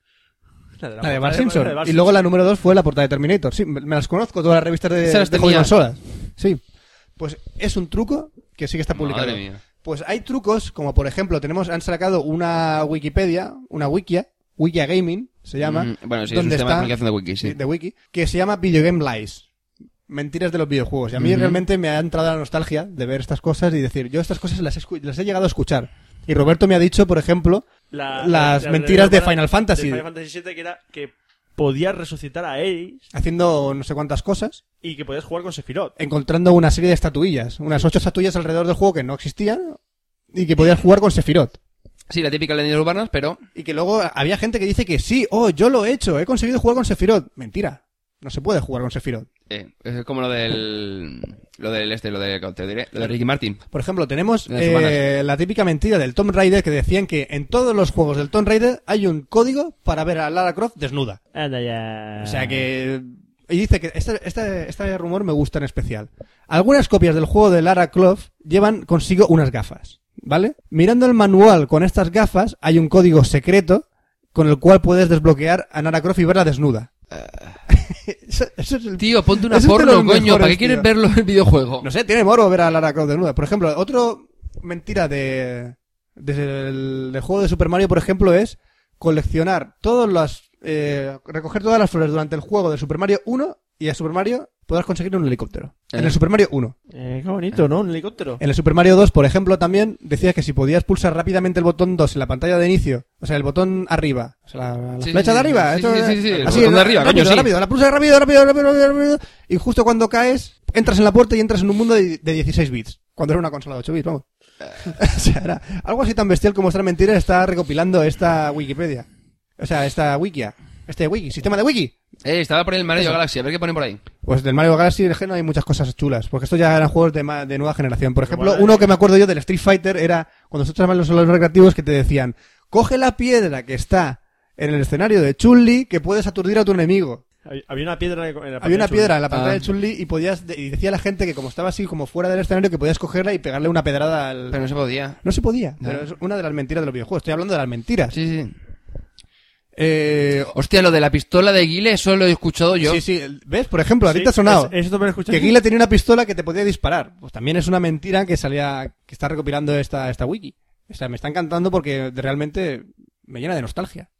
[SPEAKER 1] La de,
[SPEAKER 2] La de Bart
[SPEAKER 1] la
[SPEAKER 2] Simpson.
[SPEAKER 1] de Bart
[SPEAKER 2] Y luego la número 2 fue la portada de Terminator. Sí, me me las conozco, todas las revistas de,
[SPEAKER 4] Esas las
[SPEAKER 2] de hobby
[SPEAKER 4] tenía.
[SPEAKER 2] consolas. Sí. Pues es un truco que sí que está publicado.
[SPEAKER 4] Madre mía.
[SPEAKER 2] Pues hay trucos, como por ejemplo, tenemos, han sacado una Wikipedia, una Wikia, Wikia Gaming se llama,
[SPEAKER 4] Mm, bueno, sí, es un
[SPEAKER 2] ¿Dónde
[SPEAKER 4] sistema de
[SPEAKER 2] está?
[SPEAKER 4] comunicación de wiki, sí.
[SPEAKER 2] de Wiki, que se llama Video Game Lies. Mentiras de los videojuegos. Y a mí
[SPEAKER 4] Ujú.
[SPEAKER 2] realmente me ha entrado la nostalgia de ver estas cosas y decir, yo estas cosas las he, escu- las he llegado a escuchar. Y Roberto me ha dicho, por ejemplo,
[SPEAKER 1] La-
[SPEAKER 2] las
[SPEAKER 1] la- la-
[SPEAKER 2] mentiras
[SPEAKER 1] la-
[SPEAKER 2] de Final Fantasy.
[SPEAKER 1] De Final Fantasy VII, que era que podías resucitar a Ares
[SPEAKER 2] haciendo no sé cuántas cosas.
[SPEAKER 1] y que podías jugar con Sephiroth.
[SPEAKER 2] encontrando una serie de estatuillas, unas ocho estatuillas alrededor del juego que no existían y que podías jugar con Sephiroth.
[SPEAKER 4] Sí, la típica leyenda urbana, pero
[SPEAKER 2] Y que luego había gente que dice que sí, oh, yo lo he hecho, he conseguido jugar con Sephiroth. Mentira, no se puede jugar con Sephiroth.
[SPEAKER 4] eh, es como lo del lo del este, lo de te diré, lo de Ricky Martin.
[SPEAKER 2] Por ejemplo, tenemos
[SPEAKER 4] Las
[SPEAKER 2] eh,
[SPEAKER 4] humanas.
[SPEAKER 2] la típica mentira del Tomb Raider que decían que en todos los juegos del Tomb Raider hay un código para ver a Lara Croft desnuda.
[SPEAKER 1] Anda ya.
[SPEAKER 2] O sea que... Y dice que este, este, este rumor me gusta en especial. Algunas copias del juego de Lara Croft llevan consigo unas gafas, ¿vale? Mirando el manual con estas gafas hay un código secreto con el cual puedes desbloquear a Lara Croft y verla desnuda. eso, eso es el...
[SPEAKER 4] Tío, ponte una
[SPEAKER 2] Eso es de
[SPEAKER 4] porno,
[SPEAKER 2] los
[SPEAKER 4] coño, ¿para
[SPEAKER 2] mejores,
[SPEAKER 4] qué quieres
[SPEAKER 2] tío.
[SPEAKER 4] verlo en el videojuego?
[SPEAKER 2] No sé, tiene moro ver a Lara Croft desnuda. Por ejemplo, otro mentira de, de- del, del juego de Super Mario, por ejemplo, es coleccionar todas las, eh, recoger todas las flores durante el juego de Super Mario 1 y a Super Mario podrás conseguir un helicóptero. En
[SPEAKER 4] Eh.
[SPEAKER 2] el Super Mario 1.
[SPEAKER 1] Eh, qué bonito, ¿no? Un helicóptero.
[SPEAKER 2] En el Super Mario 2, por ejemplo, también decías que si podías pulsar rápidamente el botón 2 en la pantalla de inicio, o sea, el botón arriba, o sea, la, la
[SPEAKER 4] Sí,
[SPEAKER 2] flecha
[SPEAKER 4] sí,
[SPEAKER 2] de
[SPEAKER 4] sí,
[SPEAKER 2] arriba,
[SPEAKER 4] sí,
[SPEAKER 2] esto-
[SPEAKER 4] sí, sí, sí, el
[SPEAKER 2] así,
[SPEAKER 4] botón de arriba,
[SPEAKER 2] rápido,
[SPEAKER 4] coño, sí.
[SPEAKER 2] rápido, la pulsas rápido, rápido, rápido, rápido, rápido, y justo cuando caes, entras en la puerta y entras en un mundo de, de 16 bits, cuando era una consola de 8 bits, vamos. o sea, era algo así tan bestial como estar mentira está recopilando esta Wikipedia, o sea, esta Wikia, este Wiki, sistema de Wiki.
[SPEAKER 4] Eh, estaba por ahí el Mario Galaxy, a ver qué ponen por ahí.
[SPEAKER 2] Pues del Mario Galaxy en general hay muchas cosas chulas, porque estos ya eran juegos de, ma- de nueva generación. Por ejemplo,
[SPEAKER 1] bueno,
[SPEAKER 2] uno que me acuerdo yo del Street Fighter era cuando nosotros éramos los los recreativos que te decían, coge la piedra que está en el escenario de Chun-Li que puedes aturdir a tu enemigo.
[SPEAKER 1] Hab- Había una piedra en la
[SPEAKER 2] Había una piedra en la pantalla
[SPEAKER 4] Ah.
[SPEAKER 2] de Chun-Li y podías de- y decía la gente que como estaba así como fuera del escenario que podías cogerla y pegarle una pedrada al
[SPEAKER 4] Pero no se podía.
[SPEAKER 2] no se podía,
[SPEAKER 4] No.
[SPEAKER 2] pero es una de las mentiras de los videojuegos. Estoy hablando de las mentiras.
[SPEAKER 4] Sí, sí.
[SPEAKER 2] Eh,
[SPEAKER 4] Hostia, lo de la pistola de Guile, eso lo he escuchado yo.
[SPEAKER 2] sí, sí, ¿ves? Por ejemplo, a ti
[SPEAKER 1] Sí,
[SPEAKER 2] te ha sonado.
[SPEAKER 1] es- Eso también lo escuché.
[SPEAKER 2] Que Gila tenía una pistola que te podía disparar. Pues también es una mentira que salía, que está recopilando esta, esta wiki. O sea, me está encantando porque realmente me llena de nostalgia.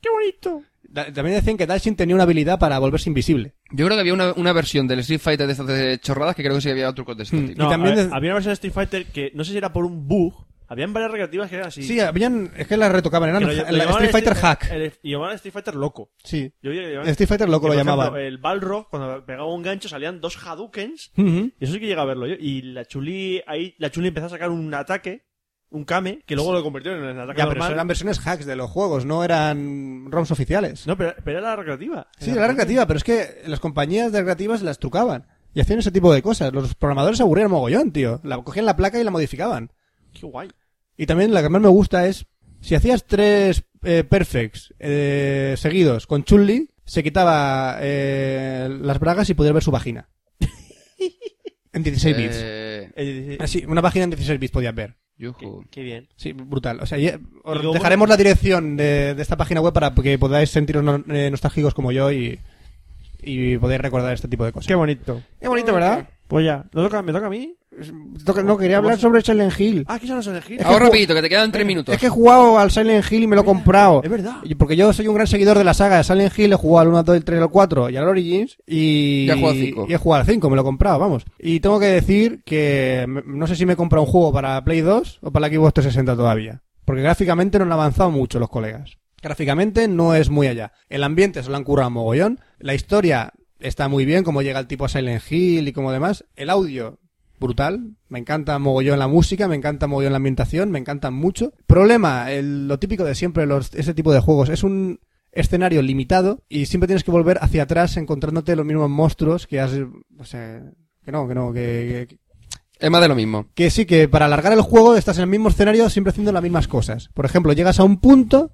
[SPEAKER 1] ¡Qué bonito!
[SPEAKER 2] Da- también decían que Dalshin tenía una habilidad para volverse invisible.
[SPEAKER 4] Yo creo que había una, una versión del Street Fighter de estas de chorradas que creo que sí que había trucos de este
[SPEAKER 2] Hmm.
[SPEAKER 4] tipo.
[SPEAKER 1] No,
[SPEAKER 2] también
[SPEAKER 1] a-
[SPEAKER 2] de-
[SPEAKER 1] había una versión de Street Fighter que no sé si era por un bug. Habían varias recreativas que eran así.
[SPEAKER 2] Sí, habían, es que la retocaban,
[SPEAKER 1] Que
[SPEAKER 2] eran
[SPEAKER 1] lo- lo
[SPEAKER 2] el- el
[SPEAKER 1] llamaban este-
[SPEAKER 2] Street Fighter
[SPEAKER 1] el-
[SPEAKER 2] Hack.
[SPEAKER 1] el- Y llamaban Street Fighter loco.
[SPEAKER 2] Sí.
[SPEAKER 1] Yo diría que llamaban-
[SPEAKER 2] Street Fighter
[SPEAKER 1] que,
[SPEAKER 2] loco lo
[SPEAKER 1] por ejemplo,
[SPEAKER 2] llamaban.
[SPEAKER 1] El Balrog, cuando pegaba un gancho, salían dos Hadoukens.
[SPEAKER 2] Ujú.
[SPEAKER 1] Y eso sí que llega a verlo yo. Y la Chuli, ahí, la Chuli empezó a sacar un ataque un Kame, que luego lo convirtieron en ataque
[SPEAKER 2] Ya, pero
[SPEAKER 1] normal.
[SPEAKER 2] eso eran versiones hacks de los juegos, no eran ROMs oficiales.
[SPEAKER 1] No, pero, pero era la recreativa.
[SPEAKER 2] Sí, era recreativa, pero es que las compañías de recreativas las trucaban y hacían ese tipo de cosas. Los programadores se aburrían mogollón, tío. La, cogían la placa y la modificaban.
[SPEAKER 1] Qué guay.
[SPEAKER 2] Y también la que más me gusta es, si hacías tres eh, perfects eh, seguidos con Chun-Li, se quitaba eh, las bragas y podías ver su vagina. en 16 bits.
[SPEAKER 4] Eh,
[SPEAKER 1] Eh,
[SPEAKER 2] Ah, sí, una vagina en 16 bits podías ver.
[SPEAKER 4] yujú.
[SPEAKER 1] qué bien.
[SPEAKER 2] Sí, brutal. O sea, ye- os
[SPEAKER 1] luego-
[SPEAKER 2] dejaremos la dirección de, de esta página web para que podáis sentiros no- eh, nostálgicos como yo y, y podáis recordar este tipo de cosas.
[SPEAKER 1] Qué bonito.
[SPEAKER 2] Qué bonito, ¿verdad?
[SPEAKER 1] Pues ya, ¿lo toca- ¿me toca a mí?
[SPEAKER 2] No, quería hablar sobre Silent Hill.
[SPEAKER 1] Ah, que ya no son
[SPEAKER 2] Eh,
[SPEAKER 1] elegidos.
[SPEAKER 4] Ahora rapidito, que te quedan tres minutos.
[SPEAKER 2] Es que he jugado al Silent Hill y me lo he comprado.
[SPEAKER 1] Es verdad.
[SPEAKER 2] Y Porque yo soy un gran seguidor de la saga de Silent Hill, he jugado al 1, 2, el 3, el 4 y al Origins. Y,
[SPEAKER 4] Ya he jugado al cinco.
[SPEAKER 2] y he jugado al 5, me lo he comprado, vamos. Y tengo que decir que me- no sé si me he comprado un juego para Play 2 o para la Xbox 360 todavía. Porque gráficamente no han avanzado mucho los colegas. Gráficamente no es muy allá. El ambiente se lo han currado mogollón. La historia está muy bien, como llega el tipo a Silent Hill y como demás. El audio brutal. Me encanta mogollón la música, me encanta mogollón la ambientación, me encanta mucho. Problema, el- lo típico de siempre, los, ese tipo de juegos, es un escenario limitado y siempre tienes que volver hacia atrás encontrándote los mismos monstruos que has... O sea, que no, que no, que- que,
[SPEAKER 4] Es más de lo mismo.
[SPEAKER 2] que sí, que para alargar el juego estás en el mismo escenario siempre haciendo las mismas cosas. Por ejemplo, llegas a un punto,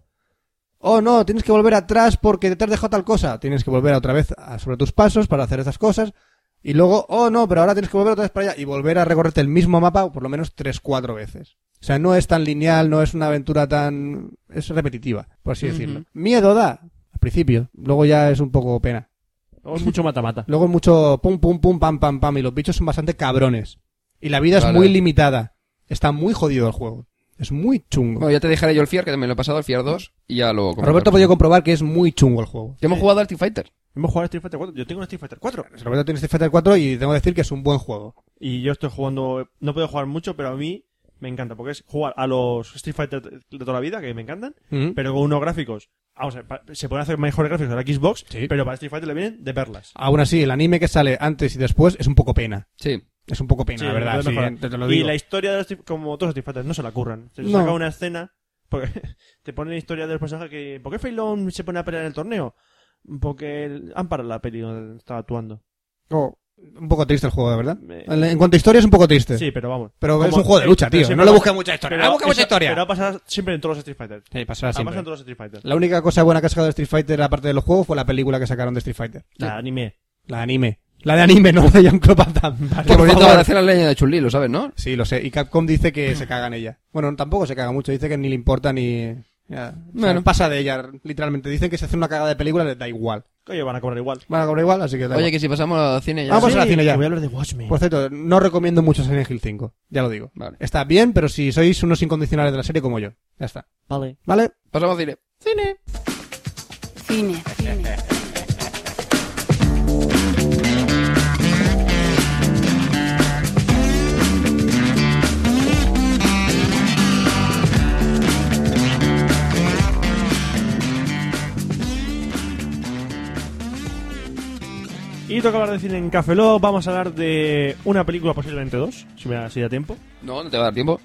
[SPEAKER 2] oh no, tienes que volver atrás porque te has dejado tal cosa. Tienes que volver otra vez a- sobre tus pasos para hacer esas cosas. Y luego, oh no, pero ahora tienes que volver otra vez para allá y volver a recorrerte el mismo mapa por lo menos tres, cuatro veces. O sea, no es tan lineal, no es una aventura tan... es repetitiva, por así decirlo. Miedo da, al principio, luego ya es un poco pena.
[SPEAKER 1] Luego es mucho mata-mata.
[SPEAKER 2] Luego es mucho pum, pum, pum, pam, pam, pam. Y los bichos son bastante cabrones. Y la vida
[SPEAKER 4] Vale.
[SPEAKER 2] es muy limitada. Está muy jodido el juego. Es muy chungo.
[SPEAKER 4] Bueno, ya te dejaré yo el FIAR, que también lo he pasado, el FIAR 2, y ya lo comentamos.
[SPEAKER 2] Roberto ha podido comprobar que es muy chungo el juego.
[SPEAKER 4] Que hemos jugado al Team Fighter.
[SPEAKER 1] Hemos jugado a Street Fighter 4. Yo tengo un Street Fighter 4.
[SPEAKER 2] Roberto tiene Street Fighter 4 y tengo que decir que es un buen juego.
[SPEAKER 1] Y yo estoy jugando. No puedo jugar mucho, pero a mí me encanta. Porque es jugar a los Street Fighter de toda la vida, que me encantan. Pero con unos gráficos. Vamos a ver, pa- se pueden hacer mejores gráficos de la Xbox.
[SPEAKER 2] Sí.
[SPEAKER 1] Pero para Street Fighter le vienen de perlas.
[SPEAKER 2] Aún así, el anime que sale antes y después es un poco pena.
[SPEAKER 4] Sí.
[SPEAKER 2] Es un poco pena,
[SPEAKER 1] Sí,
[SPEAKER 2] la verdad.
[SPEAKER 1] pueden
[SPEAKER 2] sí, eh.
[SPEAKER 1] mejorar.
[SPEAKER 2] te- te lo
[SPEAKER 1] y
[SPEAKER 2] digo.
[SPEAKER 1] la historia de los Street- como todos los Street Fighters, no se la curran. Se
[SPEAKER 2] No.
[SPEAKER 1] saca una escena. Porque te ponen la historia de los personajes que. ¿Por qué Feilón se pone a pelear en el torneo? Porque el- han parado la peli donde estaba actuando.
[SPEAKER 2] Oh, un poco triste el juego, de verdad.
[SPEAKER 1] Me-
[SPEAKER 2] En en cuanto a historia es un poco triste.
[SPEAKER 1] Eh, Sí, pero vamos.
[SPEAKER 2] Pero es
[SPEAKER 1] Como- eh,
[SPEAKER 2] un juego de lucha,
[SPEAKER 1] pero
[SPEAKER 2] tío.
[SPEAKER 1] siempre
[SPEAKER 2] No le
[SPEAKER 1] va-
[SPEAKER 2] busca mucha historia.
[SPEAKER 1] Pero
[SPEAKER 2] No le busca mucha
[SPEAKER 1] eso-
[SPEAKER 2] historia.
[SPEAKER 1] Pero ha pasado siempre en todos los Street Fighters.
[SPEAKER 2] Sí, pasará
[SPEAKER 1] Ha pasado
[SPEAKER 2] siempre.
[SPEAKER 1] en todos los Street Fighters.
[SPEAKER 2] La única cosa buena que ha sacado de Street Fighter, aparte de los juegos, fue la película que sacaron de Street Fighter.
[SPEAKER 1] La anime.
[SPEAKER 2] La de anime. La de anime, no de Jean-Claude Van Damme. Que,
[SPEAKER 4] Por
[SPEAKER 2] por
[SPEAKER 4] cierto,
[SPEAKER 2] favor-
[SPEAKER 4] van a hacer la leña de Chun-Li, lo sabes, ¿no?
[SPEAKER 2] Sí, lo sé. Y Capcom dice que se caga en ella. Bueno, tampoco se caga mucho. Dice que ni le importa ni... ya. O sea,
[SPEAKER 4] Bueno.
[SPEAKER 2] pasa de ella, literalmente. Dicen que si hace una cagada de película les da igual.
[SPEAKER 1] Oye, van a cobrar igual.
[SPEAKER 2] Van a cobrar igual, así que da
[SPEAKER 4] Oye,
[SPEAKER 2] igual.
[SPEAKER 4] que si pasamos al cine ya...
[SPEAKER 2] Vamos
[SPEAKER 1] Sí,
[SPEAKER 2] a Ah, pues la cine ya. Pues-
[SPEAKER 1] que Voy a hablar de Watchmen.
[SPEAKER 2] Por cierto, no recomiendo mucho Silent Hill 5. Ya lo digo.
[SPEAKER 4] Vale.
[SPEAKER 2] Está bien, pero si sois unos incondicionales de la serie como yo. Ya está.
[SPEAKER 1] Vale.
[SPEAKER 2] ¿Vale?
[SPEAKER 4] Pasamos al cine.
[SPEAKER 5] Cine. Cine.
[SPEAKER 1] Y toca hablar de cine en Café Lock. Vamos a hablar de una película, posiblemente dos, si me da, si da tiempo.
[SPEAKER 4] No, no te va a dar tiempo.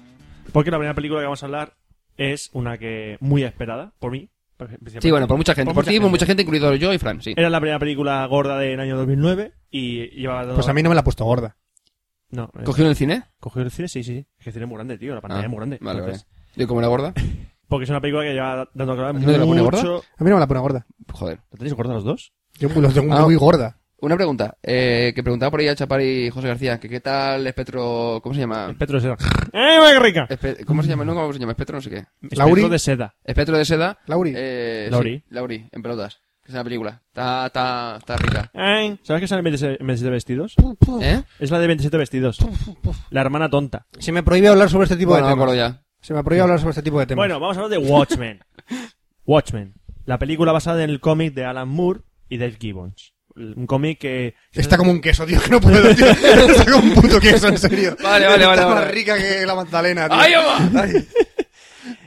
[SPEAKER 1] Porque la primera película que vamos a hablar es una que muy esperada por mí. por-
[SPEAKER 4] Sí, bueno, por mucha gente. Por, ti, por mucha gente, incluido yo y Fran, sí.
[SPEAKER 2] Eh,
[SPEAKER 1] Era la primera película gorda del año 2009 y llevaba... dando-
[SPEAKER 2] Pues a mí no me la ha puesto gorda.
[SPEAKER 1] No, eh,
[SPEAKER 4] ¿Cogió en el cine?
[SPEAKER 1] cogió el cine, sí, sí. sí. Es que el cine es muy grande, tío. La pantalla
[SPEAKER 4] Ah,
[SPEAKER 1] es muy grande.
[SPEAKER 4] Vale,
[SPEAKER 1] Entonces,
[SPEAKER 4] vale. ¿Y como era gorda?
[SPEAKER 1] Porque es una película que lleva dando claro
[SPEAKER 4] ¿A ti no te la pone gorda?
[SPEAKER 1] mucho...
[SPEAKER 2] A mí no me la pone gorda.
[SPEAKER 4] Joder.
[SPEAKER 1] ¿Lo tenéis gorda los dos?
[SPEAKER 2] Yo lo tengo
[SPEAKER 4] Ah.
[SPEAKER 2] muy gorda.
[SPEAKER 4] Una pregunta, eh, que preguntaba por ahí al Chapar y José García, que qué tal Espectro... ¿Cómo se llama?
[SPEAKER 1] Petro de seda. ¡Eh, qué rica!
[SPEAKER 4] Espe- ¿Cómo se llama? No, ¿cómo se llama? Espectro no sé qué.
[SPEAKER 2] Lauri.
[SPEAKER 1] Espectro de seda.
[SPEAKER 4] Espectro de seda.
[SPEAKER 2] Lauri.
[SPEAKER 4] Eh,
[SPEAKER 1] Lauri.
[SPEAKER 4] sí, Lauri, en pelotas. Que es una película. Está, está, está rica.
[SPEAKER 1] Ay. ¿Sabes que salen 27, en 27 vestidos?
[SPEAKER 4] ¿Eh?
[SPEAKER 1] Es la de 27 vestidos. La hermana tonta.
[SPEAKER 2] Se me prohíbe hablar sobre este tipo
[SPEAKER 4] Bueno, no me
[SPEAKER 2] de
[SPEAKER 4] acuerdo
[SPEAKER 2] temas.
[SPEAKER 4] ya.
[SPEAKER 2] Se me prohíbe hablar sobre este tipo de temas.
[SPEAKER 1] Bueno, vamos a hablar de Watchmen. Watchmen. La película basada en el cómic de Alan Moore y Dave Gibbons. Un cómic que...
[SPEAKER 2] Está como un queso, tío, que no puedo, tío. Está como un puto queso, en serio.
[SPEAKER 4] Vale, vale, vale,
[SPEAKER 2] Está más
[SPEAKER 4] vale.
[SPEAKER 2] rica que la magdalena, tío.
[SPEAKER 4] ¡Ay, ama!
[SPEAKER 2] Ay,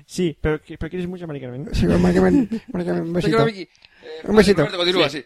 [SPEAKER 1] Sí, pero, que- pero quieres mucho, Mari Carmen.
[SPEAKER 2] sí, Mari Carmen, Mari Carmen, un
[SPEAKER 4] Te
[SPEAKER 2] besito.
[SPEAKER 4] quiero, Vicky. Eh,
[SPEAKER 2] Un besito.
[SPEAKER 4] Roberto, continúa, sí.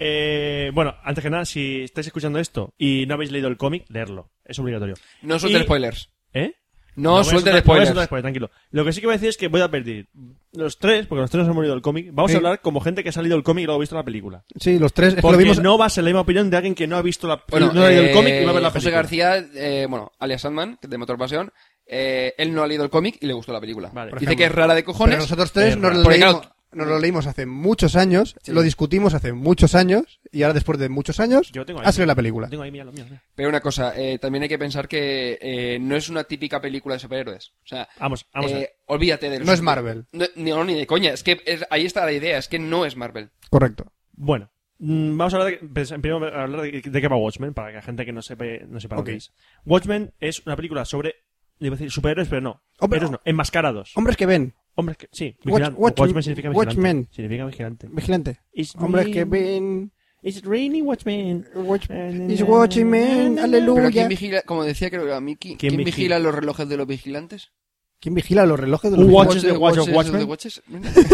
[SPEAKER 1] Eh, bueno, antes que nada, si estáis escuchando esto y no habéis leído el cómic, leerlo. Es obligatorio.
[SPEAKER 4] No suelten
[SPEAKER 1] Y-
[SPEAKER 4] spoilers.
[SPEAKER 1] ¿Eh?
[SPEAKER 4] No,
[SPEAKER 1] voy a soltar- no
[SPEAKER 4] suelten
[SPEAKER 1] voy a
[SPEAKER 4] spoilers.
[SPEAKER 1] soltar spoilers, tranquilo. Lo que sí que voy a decir es que voy a perder los tres, porque los tres nos hemos leído el cómic. Vamos
[SPEAKER 2] Sí.
[SPEAKER 1] a hablar como gente que ha salido el cómic y luego ha visto la película.
[SPEAKER 2] Sí, los tres. Es que
[SPEAKER 1] Porque
[SPEAKER 2] lo vimos.
[SPEAKER 1] no va a ser la misma opinión de alguien que no ha visto la,
[SPEAKER 4] Bueno,
[SPEAKER 1] no ha leído el
[SPEAKER 4] eh,
[SPEAKER 1] cómic y va a ver la
[SPEAKER 4] José
[SPEAKER 1] película.
[SPEAKER 4] García, eh, bueno, alias Sandman, que es de Motor Pasión, eh, él no ha leído el cómic y le gustó la película.
[SPEAKER 1] Vale.
[SPEAKER 4] Dice
[SPEAKER 1] Por
[SPEAKER 4] que es rara de cojones.
[SPEAKER 2] Pero nosotros tres
[SPEAKER 1] Eh,
[SPEAKER 2] nos lo,
[SPEAKER 4] porque
[SPEAKER 2] leímos,
[SPEAKER 4] claro-
[SPEAKER 2] nos lo leímos hace muchos años,
[SPEAKER 4] Sí.
[SPEAKER 2] lo discutimos hace muchos años, y ahora después de muchos años,
[SPEAKER 1] Yo tengo ahí.
[SPEAKER 2] ha salido la película.
[SPEAKER 1] Tengo ahí, mira, lo mío. mira.
[SPEAKER 4] Pero una cosa, eh, también hay que pensar que eh, no es una típica película de superhéroes. O sea,
[SPEAKER 1] Vamos, vamos a
[SPEAKER 4] eh,
[SPEAKER 1] ver.
[SPEAKER 4] olvídate de los-
[SPEAKER 2] No es Marvel.
[SPEAKER 4] No, ni- no, ni de coña. Es que es- ahí está la idea. Es que no es Marvel.
[SPEAKER 2] Correcto.
[SPEAKER 1] Bueno, mm, vamos a hablar de, pens- primero a hablar de, de qué va Watchmen, para que la gente que no sepa, no sepa lo
[SPEAKER 2] Ok.
[SPEAKER 1] que es. Watchmen es una película sobre, le iba a decir superhéroes, pero no.
[SPEAKER 2] Hombre,
[SPEAKER 1] Héroes no, enmascarados.
[SPEAKER 2] Hombres que ven.
[SPEAKER 1] Hombres que, sí,
[SPEAKER 2] Watch-
[SPEAKER 1] vigilan-
[SPEAKER 2] Watch-
[SPEAKER 1] Watchmen significa vigilante.
[SPEAKER 2] Watchmen.
[SPEAKER 1] Significa vigilante.
[SPEAKER 2] Vigilante.
[SPEAKER 1] It's
[SPEAKER 2] Hombres que
[SPEAKER 1] raining-
[SPEAKER 2] ven.
[SPEAKER 1] It's raining Watchmen.
[SPEAKER 2] Watch-
[SPEAKER 1] Eh,
[SPEAKER 2] It's watching men.
[SPEAKER 4] Pero
[SPEAKER 2] Aleluya.
[SPEAKER 4] ¿quién vigila? Como decía creo que era Mickey,
[SPEAKER 1] ¿Quién
[SPEAKER 4] ¿quién,
[SPEAKER 1] vigi-
[SPEAKER 4] vigila los relojes de los vigilantes?
[SPEAKER 2] ¿Quién vigila los relojes de
[SPEAKER 1] Who
[SPEAKER 2] los
[SPEAKER 1] watch-
[SPEAKER 2] Watch-
[SPEAKER 1] Watches the watch of
[SPEAKER 4] watches,
[SPEAKER 1] Watchmen.
[SPEAKER 4] watches.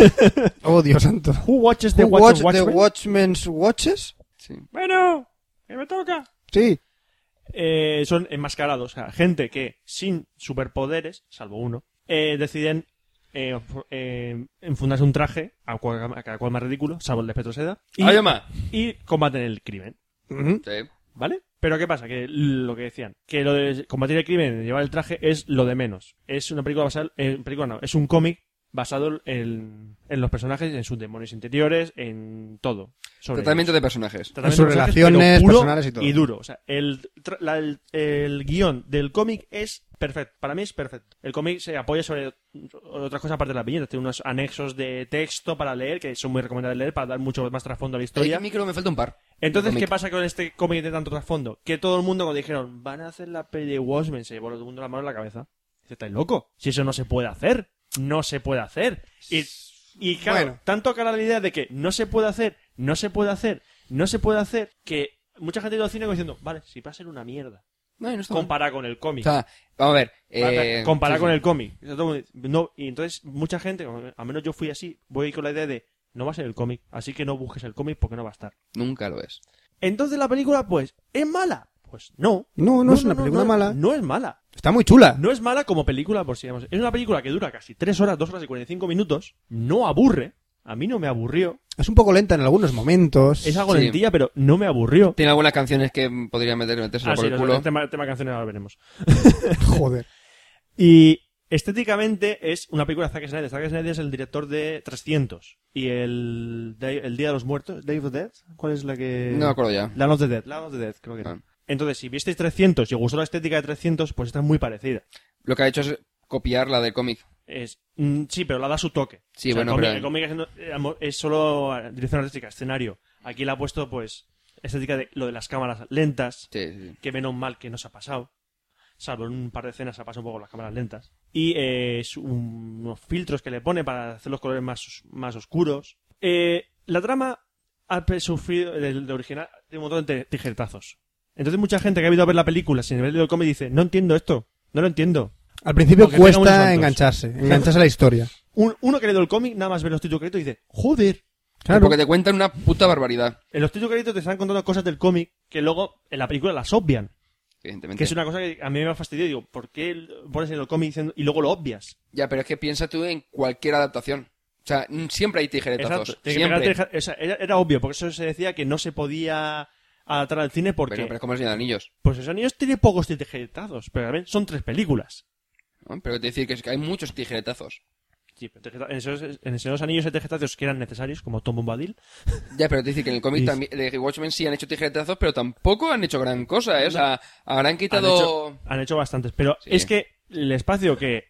[SPEAKER 2] Oh, Dios santo.
[SPEAKER 1] Who watches the
[SPEAKER 2] Who
[SPEAKER 1] watch
[SPEAKER 2] watch
[SPEAKER 1] of
[SPEAKER 2] the
[SPEAKER 1] Watchmen?
[SPEAKER 2] Watchmen's watches?
[SPEAKER 4] Sí.
[SPEAKER 1] Bueno, que me toca.
[SPEAKER 2] Sí.
[SPEAKER 1] eh, son enmascarados, o sea, gente que sin superpoderes, salvo uno, eh, deciden eh, fu- eh, enfundarse un traje, a, cual- a cada cual más ridículo, salvo el de Petro Seda, y, ¿Mm?
[SPEAKER 4] Hay más.
[SPEAKER 1] y combaten el crimen,
[SPEAKER 2] Ujú.
[SPEAKER 4] Sí.
[SPEAKER 1] ¿vale? Pero ¿qué pasa? Que lo que decían, que lo de combatir el crimen, llevar el traje, es lo de menos. Es una película basada, eh, película no, es un cómic basado en, en los personajes, en sus demonios interiores, en todo. sobre
[SPEAKER 4] Tratamiento de personajes.
[SPEAKER 1] tratamiento
[SPEAKER 2] sus
[SPEAKER 1] de personajes, pero
[SPEAKER 2] relaciones
[SPEAKER 1] puro
[SPEAKER 2] personales y todo.
[SPEAKER 1] Y duro. O sea, el, tra- la- el, el guión del cómic es perfecto. Para mí es perfecto. El cómic se apoya sobre otras cosas aparte de las viñetas. Tiene unos anexos de texto para leer que son muy recomendables de leer para dar mucho más trasfondo a la
[SPEAKER 4] Oye,
[SPEAKER 1] historia.
[SPEAKER 4] a mí creo que Eh, me falta un par.
[SPEAKER 1] Entonces,
[SPEAKER 4] Cómic.
[SPEAKER 1] ¿qué pasa con este cómic de tanto trasfondo? Que todo el mundo cuando dijeron, van a hacer la peli de Watchmen, se llevó todo el mundo la mano en la cabeza. Dice, ¿estáis loco? Si eso no se puede hacer. No se puede hacer. Y, y claro,
[SPEAKER 2] Bueno.
[SPEAKER 1] tanto cara la idea de que no se puede hacer, no se puede hacer, no se puede hacer, que mucha gente ha ido al cine como diciendo, vale, si va a ser una mierda.
[SPEAKER 4] No, no está mal.
[SPEAKER 1] Compara con el cómic.
[SPEAKER 4] O sea, vamos a ver. Eh,
[SPEAKER 1] Comparar
[SPEAKER 4] sí,
[SPEAKER 1] con
[SPEAKER 4] sí.
[SPEAKER 1] el cómic. Y todo el mundo- No, y entonces mucha gente, al menos yo fui así, voy con la idea de, no va a ser el cómic, así que no busques el cómic porque no va a estar.
[SPEAKER 4] Nunca lo es.
[SPEAKER 1] Entonces la película, pues, ¿es mala? Pues no.
[SPEAKER 2] No, no, es una película
[SPEAKER 1] no,
[SPEAKER 2] mala.
[SPEAKER 1] No es mala. Ah.
[SPEAKER 2] Está muy chula.
[SPEAKER 1] No es mala como película por si digamos. Es una película que dura casi 3 horas, 2 horas y 45 minutos. No aburre. A mí no me aburrió.
[SPEAKER 2] Es un poco lenta en algunos momentos.
[SPEAKER 1] Es algo
[SPEAKER 4] Sí.
[SPEAKER 1] lentilla, pero no me aburrió.
[SPEAKER 4] Tiene algunas canciones que mm, podría meter metérselo
[SPEAKER 1] Ah,
[SPEAKER 4] por
[SPEAKER 1] sí,
[SPEAKER 4] el
[SPEAKER 1] los-
[SPEAKER 4] culo.
[SPEAKER 1] el tema, el tema canciones ahora lo veremos.
[SPEAKER 2] Joder.
[SPEAKER 1] Y estéticamente es una película de Zack Snyder. Zack Snyder es el director de 300. Y el, Day- el Día de los Muertos, Day of the Dead, ¿cuál es la que...?
[SPEAKER 4] No me acuerdo ya.
[SPEAKER 1] Dawn of the Dead, Dawn of the Dead, creo que era.
[SPEAKER 4] Ah.
[SPEAKER 1] Entonces, si visteis 300 y os gustó la estética de 300, pues esta es muy parecida.
[SPEAKER 4] Lo que ha hecho es copiar la del cómic.
[SPEAKER 1] Es, mm, sí, pero la da su toque.
[SPEAKER 4] Sí, bueno,
[SPEAKER 1] el cómic,
[SPEAKER 4] pero-
[SPEAKER 1] el cómic es no- eh, amo- es, solo eh, dirección artística, escenario. Aquí le ha puesto, pues, estética de lo de las cámaras lentas,
[SPEAKER 4] Sí, sí, sí.
[SPEAKER 1] que menos mal que no se ha pasado. Salvo en un par de escenas se ha pasado un poco las cámaras lentas. Y eh, es un- unos filtros que le pone para hacer los colores más, os- más oscuros. Eh, la trama ha pe- sufrido, el de original, de un montón de te- tijeretazos. Entonces mucha gente que ha ido a ver la película sin haber leído el cómic dice, no entiendo esto, no lo entiendo.
[SPEAKER 2] Al principio
[SPEAKER 1] Aunque tenga unos
[SPEAKER 2] cuesta
[SPEAKER 1] santos.
[SPEAKER 2] engancharse, engancharse a la historia.
[SPEAKER 1] Un- uno que ha leído el cómic, nada más ver los títulos créditos, dice, joder.
[SPEAKER 2] Claro.
[SPEAKER 4] Porque te cuentan una puta barbaridad,
[SPEAKER 1] En los títulos créditos te están contando cosas del cómic que luego en la película las obvian.
[SPEAKER 4] evidentemente.
[SPEAKER 1] Que es una cosa que a mí me ha fastidiado. Digo, ¿por qué el- pones en el cómic diciendo y luego lo obvias?
[SPEAKER 4] Ya, pero es que piensa tú en cualquier adaptación. O sea, mm, siempre hay tijeretazos.
[SPEAKER 1] Exacto. Tiene que
[SPEAKER 4] siempre.
[SPEAKER 1] pegarte el ja- o sea, era, era obvio, porque eso se decía que no se podía adaptar al cine porque...
[SPEAKER 4] Bueno, pero es como el Señor de los Anillos.
[SPEAKER 1] Pues esos niños tiene pocos tijeretazos, pero también son tres películas.
[SPEAKER 4] ¿no? Pero te decir que, es que hay muchos tijeretazos.
[SPEAKER 1] Sí, pero tijeta- en, esos, en esos anillos hay tijeretazos que eran necesarios, como Tom Bombadil.
[SPEAKER 4] Ya, pero te decir que en el cómic
[SPEAKER 1] Sí.
[SPEAKER 4] también, de Watchmen sí han hecho tijeretazos, pero tampoco han hecho gran cosa, ¿eh? O sea, habrán
[SPEAKER 1] Han,
[SPEAKER 4] quitado...
[SPEAKER 1] hecho, han hecho bastantes, pero
[SPEAKER 4] Sí.
[SPEAKER 1] es que el espacio que,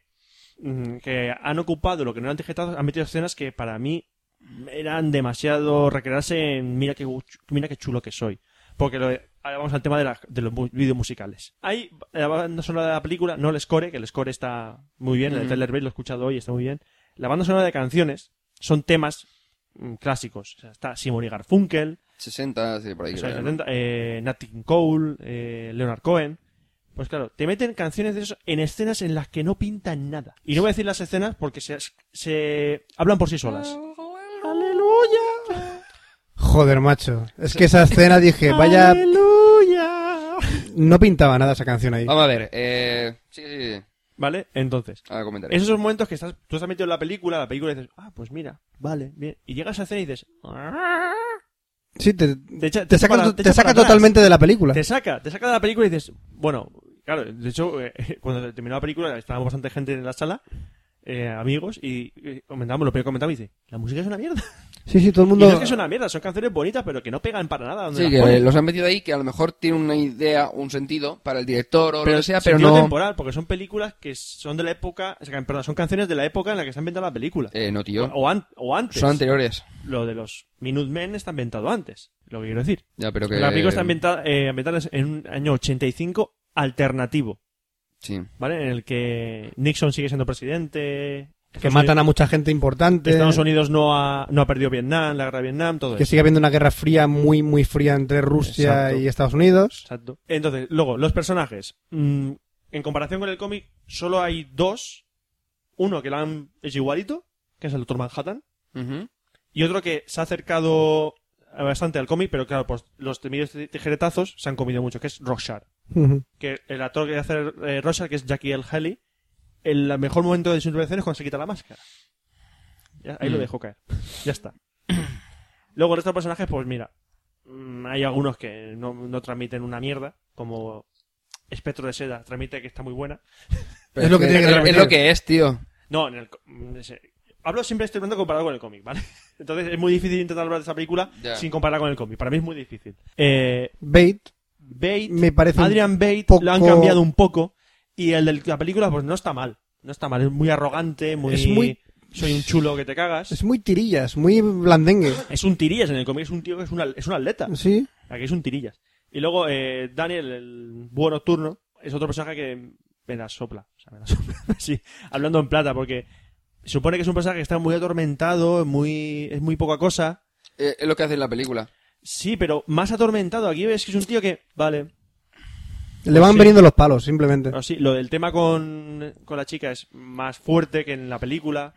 [SPEAKER 1] mm, que han ocupado, lo que no eran tijeretazos, han metido escenas que para mí eran demasiado recrearse en mira qué, gu- mira qué chulo que soy. Porque lo de- ahora vamos al tema de, la- de los mu- vídeos musicales. Hay la banda sonora de la película, no el score, que el score está muy bien, el
[SPEAKER 4] Ujú.
[SPEAKER 1] de Tyler Bates lo he escuchado hoy, está muy bien. La banda sonora de canciones son temas mm, clásicos. O sea, está Simon y Garfunkel,
[SPEAKER 4] 60, sí, por ahí.
[SPEAKER 1] o sea,
[SPEAKER 4] creo, ¿no?
[SPEAKER 1] 70, eh, Nat King Cole, eh, Leonard Cohen. Pues claro, te meten canciones de eso en escenas en las que no pintan nada. Y no voy a decir las escenas porque se, se hablan por sí solas. ¡Aleluya!
[SPEAKER 2] Joder, macho. Es que esa escena dije, vaya,
[SPEAKER 1] ¡Aleluya!
[SPEAKER 2] no pintaba nada esa canción ahí.
[SPEAKER 4] Vamos a ver, eh... Sí, sí, sí.
[SPEAKER 1] ¿Vale? Entonces,
[SPEAKER 4] Ahora comentaré.
[SPEAKER 1] esos son momentos que estás, tú estás metido en la película, la película y dices, ah, pues mira, vale, bien. Y llegas a la escena y dices, "Ah".
[SPEAKER 2] Sí, te,
[SPEAKER 1] Te echa-
[SPEAKER 2] te
[SPEAKER 1] te
[SPEAKER 2] saca,
[SPEAKER 1] para-
[SPEAKER 2] to-
[SPEAKER 1] te
[SPEAKER 2] te
[SPEAKER 1] echa
[SPEAKER 2] saca
[SPEAKER 1] para atrás.
[SPEAKER 2] totalmente de la película.
[SPEAKER 1] te saca, te saca de la película y dices, bueno, claro, de hecho, eh, cuando terminó la película, estábamos bastante gente en la sala, eh, amigos, y eh, comentábamos, lo primero que comentaba y dice, la música es una mierda.
[SPEAKER 2] Sí, sí, todo el
[SPEAKER 1] Y
[SPEAKER 2] mundo.
[SPEAKER 1] no es que es una mierda, son canciones bonitas, pero que no pegan para nada. Donde
[SPEAKER 4] Sí,
[SPEAKER 1] las
[SPEAKER 4] que
[SPEAKER 1] ponen.
[SPEAKER 4] los han metido ahí que a lo mejor tiene una idea, un sentido para el director o lo que sea, pero
[SPEAKER 1] sentido
[SPEAKER 4] no.
[SPEAKER 1] temporal, porque son películas que son de la época, o sea, perdón, son canciones de la época en la que se ha inventado la película.
[SPEAKER 4] Eh, no, tío.
[SPEAKER 1] o, an- o antes.
[SPEAKER 4] Son anteriores.
[SPEAKER 1] Lo de los Minutemen está inventado antes, lo que quiero decir.
[SPEAKER 4] Ya, pero que.
[SPEAKER 1] La película está ambientada, eh, ambientada en un año 85 alternativo.
[SPEAKER 4] Sí.
[SPEAKER 1] ¿vale? En el que Nixon sigue siendo presidente.
[SPEAKER 2] Que matan a mucha gente importante.
[SPEAKER 1] Estados Unidos no ha, no ha perdido Vietnam, la guerra de Vietnam, todo
[SPEAKER 2] Que
[SPEAKER 1] eso.
[SPEAKER 2] sigue habiendo una guerra fría, muy, muy fría entre Rusia
[SPEAKER 1] Exacto.
[SPEAKER 2] y Estados Unidos.
[SPEAKER 1] Exacto. Entonces, luego, los personajes. Mm, en comparación con el cómic, solo hay dos. Uno que lo han hecho igualito, que es el Dr. Manhattan.
[SPEAKER 4] Ujú.
[SPEAKER 1] Y otro que se ha acercado bastante al cómic, pero claro, pues los temillos tijeretazos se han comido mucho, que es Rorschach.
[SPEAKER 2] Ujú.
[SPEAKER 1] Que el actor que hace eh, Rorschach, que es Jackie L. Haley, el mejor momento de su intervención es cuando se quita la máscara. Ya, ahí lo
[SPEAKER 4] Mm.
[SPEAKER 1] dejo caer. Ya está. Luego, el resto de personajes, pues mira, mm, hay algunos que no, no transmiten una mierda, como Espectro de Seda transmite que está muy buena.
[SPEAKER 4] Pero
[SPEAKER 2] lo que tiene que
[SPEAKER 4] es-
[SPEAKER 2] transmitir.
[SPEAKER 4] Es lo que es, tío.
[SPEAKER 1] No, en el co- mm, ese- hablo siempre estoy hablando comparado con el cómic, ¿vale? Entonces es muy difícil intentar hablar de esa película
[SPEAKER 4] Ya.
[SPEAKER 1] sin comparar con el cómic. Para mí es muy difícil. Eh,
[SPEAKER 2] Bait,
[SPEAKER 1] Bate,
[SPEAKER 2] me parece. un-
[SPEAKER 1] Adrian Bate
[SPEAKER 2] poco-
[SPEAKER 1] lo han cambiado un poco y el de la película pues no está mal. No está mal, es muy arrogante, muy,
[SPEAKER 2] Es muy-
[SPEAKER 1] soy un chulo que te cagas.
[SPEAKER 2] Es muy tirillas, muy blandengue.
[SPEAKER 1] Es un tirillas en el cómic, es un tío que es, una, es un atleta.
[SPEAKER 2] Sí.
[SPEAKER 1] Aquí es un tirillas. Y luego eh, Daniel, el búho nocturno, es otro personaje que me la sopla. O sea, me la sopla. sí, hablando en plata, porque se supone que es un personaje que está muy atormentado, muy, es muy poca cosa.
[SPEAKER 4] Eh, es lo que hace en la película.
[SPEAKER 1] Sí, pero más atormentado. Aquí ves que es un tío que, vale,
[SPEAKER 2] Le van
[SPEAKER 1] Pues sí.
[SPEAKER 2] veniendo los palos, simplemente.
[SPEAKER 1] no, sí, lo del tema con, con la chica es más fuerte que en la película.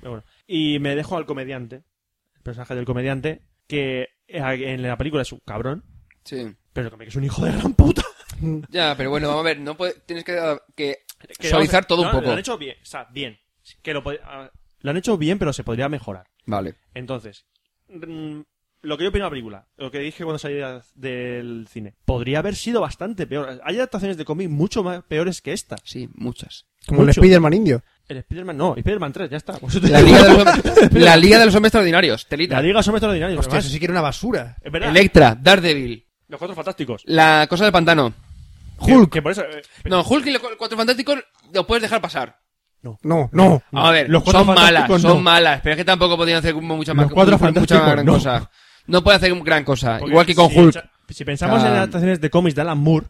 [SPEAKER 1] Pero bueno. Y me dejo al comediante, el personaje del comediante, que en la película es un cabrón,
[SPEAKER 4] Sí.
[SPEAKER 1] pero el cómic es un hijo de gran puta.
[SPEAKER 4] Ya, pero bueno, vamos a ver, no puede- tienes que, que
[SPEAKER 1] que
[SPEAKER 4] suavizar
[SPEAKER 1] vamos a-
[SPEAKER 4] todo
[SPEAKER 1] no,
[SPEAKER 4] un poco.
[SPEAKER 1] Lo han hecho bien, o sea, bien. Que lo, pod- ah, lo han hecho bien, pero se podría mejorar.
[SPEAKER 4] Vale.
[SPEAKER 1] Entonces, mm, lo que yo opino de la película, lo que dije cuando salí de- del cine, podría haber sido bastante peor. Hay adaptaciones de cómic mucho más peores que esta.
[SPEAKER 4] Sí, muchas.
[SPEAKER 2] Como el
[SPEAKER 1] mucho.
[SPEAKER 2] Spider-Man indio.
[SPEAKER 1] El Spider-Man, no, Spider-Man 3, ya está.
[SPEAKER 4] La Liga de los, Hom- la Liga de los Hombres Extraordinarios,
[SPEAKER 1] La
[SPEAKER 4] Telita.
[SPEAKER 1] Liga son extraordinarios.
[SPEAKER 2] Hostia,
[SPEAKER 1] además.
[SPEAKER 2] eso sí que era una basura.
[SPEAKER 1] Es verdad.
[SPEAKER 4] Electra, Daredevil,
[SPEAKER 1] Los cuatro fantásticos.
[SPEAKER 4] La Cosa del Pantano.
[SPEAKER 1] Que-
[SPEAKER 2] Hulk.
[SPEAKER 1] Que, por eso. eh,
[SPEAKER 4] No, Hulk y los cu- Cuatro Fantásticos lo puedes dejar pasar.
[SPEAKER 2] No, no.
[SPEAKER 4] Vamos a ver,
[SPEAKER 1] Los Cuatro
[SPEAKER 4] son malas,
[SPEAKER 1] Fantásticos
[SPEAKER 4] son
[SPEAKER 1] no.
[SPEAKER 4] malas, pero es que tampoco podían hacer como mucha, más,
[SPEAKER 2] Los Cuatro
[SPEAKER 4] mucha- mucha
[SPEAKER 2] Fantásticos
[SPEAKER 4] gran
[SPEAKER 2] no.
[SPEAKER 4] cosa. No puede hacer gran cosa,
[SPEAKER 1] porque
[SPEAKER 4] igual que con
[SPEAKER 1] si
[SPEAKER 4] Hulk.
[SPEAKER 1] echa- Si pensamos
[SPEAKER 4] Ah.
[SPEAKER 1] en adaptaciones de cómics de Alan Moore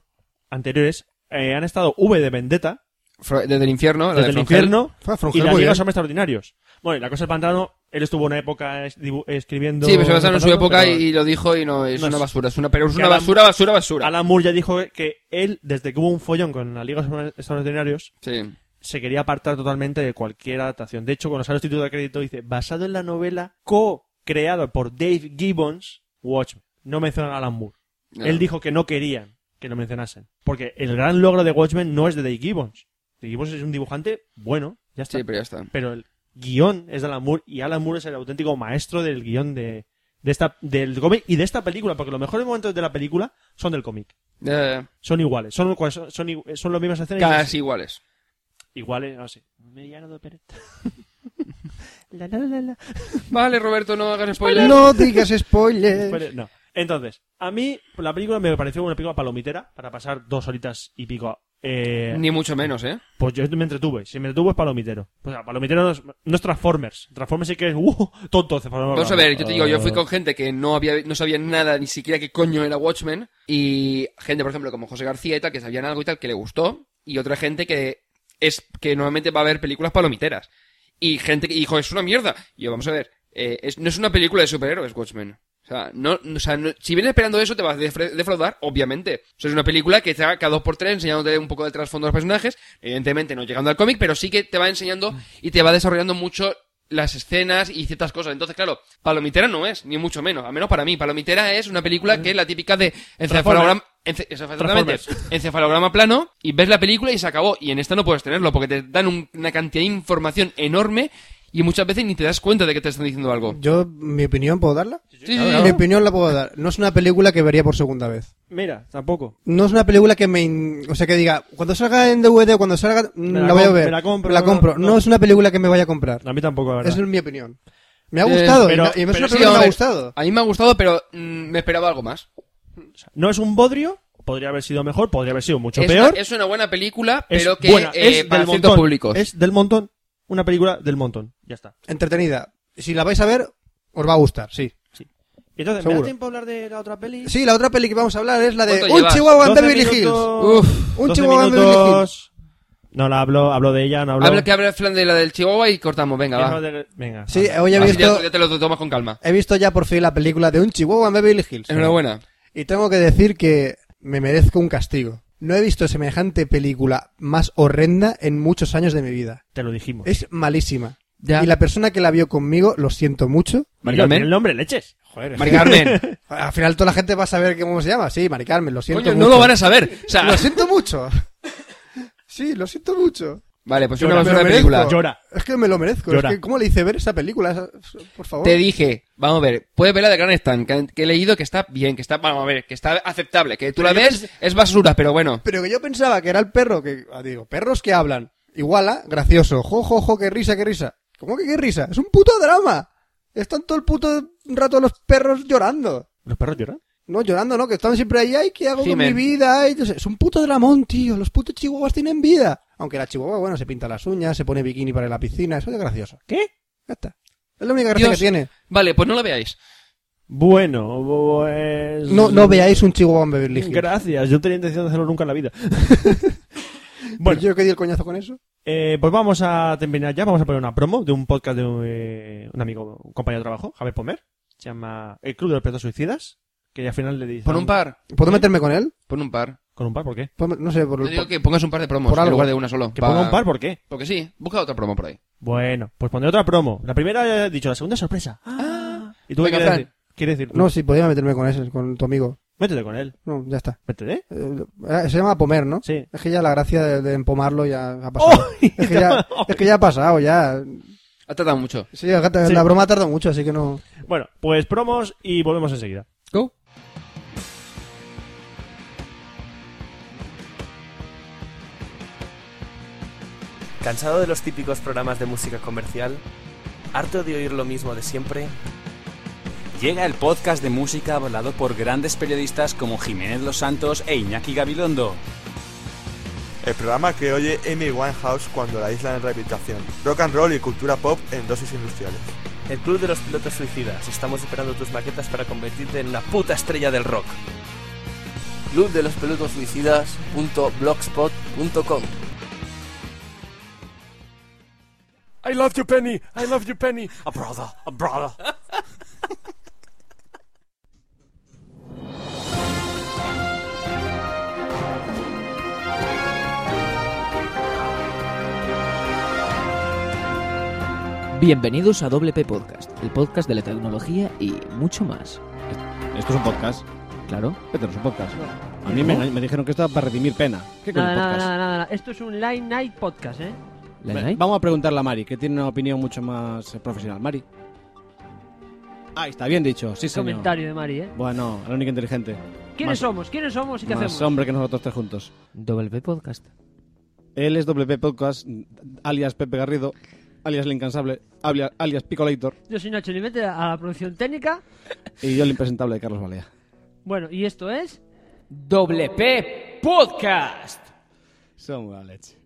[SPEAKER 1] anteriores, eh, han estado V de Vendetta,
[SPEAKER 4] Fro- Desde el infierno, la de
[SPEAKER 1] desde el
[SPEAKER 4] Frangel.
[SPEAKER 1] infierno,
[SPEAKER 2] Fue a Frangel,
[SPEAKER 1] y la
[SPEAKER 2] muy
[SPEAKER 1] Liga
[SPEAKER 2] bien.
[SPEAKER 1] son extraordinarios. Bueno, y la cosa del pantano, él estuvo una época es- dibu- escribiendo.
[SPEAKER 4] Sí, pero se basaron en su
[SPEAKER 1] pantano,
[SPEAKER 4] época
[SPEAKER 1] pero
[SPEAKER 4] y lo dijo y no, es
[SPEAKER 1] No
[SPEAKER 4] una
[SPEAKER 1] es-
[SPEAKER 4] basura, es una, pero es
[SPEAKER 1] que
[SPEAKER 4] una
[SPEAKER 1] Alan-
[SPEAKER 4] basura, basura, basura.
[SPEAKER 1] Alan Moore ya dijo que él, desde que hubo un follón con la Liga de Extraordinarios,
[SPEAKER 4] Sí.
[SPEAKER 1] se quería apartar totalmente de cualquier adaptación. De hecho, cuando sale el título de crédito dice, basado en la novela co-creada por Dave Gibbons, Watchmen. No mencionan a Alan Moore.
[SPEAKER 4] No.
[SPEAKER 1] Él dijo que no querían que lo mencionasen. Porque el gran logro de Watchmen no es de Dave Gibbons. Dave Gibbons es un dibujante bueno, ya está.
[SPEAKER 4] Sí, pero ya está.
[SPEAKER 1] Pero el guión es de Alan Moore y Alan Moore es el auténtico maestro del guión de, de esta, del cómic y de esta película, porque los mejores momentos de la película son del cómic.
[SPEAKER 4] Eh,
[SPEAKER 1] Son iguales, son, son, son, igu- son las mismas escenas. y-
[SPEAKER 4] casi iguales.
[SPEAKER 1] Iguales, no sé. Mediano de opereta. La, la, la, la.
[SPEAKER 4] Vale, Roberto, no hagas spoiler.
[SPEAKER 2] No digas spoilers.
[SPEAKER 1] Bueno, no. Entonces, a mí la película me pareció una película palomitera para pasar dos horitas y pico. Eh,
[SPEAKER 4] Ni mucho menos, ¿eh?
[SPEAKER 1] Pues yo me entretuve. Si me entretuve es palomitero. O sea, palomitero no es, no es Transformers. Transformers sí que es uh, tonto.
[SPEAKER 4] Vamos a ver, yo te digo, yo fui con gente que no había, no sabía nada, ni siquiera qué coño era Watchmen, y gente, por ejemplo, como José García y tal, que sabían algo y tal, que le gustó, y otra gente que es, que normalmente va a ver películas palomiteras, y gente que dijo, es una mierda. Y yo, vamos a ver, eh, es- no es una película de superhéroes, Watchmen. O sea, no, no- o sea, no- si vienes esperando eso, te vas a defra- defraudar, obviamente. O sea, es una película que está cada dos por tres enseñándote un poco de trasfondo de los personajes, evidentemente no llegando al cómic, pero sí que te va enseñando y te va desarrollando mucho las escenas y ciertas cosas. Entonces, claro, Palomitera no es, ni mucho menos, al menos para mí. Palomitera es una película que es la típica de el
[SPEAKER 1] Transformers.
[SPEAKER 4] programa, ence- eso, exactamente, encefalograma plano y ves la película y se acabó. Y en esta no puedes tenerlo porque te dan un- una cantidad de información enorme y muchas veces ni te das cuenta de que te están diciendo algo.
[SPEAKER 2] Yo, mi opinión, ¿puedo darla?
[SPEAKER 4] Sí, sí,
[SPEAKER 2] Mi opinión la puedo dar. No es una película que vería por segunda vez.
[SPEAKER 1] Mira, tampoco.
[SPEAKER 2] No es una película que me... in- O sea, que diga, cuando salga en DVD o cuando salga, mm,
[SPEAKER 1] Me la
[SPEAKER 2] la, voy a
[SPEAKER 1] com-
[SPEAKER 2] ver.
[SPEAKER 1] me la compro, no,
[SPEAKER 2] No,
[SPEAKER 1] no.
[SPEAKER 2] es una película que me vaya a comprar.
[SPEAKER 1] A mí tampoco, la verdad.
[SPEAKER 2] Esa es mi opinión. Me ha
[SPEAKER 4] Eh,
[SPEAKER 2] gustado. y
[SPEAKER 1] pero-
[SPEAKER 2] me- y me es
[SPEAKER 1] pero
[SPEAKER 2] una
[SPEAKER 1] sí,
[SPEAKER 2] película que me
[SPEAKER 4] a
[SPEAKER 2] ha
[SPEAKER 4] ver,
[SPEAKER 2] gustado.
[SPEAKER 4] A mí me ha gustado, pero mm, me esperaba algo más.
[SPEAKER 1] O sea, no es un bodrio, podría haber sido mejor, podría haber sido mucho
[SPEAKER 4] es,
[SPEAKER 1] peor.
[SPEAKER 4] Una, es una buena película,
[SPEAKER 1] es
[SPEAKER 4] pero que
[SPEAKER 1] buena,
[SPEAKER 4] eh,
[SPEAKER 1] es
[SPEAKER 4] para
[SPEAKER 1] del
[SPEAKER 4] ciertos
[SPEAKER 1] montón.
[SPEAKER 4] públicos.
[SPEAKER 1] Es del montón. Una película del montón. Ya está.
[SPEAKER 2] Entretenida. Si la vais a ver, os va a gustar, sí.
[SPEAKER 1] Entonces, ¿me
[SPEAKER 2] Seguro.
[SPEAKER 1] da tiempo a hablar de la otra peli?
[SPEAKER 2] Sí, la otra peli que vamos a hablar es la de
[SPEAKER 4] ¿Cuánto
[SPEAKER 2] Un
[SPEAKER 4] llevas?
[SPEAKER 2] Chihuahua en
[SPEAKER 1] 12
[SPEAKER 2] Beverly Hills.
[SPEAKER 1] minutos,
[SPEAKER 2] Uf, un
[SPEAKER 1] 12
[SPEAKER 2] Chihuahua en Beverly
[SPEAKER 1] minutos. No la hablo, hablo de ella, no hablo.
[SPEAKER 4] Habla que habla Fran de la del Chihuahua y cortamos, venga,
[SPEAKER 1] Deja
[SPEAKER 4] va.
[SPEAKER 1] de- Venga.
[SPEAKER 2] Sí,
[SPEAKER 1] anda.
[SPEAKER 2] hoy he
[SPEAKER 4] Así
[SPEAKER 2] visto,
[SPEAKER 4] ya, ya te lo tomas con calma.
[SPEAKER 2] he visto ya por fin la película de Un Chihuahua en Beverly Hills.
[SPEAKER 4] Enhorabuena.
[SPEAKER 2] Y tengo que decir que me merezco un castigo. No he visto semejante película más horrenda en muchos años de mi vida.
[SPEAKER 1] Te lo dijimos.
[SPEAKER 2] Es malísima.
[SPEAKER 4] Ya.
[SPEAKER 2] Y la persona que la vio conmigo, lo siento mucho.
[SPEAKER 1] Mira,
[SPEAKER 4] Mari
[SPEAKER 1] tiene el
[SPEAKER 4] Carmen.
[SPEAKER 1] nombre, leches.
[SPEAKER 4] Mari Carmen.
[SPEAKER 2] Al final toda la gente va a saber cómo se llama. Sí, Mari Carmen, lo siento
[SPEAKER 4] Coño,
[SPEAKER 2] mucho.
[SPEAKER 4] no lo van a saber. O sea,
[SPEAKER 2] Lo siento mucho. Sí, lo siento mucho.
[SPEAKER 4] vale, pues
[SPEAKER 2] Llora,
[SPEAKER 4] una basura
[SPEAKER 2] me
[SPEAKER 4] de
[SPEAKER 2] lo
[SPEAKER 4] película.
[SPEAKER 2] merezco.
[SPEAKER 1] Llora.
[SPEAKER 2] Es que me lo merezco.
[SPEAKER 1] Llora.
[SPEAKER 2] Es que, ¿Cómo le hice ver esa película? Esa- Por favor.
[SPEAKER 4] Te dije, vamos a ver, puedes ver la de Gran Stan, que, que he leído que está bien, que está, vamos a ver, que está aceptable, que tú la ves, es basura, pero bueno.
[SPEAKER 2] Pero que yo pensaba que era el perro que... ah, Digo, perros que hablan. Iguala, gracioso. Jo, jo, jo, qué risa, qué risa. ¿Cómo que qué risa? Es un puto drama. Están todo el puto rato los perros llorando.
[SPEAKER 1] ¿Los perros lloran?
[SPEAKER 2] No, llorando, no, que están siempre ahí, ay, ¿qué hago con
[SPEAKER 4] Gimen.
[SPEAKER 2] mi vida? Ay, no sé. es un puto dramón, tío. Los putos chihuahuas tienen vida. Aunque la chihuahua, bueno, se pinta las uñas, se pone bikini para ir a la piscina, eso es gracioso.
[SPEAKER 1] ¿Qué?
[SPEAKER 2] Ya está. Es la única gracia
[SPEAKER 4] Dios.
[SPEAKER 2] que tiene.
[SPEAKER 4] Vale, pues no la veáis.
[SPEAKER 1] Bueno, pues...
[SPEAKER 2] No, no veáis un chihuahua en Beverly Hills.
[SPEAKER 1] Gracias, yo tenía intención de hacerlo nunca en la vida.
[SPEAKER 2] Pues
[SPEAKER 1] bueno,
[SPEAKER 2] yo que di el coñazo con eso.
[SPEAKER 1] eh, pues vamos a terminar ya. Vamos a poner una promo de un podcast de un, eh, un amigo, un compañero de trabajo, Javier Pomer. Se llama El Club de los Perros Suicidas. Que al final le dice.
[SPEAKER 4] Pon un par,
[SPEAKER 2] ¿Puedo meterme con él?
[SPEAKER 4] pon un par.
[SPEAKER 1] ¿Con un par por qué?
[SPEAKER 2] ¿Puedo- No sé, por
[SPEAKER 4] Yo
[SPEAKER 2] el...
[SPEAKER 4] digo que pongas un par de promos
[SPEAKER 2] por
[SPEAKER 4] en
[SPEAKER 2] algo.
[SPEAKER 4] lugar de una solo.
[SPEAKER 1] ¿Que
[SPEAKER 4] Pa-
[SPEAKER 1] ponga un par por qué?
[SPEAKER 4] Porque sí, busca otra promo por ahí.
[SPEAKER 1] Bueno, pues pondré otra promo. La primera ya he dicho, la segunda es sorpresa. Ah. ¿Y tú qué
[SPEAKER 4] Ah.
[SPEAKER 1] quieres
[SPEAKER 4] Venga, Fran.
[SPEAKER 1] decir? ¿Quieres decir? tú?
[SPEAKER 2] No, sí, podía meterme con ese, con tu amigo.
[SPEAKER 1] Métete con él.
[SPEAKER 2] No, ya está.
[SPEAKER 1] Métete.
[SPEAKER 2] Eh, eh, se llama Pomer, ¿no?
[SPEAKER 1] Sí.
[SPEAKER 2] Es que ya la gracia de, de empomarlo ya ha
[SPEAKER 6] Oh,
[SPEAKER 2] pasado. Es, que ya, es que ya ha pasado, ya.
[SPEAKER 4] Ha tratado mucho.
[SPEAKER 2] Sí, la, gata-
[SPEAKER 1] Sí.
[SPEAKER 2] la broma tarda mucho, así que no.
[SPEAKER 1] Bueno, pues promos y volvemos enseguida.
[SPEAKER 4] Go.
[SPEAKER 7] ¿Cansado de los típicos programas de música comercial? ¿Harto de oír lo mismo de siempre?
[SPEAKER 8] Llega el podcast de música hablado por grandes periodistas como Jiménez Los Santos e Iñaki Gabilondo.
[SPEAKER 9] El programa que oye Amy Winehouse cuando la isla en rehabilitación. Rock and roll y cultura pop en dosis industriales.
[SPEAKER 7] El Club de los Pilotos Suicidas. Estamos esperando tus maquetas para convertirte en una puta estrella del rock.
[SPEAKER 10] Club de los Pelotos Suicidas.blogspot.com
[SPEAKER 7] I love you, Penny. I love you, Penny.
[SPEAKER 8] A brother, a brother.
[SPEAKER 11] Bienvenidos a WP Podcast, el podcast de la tecnología y mucho más.
[SPEAKER 6] Esto es un podcast.
[SPEAKER 11] Claro.
[SPEAKER 6] Esto no es un podcast. A mí me, me dijeron que esto era para redimir pena. ¿Qué coño
[SPEAKER 11] Nada,
[SPEAKER 6] es un
[SPEAKER 11] nada,
[SPEAKER 6] podcast?
[SPEAKER 11] Esto es un Line Night Podcast, ¿eh?
[SPEAKER 6] Ve-
[SPEAKER 11] ¿Line Night?
[SPEAKER 6] Vamos a preguntarle a Mari, que tiene una opinión mucho más eh, profesional. Mari. Ahí está, bien dicho. Sí, señor.
[SPEAKER 11] Comentario de Mari, ¿eh?
[SPEAKER 6] Bueno, la única inteligente.
[SPEAKER 11] ¿Quiénes
[SPEAKER 6] Más-
[SPEAKER 11] somos? ¿Quiénes somos y qué
[SPEAKER 6] más
[SPEAKER 11] hacemos?
[SPEAKER 6] hombre que nosotros tres juntos.
[SPEAKER 11] WP Podcast.
[SPEAKER 6] Él es WP Podcast, alias Pepe Garrido, alias El Incansable, alias, alias Picolator,
[SPEAKER 11] Yo soy Nacho Limete a la producción técnica.
[SPEAKER 6] y yo el impresentable de Carlos Balea.
[SPEAKER 11] Bueno, y esto es. WP Podcast.
[SPEAKER 6] Son la leche.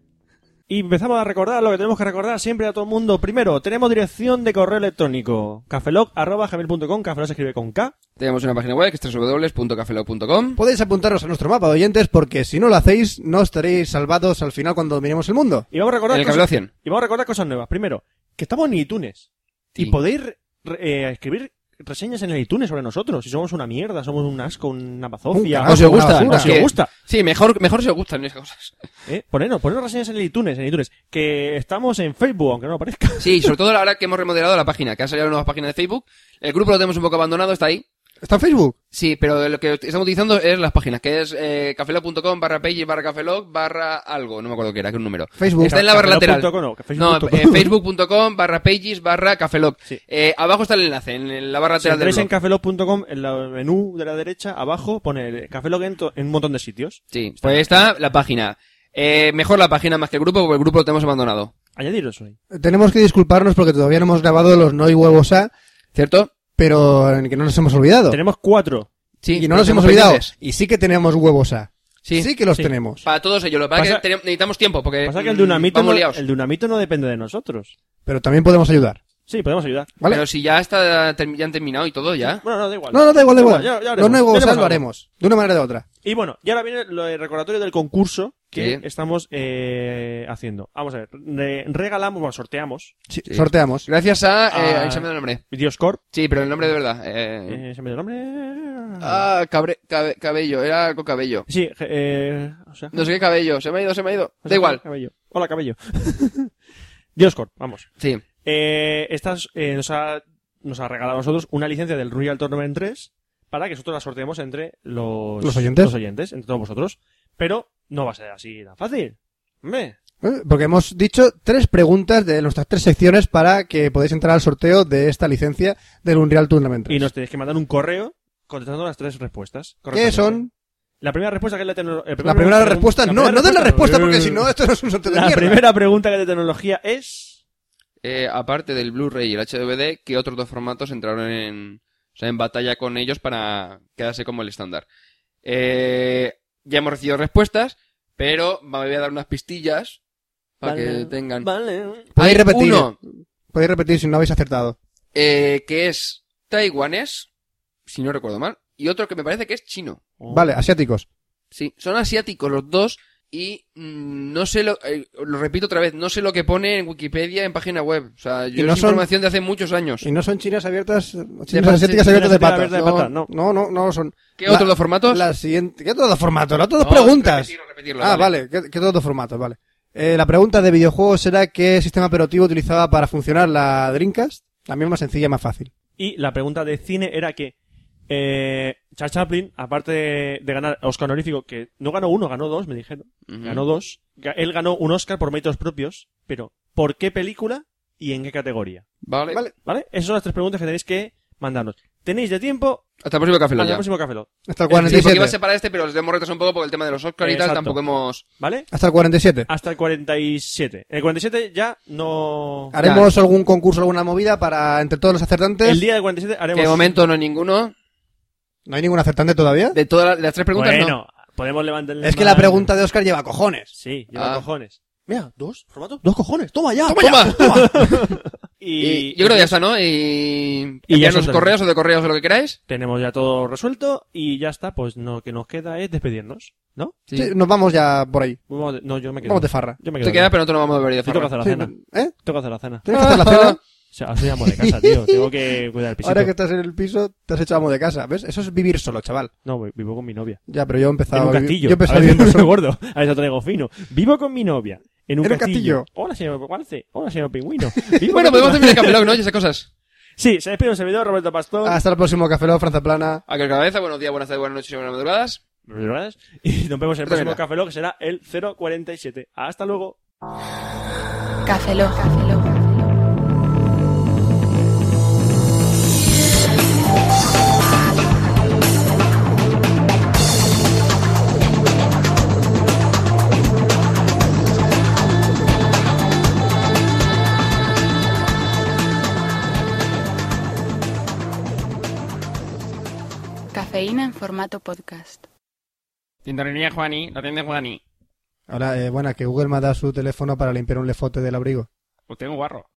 [SPEAKER 1] Y empezamos a recordar lo que tenemos que recordar siempre a todo el mundo. Primero, tenemos dirección de correo electrónico. cafelog.gmail.com Cafelog se escribe con K.
[SPEAKER 4] Tenemos una página web que es www.cafelog.com.
[SPEAKER 2] Podéis apuntaros a nuestro mapa de oyentes porque si no lo hacéis, no estaréis salvados al final cuando dominemos el mundo.
[SPEAKER 1] Y vamos a recordar,
[SPEAKER 4] El Cafelog
[SPEAKER 1] cosas,
[SPEAKER 4] 100.
[SPEAKER 1] y vamos a recordar cosas nuevas. Primero, que estamos en iTunes.
[SPEAKER 4] Sí.
[SPEAKER 1] Y podéis re- re- eh, escribir reseñas en el iTunes sobre nosotros. Si somos una mierda, somos un asco, una bazofia.
[SPEAKER 2] carajo,
[SPEAKER 1] O si os
[SPEAKER 2] una
[SPEAKER 1] gusta,
[SPEAKER 2] basura.
[SPEAKER 1] o si os
[SPEAKER 4] Que-
[SPEAKER 1] gusta.
[SPEAKER 4] Sí, mejor, mejor si os gustan esas cosas.
[SPEAKER 1] ¿Eh? Ponernos, ponernos reseñas en el iTunes, en iTunes. Que estamos en Facebook, aunque no aparezca.
[SPEAKER 4] Sí, sobre todo ahora que hemos remodelado la página, que ha salido una nueva página de Facebook. El grupo lo tenemos un poco abandonado, está ahí.
[SPEAKER 2] ¿Está en Facebook?
[SPEAKER 4] Sí, pero lo que estamos utilizando es las páginas, que es eh, cafelog.com barra page barra cafelog barra algo, no me acuerdo qué era, que un número.
[SPEAKER 2] Facebook.
[SPEAKER 4] Está en la barra lateral.
[SPEAKER 1] Cafelog.com, no, que
[SPEAKER 4] no,
[SPEAKER 1] facebook.com.
[SPEAKER 4] eh, facebook.com barra pages barra cafelog. Eh, abajo está el enlace, en la barra
[SPEAKER 1] Si
[SPEAKER 4] lateral
[SPEAKER 1] entráis
[SPEAKER 4] del
[SPEAKER 1] en
[SPEAKER 4] blog.
[SPEAKER 1] cafelog.com, en el menú de la derecha, abajo, pone cafelog en, to- en un montón de sitios.
[SPEAKER 4] Sí, pues ahí está la página. Eh, mejor la página más que el grupo, porque el grupo lo tenemos abandonado.
[SPEAKER 1] Añadiros ahí.
[SPEAKER 2] Tenemos que disculparnos porque todavía no hemos grabado los no y huevos a.
[SPEAKER 4] ¿Cierto?
[SPEAKER 2] Pero en que no nos hemos olvidado.
[SPEAKER 1] Tenemos cuatro.
[SPEAKER 4] Sí,
[SPEAKER 2] y no nos
[SPEAKER 4] pero
[SPEAKER 2] hemos
[SPEAKER 4] tenemos
[SPEAKER 2] olvidado.
[SPEAKER 4] pendientes.
[SPEAKER 2] Y sí que tenemos huevos a. Sí, que los tenemos.
[SPEAKER 4] Para todos ellos, lo que pasa es que
[SPEAKER 1] Pasa-
[SPEAKER 4] tenemos- necesitamos tiempo,
[SPEAKER 2] Eh,
[SPEAKER 4] porque
[SPEAKER 1] Pasa que el
[SPEAKER 4] mm,
[SPEAKER 1] dunamito,
[SPEAKER 4] vamos
[SPEAKER 1] no,
[SPEAKER 4] liados.
[SPEAKER 1] el dunamito no depende de nosotros.
[SPEAKER 2] Pero también podemos ayudar.
[SPEAKER 1] Sí, podemos ayudar.
[SPEAKER 4] Pero si ya está term- ya han terminado y todo, ya.
[SPEAKER 1] Bueno, no, da igual.
[SPEAKER 2] No, no, da igual, da igual.
[SPEAKER 1] Ya- ya
[SPEAKER 2] los
[SPEAKER 1] haremos.
[SPEAKER 2] no y huevos a
[SPEAKER 1] Tenemos
[SPEAKER 2] lo
[SPEAKER 1] algo.
[SPEAKER 2] haremos. De una manera o de otra.
[SPEAKER 1] Y bueno, y ahora viene lo el recordatorio del concurso que
[SPEAKER 2] Sí.
[SPEAKER 1] estamos eh, haciendo. Vamos a ver, re- regalamos, bueno, sorteamos.
[SPEAKER 4] Sí.
[SPEAKER 2] Sorteamos.
[SPEAKER 4] Gracias a... Eh,
[SPEAKER 1] Ah.
[SPEAKER 4] se me ha ido el nombre.
[SPEAKER 1] Dioscorp.
[SPEAKER 4] Sí, pero el nombre de verdad. Eh...
[SPEAKER 1] Eh, se me dio el nombre.
[SPEAKER 4] Ah, cabre- cabe- cabello, era algo cabello.
[SPEAKER 1] Sí, je- eh, o sea,
[SPEAKER 4] No sé qué cabello, se me ha ido, se me ha ido.
[SPEAKER 1] o
[SPEAKER 4] Da
[SPEAKER 1] sea,
[SPEAKER 4] igual.
[SPEAKER 1] Cabello. Hola, cabello. Dioscorp, vamos.
[SPEAKER 4] Sí.
[SPEAKER 1] Eh, estas, eh, nos, ha, nos ha regalado a nosotros una licencia del Royal Tournament 3 para que nosotros la sorteemos entre los,
[SPEAKER 2] ¿Los oyentes?
[SPEAKER 1] entre todos vosotros. Pero no va a ser así tan fácil. Hombre,
[SPEAKER 2] Eh, Porque hemos dicho tres preguntas de nuestras tres secciones para que podáis entrar al sorteo de esta licencia del Unreal Tournament.
[SPEAKER 1] Y nos tenéis que mandar un correo contestando las tres respuestas.
[SPEAKER 2] ¿Qué
[SPEAKER 1] correctamente.
[SPEAKER 2] son?
[SPEAKER 1] La primera respuesta que es la eh, tecnología.
[SPEAKER 2] La primera respuesta, no, no de la respuesta, porque si no, esto no es un sorteo de
[SPEAKER 1] Eh. La
[SPEAKER 2] mierda.
[SPEAKER 1] primera pregunta que es de tecnología es.
[SPEAKER 4] Eh, aparte del Blu-ray y el HDVD, ¿qué otros dos formatos entraron en, o sea, en batalla con ellos para quedarse como el estándar? Eh, ya hemos recibido respuestas, pero me voy a dar unas pistillas para
[SPEAKER 1] Vale,
[SPEAKER 4] que tengan.
[SPEAKER 1] Vale.
[SPEAKER 2] Podéis
[SPEAKER 4] Hay
[SPEAKER 2] repetir.
[SPEAKER 4] uno
[SPEAKER 2] Podéis repetir si no habéis acertado.
[SPEAKER 4] eh, que es taiwanés, si no recuerdo mal, y otro que me parece que es chino.
[SPEAKER 2] Vale, asiáticos.
[SPEAKER 4] Sí, son asiáticos los dos y mm, no sé lo, eh, lo repito otra vez, no sé lo que pone en Wikipedia en página web. O sea, yo
[SPEAKER 2] no
[SPEAKER 4] es
[SPEAKER 2] son-
[SPEAKER 4] información de hace muchos años.
[SPEAKER 2] Y no son chinas abiertas, chinas
[SPEAKER 4] patas,
[SPEAKER 2] asiáticas
[SPEAKER 4] sí,
[SPEAKER 2] abiertas de
[SPEAKER 4] chinas
[SPEAKER 2] patas.
[SPEAKER 4] abiertas de patas,
[SPEAKER 2] no, no, no, no lo son.
[SPEAKER 4] ¿Qué
[SPEAKER 2] La-
[SPEAKER 4] otros dos formatos?
[SPEAKER 2] La siguiente, ¿qué otros dos formatos? Las otras
[SPEAKER 4] No,
[SPEAKER 2] dos preguntas.
[SPEAKER 4] repetirlo, repetirlo,
[SPEAKER 2] ah,
[SPEAKER 4] vale.
[SPEAKER 2] vale, ¿qué, qué otros dos formatos? Vale. Eh, la pregunta de videojuegos será qué sistema operativo utilizaba para funcionar la Dreamcast. La misma sencilla, más fácil.
[SPEAKER 1] Y la pregunta de cine era que. Eh, Charles Chaplin, aparte de, de ganar Oscar honorífico, que no ganó uno, ganó dos, me dijeron.
[SPEAKER 4] Ujú.
[SPEAKER 1] Ganó dos. Ga- Él ganó un Oscar por méritos propios, pero ¿por qué película y en qué categoría?
[SPEAKER 4] Vale.
[SPEAKER 1] ¿Vale? Esas son las tres preguntas que tenéis que mandarnos. Tenéis de tiempo
[SPEAKER 4] Hasta el próximo Café Lock,
[SPEAKER 1] Hasta el
[SPEAKER 4] ya.
[SPEAKER 1] próximo Café Lock.
[SPEAKER 2] Hasta el
[SPEAKER 4] Eh, Sí, porque
[SPEAKER 2] 47.
[SPEAKER 4] iba a separar este, pero les demos retos un poco porque el tema de los Oscar y tal
[SPEAKER 1] Exacto.
[SPEAKER 4] tampoco hemos...
[SPEAKER 1] ¿Vale?
[SPEAKER 2] Hasta el 47.
[SPEAKER 1] Hasta el 47. En el 47 ya no.
[SPEAKER 2] Haremos algún concurso, alguna movida para entre todos los acertantes.
[SPEAKER 1] El día del 47 haremos.
[SPEAKER 4] De momento no hay ninguno.
[SPEAKER 2] ¿No hay ningún acertante todavía?
[SPEAKER 4] De todas las, de las tres preguntas
[SPEAKER 1] bueno,
[SPEAKER 4] no.
[SPEAKER 1] podemos levantarle.
[SPEAKER 2] Es que la pregunta de Oscar lleva cojones.
[SPEAKER 1] Sí, lleva
[SPEAKER 4] Ah.
[SPEAKER 1] cojones. Mira, dos formatos.
[SPEAKER 2] Dos cojones, toma ya.
[SPEAKER 4] ¡Toma!
[SPEAKER 1] Y,
[SPEAKER 4] Y yo creo que ya está, ¿no? Y...
[SPEAKER 1] Y ya
[SPEAKER 4] ya los
[SPEAKER 1] está.
[SPEAKER 4] correos o de correos o lo que queráis.
[SPEAKER 1] Tenemos ya todo resuelto y ya está. Pues lo que nos queda es despedirnos, ¿no?
[SPEAKER 4] Sí.
[SPEAKER 2] Sí, nos vamos ya por ahí.
[SPEAKER 1] Vamos de- No, yo me quedo.
[SPEAKER 2] Vamos de farra.
[SPEAKER 1] Yo me quedo.
[SPEAKER 4] Te queda, pero no te lo vamos a beber de
[SPEAKER 1] Yo tengo que
[SPEAKER 4] farra.
[SPEAKER 1] hacer la
[SPEAKER 2] Sí,
[SPEAKER 1] cena.
[SPEAKER 2] ¿Eh?
[SPEAKER 1] Tengo que hacer la cena.
[SPEAKER 2] ¿Tienes que hacer la cena?
[SPEAKER 1] O sea, soy amo de casa, tío. Tengo que cuidar el pisito.
[SPEAKER 2] Ahora que estás en el piso, te has hecho amo de casa. ¿Ves? Eso es vivir solo, chaval.
[SPEAKER 1] No, vi- vivo con mi novia.
[SPEAKER 2] Ya, pero yo he
[SPEAKER 1] En
[SPEAKER 2] empezado
[SPEAKER 1] un
[SPEAKER 2] a vivir-
[SPEAKER 1] castillo.
[SPEAKER 2] Yo he empezado
[SPEAKER 1] a ver,
[SPEAKER 2] viviendo
[SPEAKER 1] no soy
[SPEAKER 2] solo.
[SPEAKER 1] gordo. A ver, te lo traigo fino. Vivo con mi novia. En un,
[SPEAKER 2] En un castillo.
[SPEAKER 1] Hola, señor Walce. Hola, señor Pingüino. Vivo
[SPEAKER 4] Bueno,
[SPEAKER 1] con mi-
[SPEAKER 4] podemos terminar el Café Lock, ¿no? Y esas cosas.
[SPEAKER 1] Sí, se despide un servidor, Roberto Pastor.
[SPEAKER 2] Hasta el próximo Café Lock, Franza Plana.
[SPEAKER 4] Aquel cabeza, buenos días, buenas tardes, buenas noches y buenas madrugadas.
[SPEAKER 1] Y nos vemos en el próximo
[SPEAKER 4] Venga.
[SPEAKER 1] Café Lock, que será el 047. Hasta luego.
[SPEAKER 5] Café Lock. Cafeína en formato podcast.
[SPEAKER 4] Tintorería Juani, la tienda Juani.
[SPEAKER 2] Ahora, eh, bueno, que Google me ha dado su teléfono para limpiar un lefote del abrigo.
[SPEAKER 4] Usted es un guarro.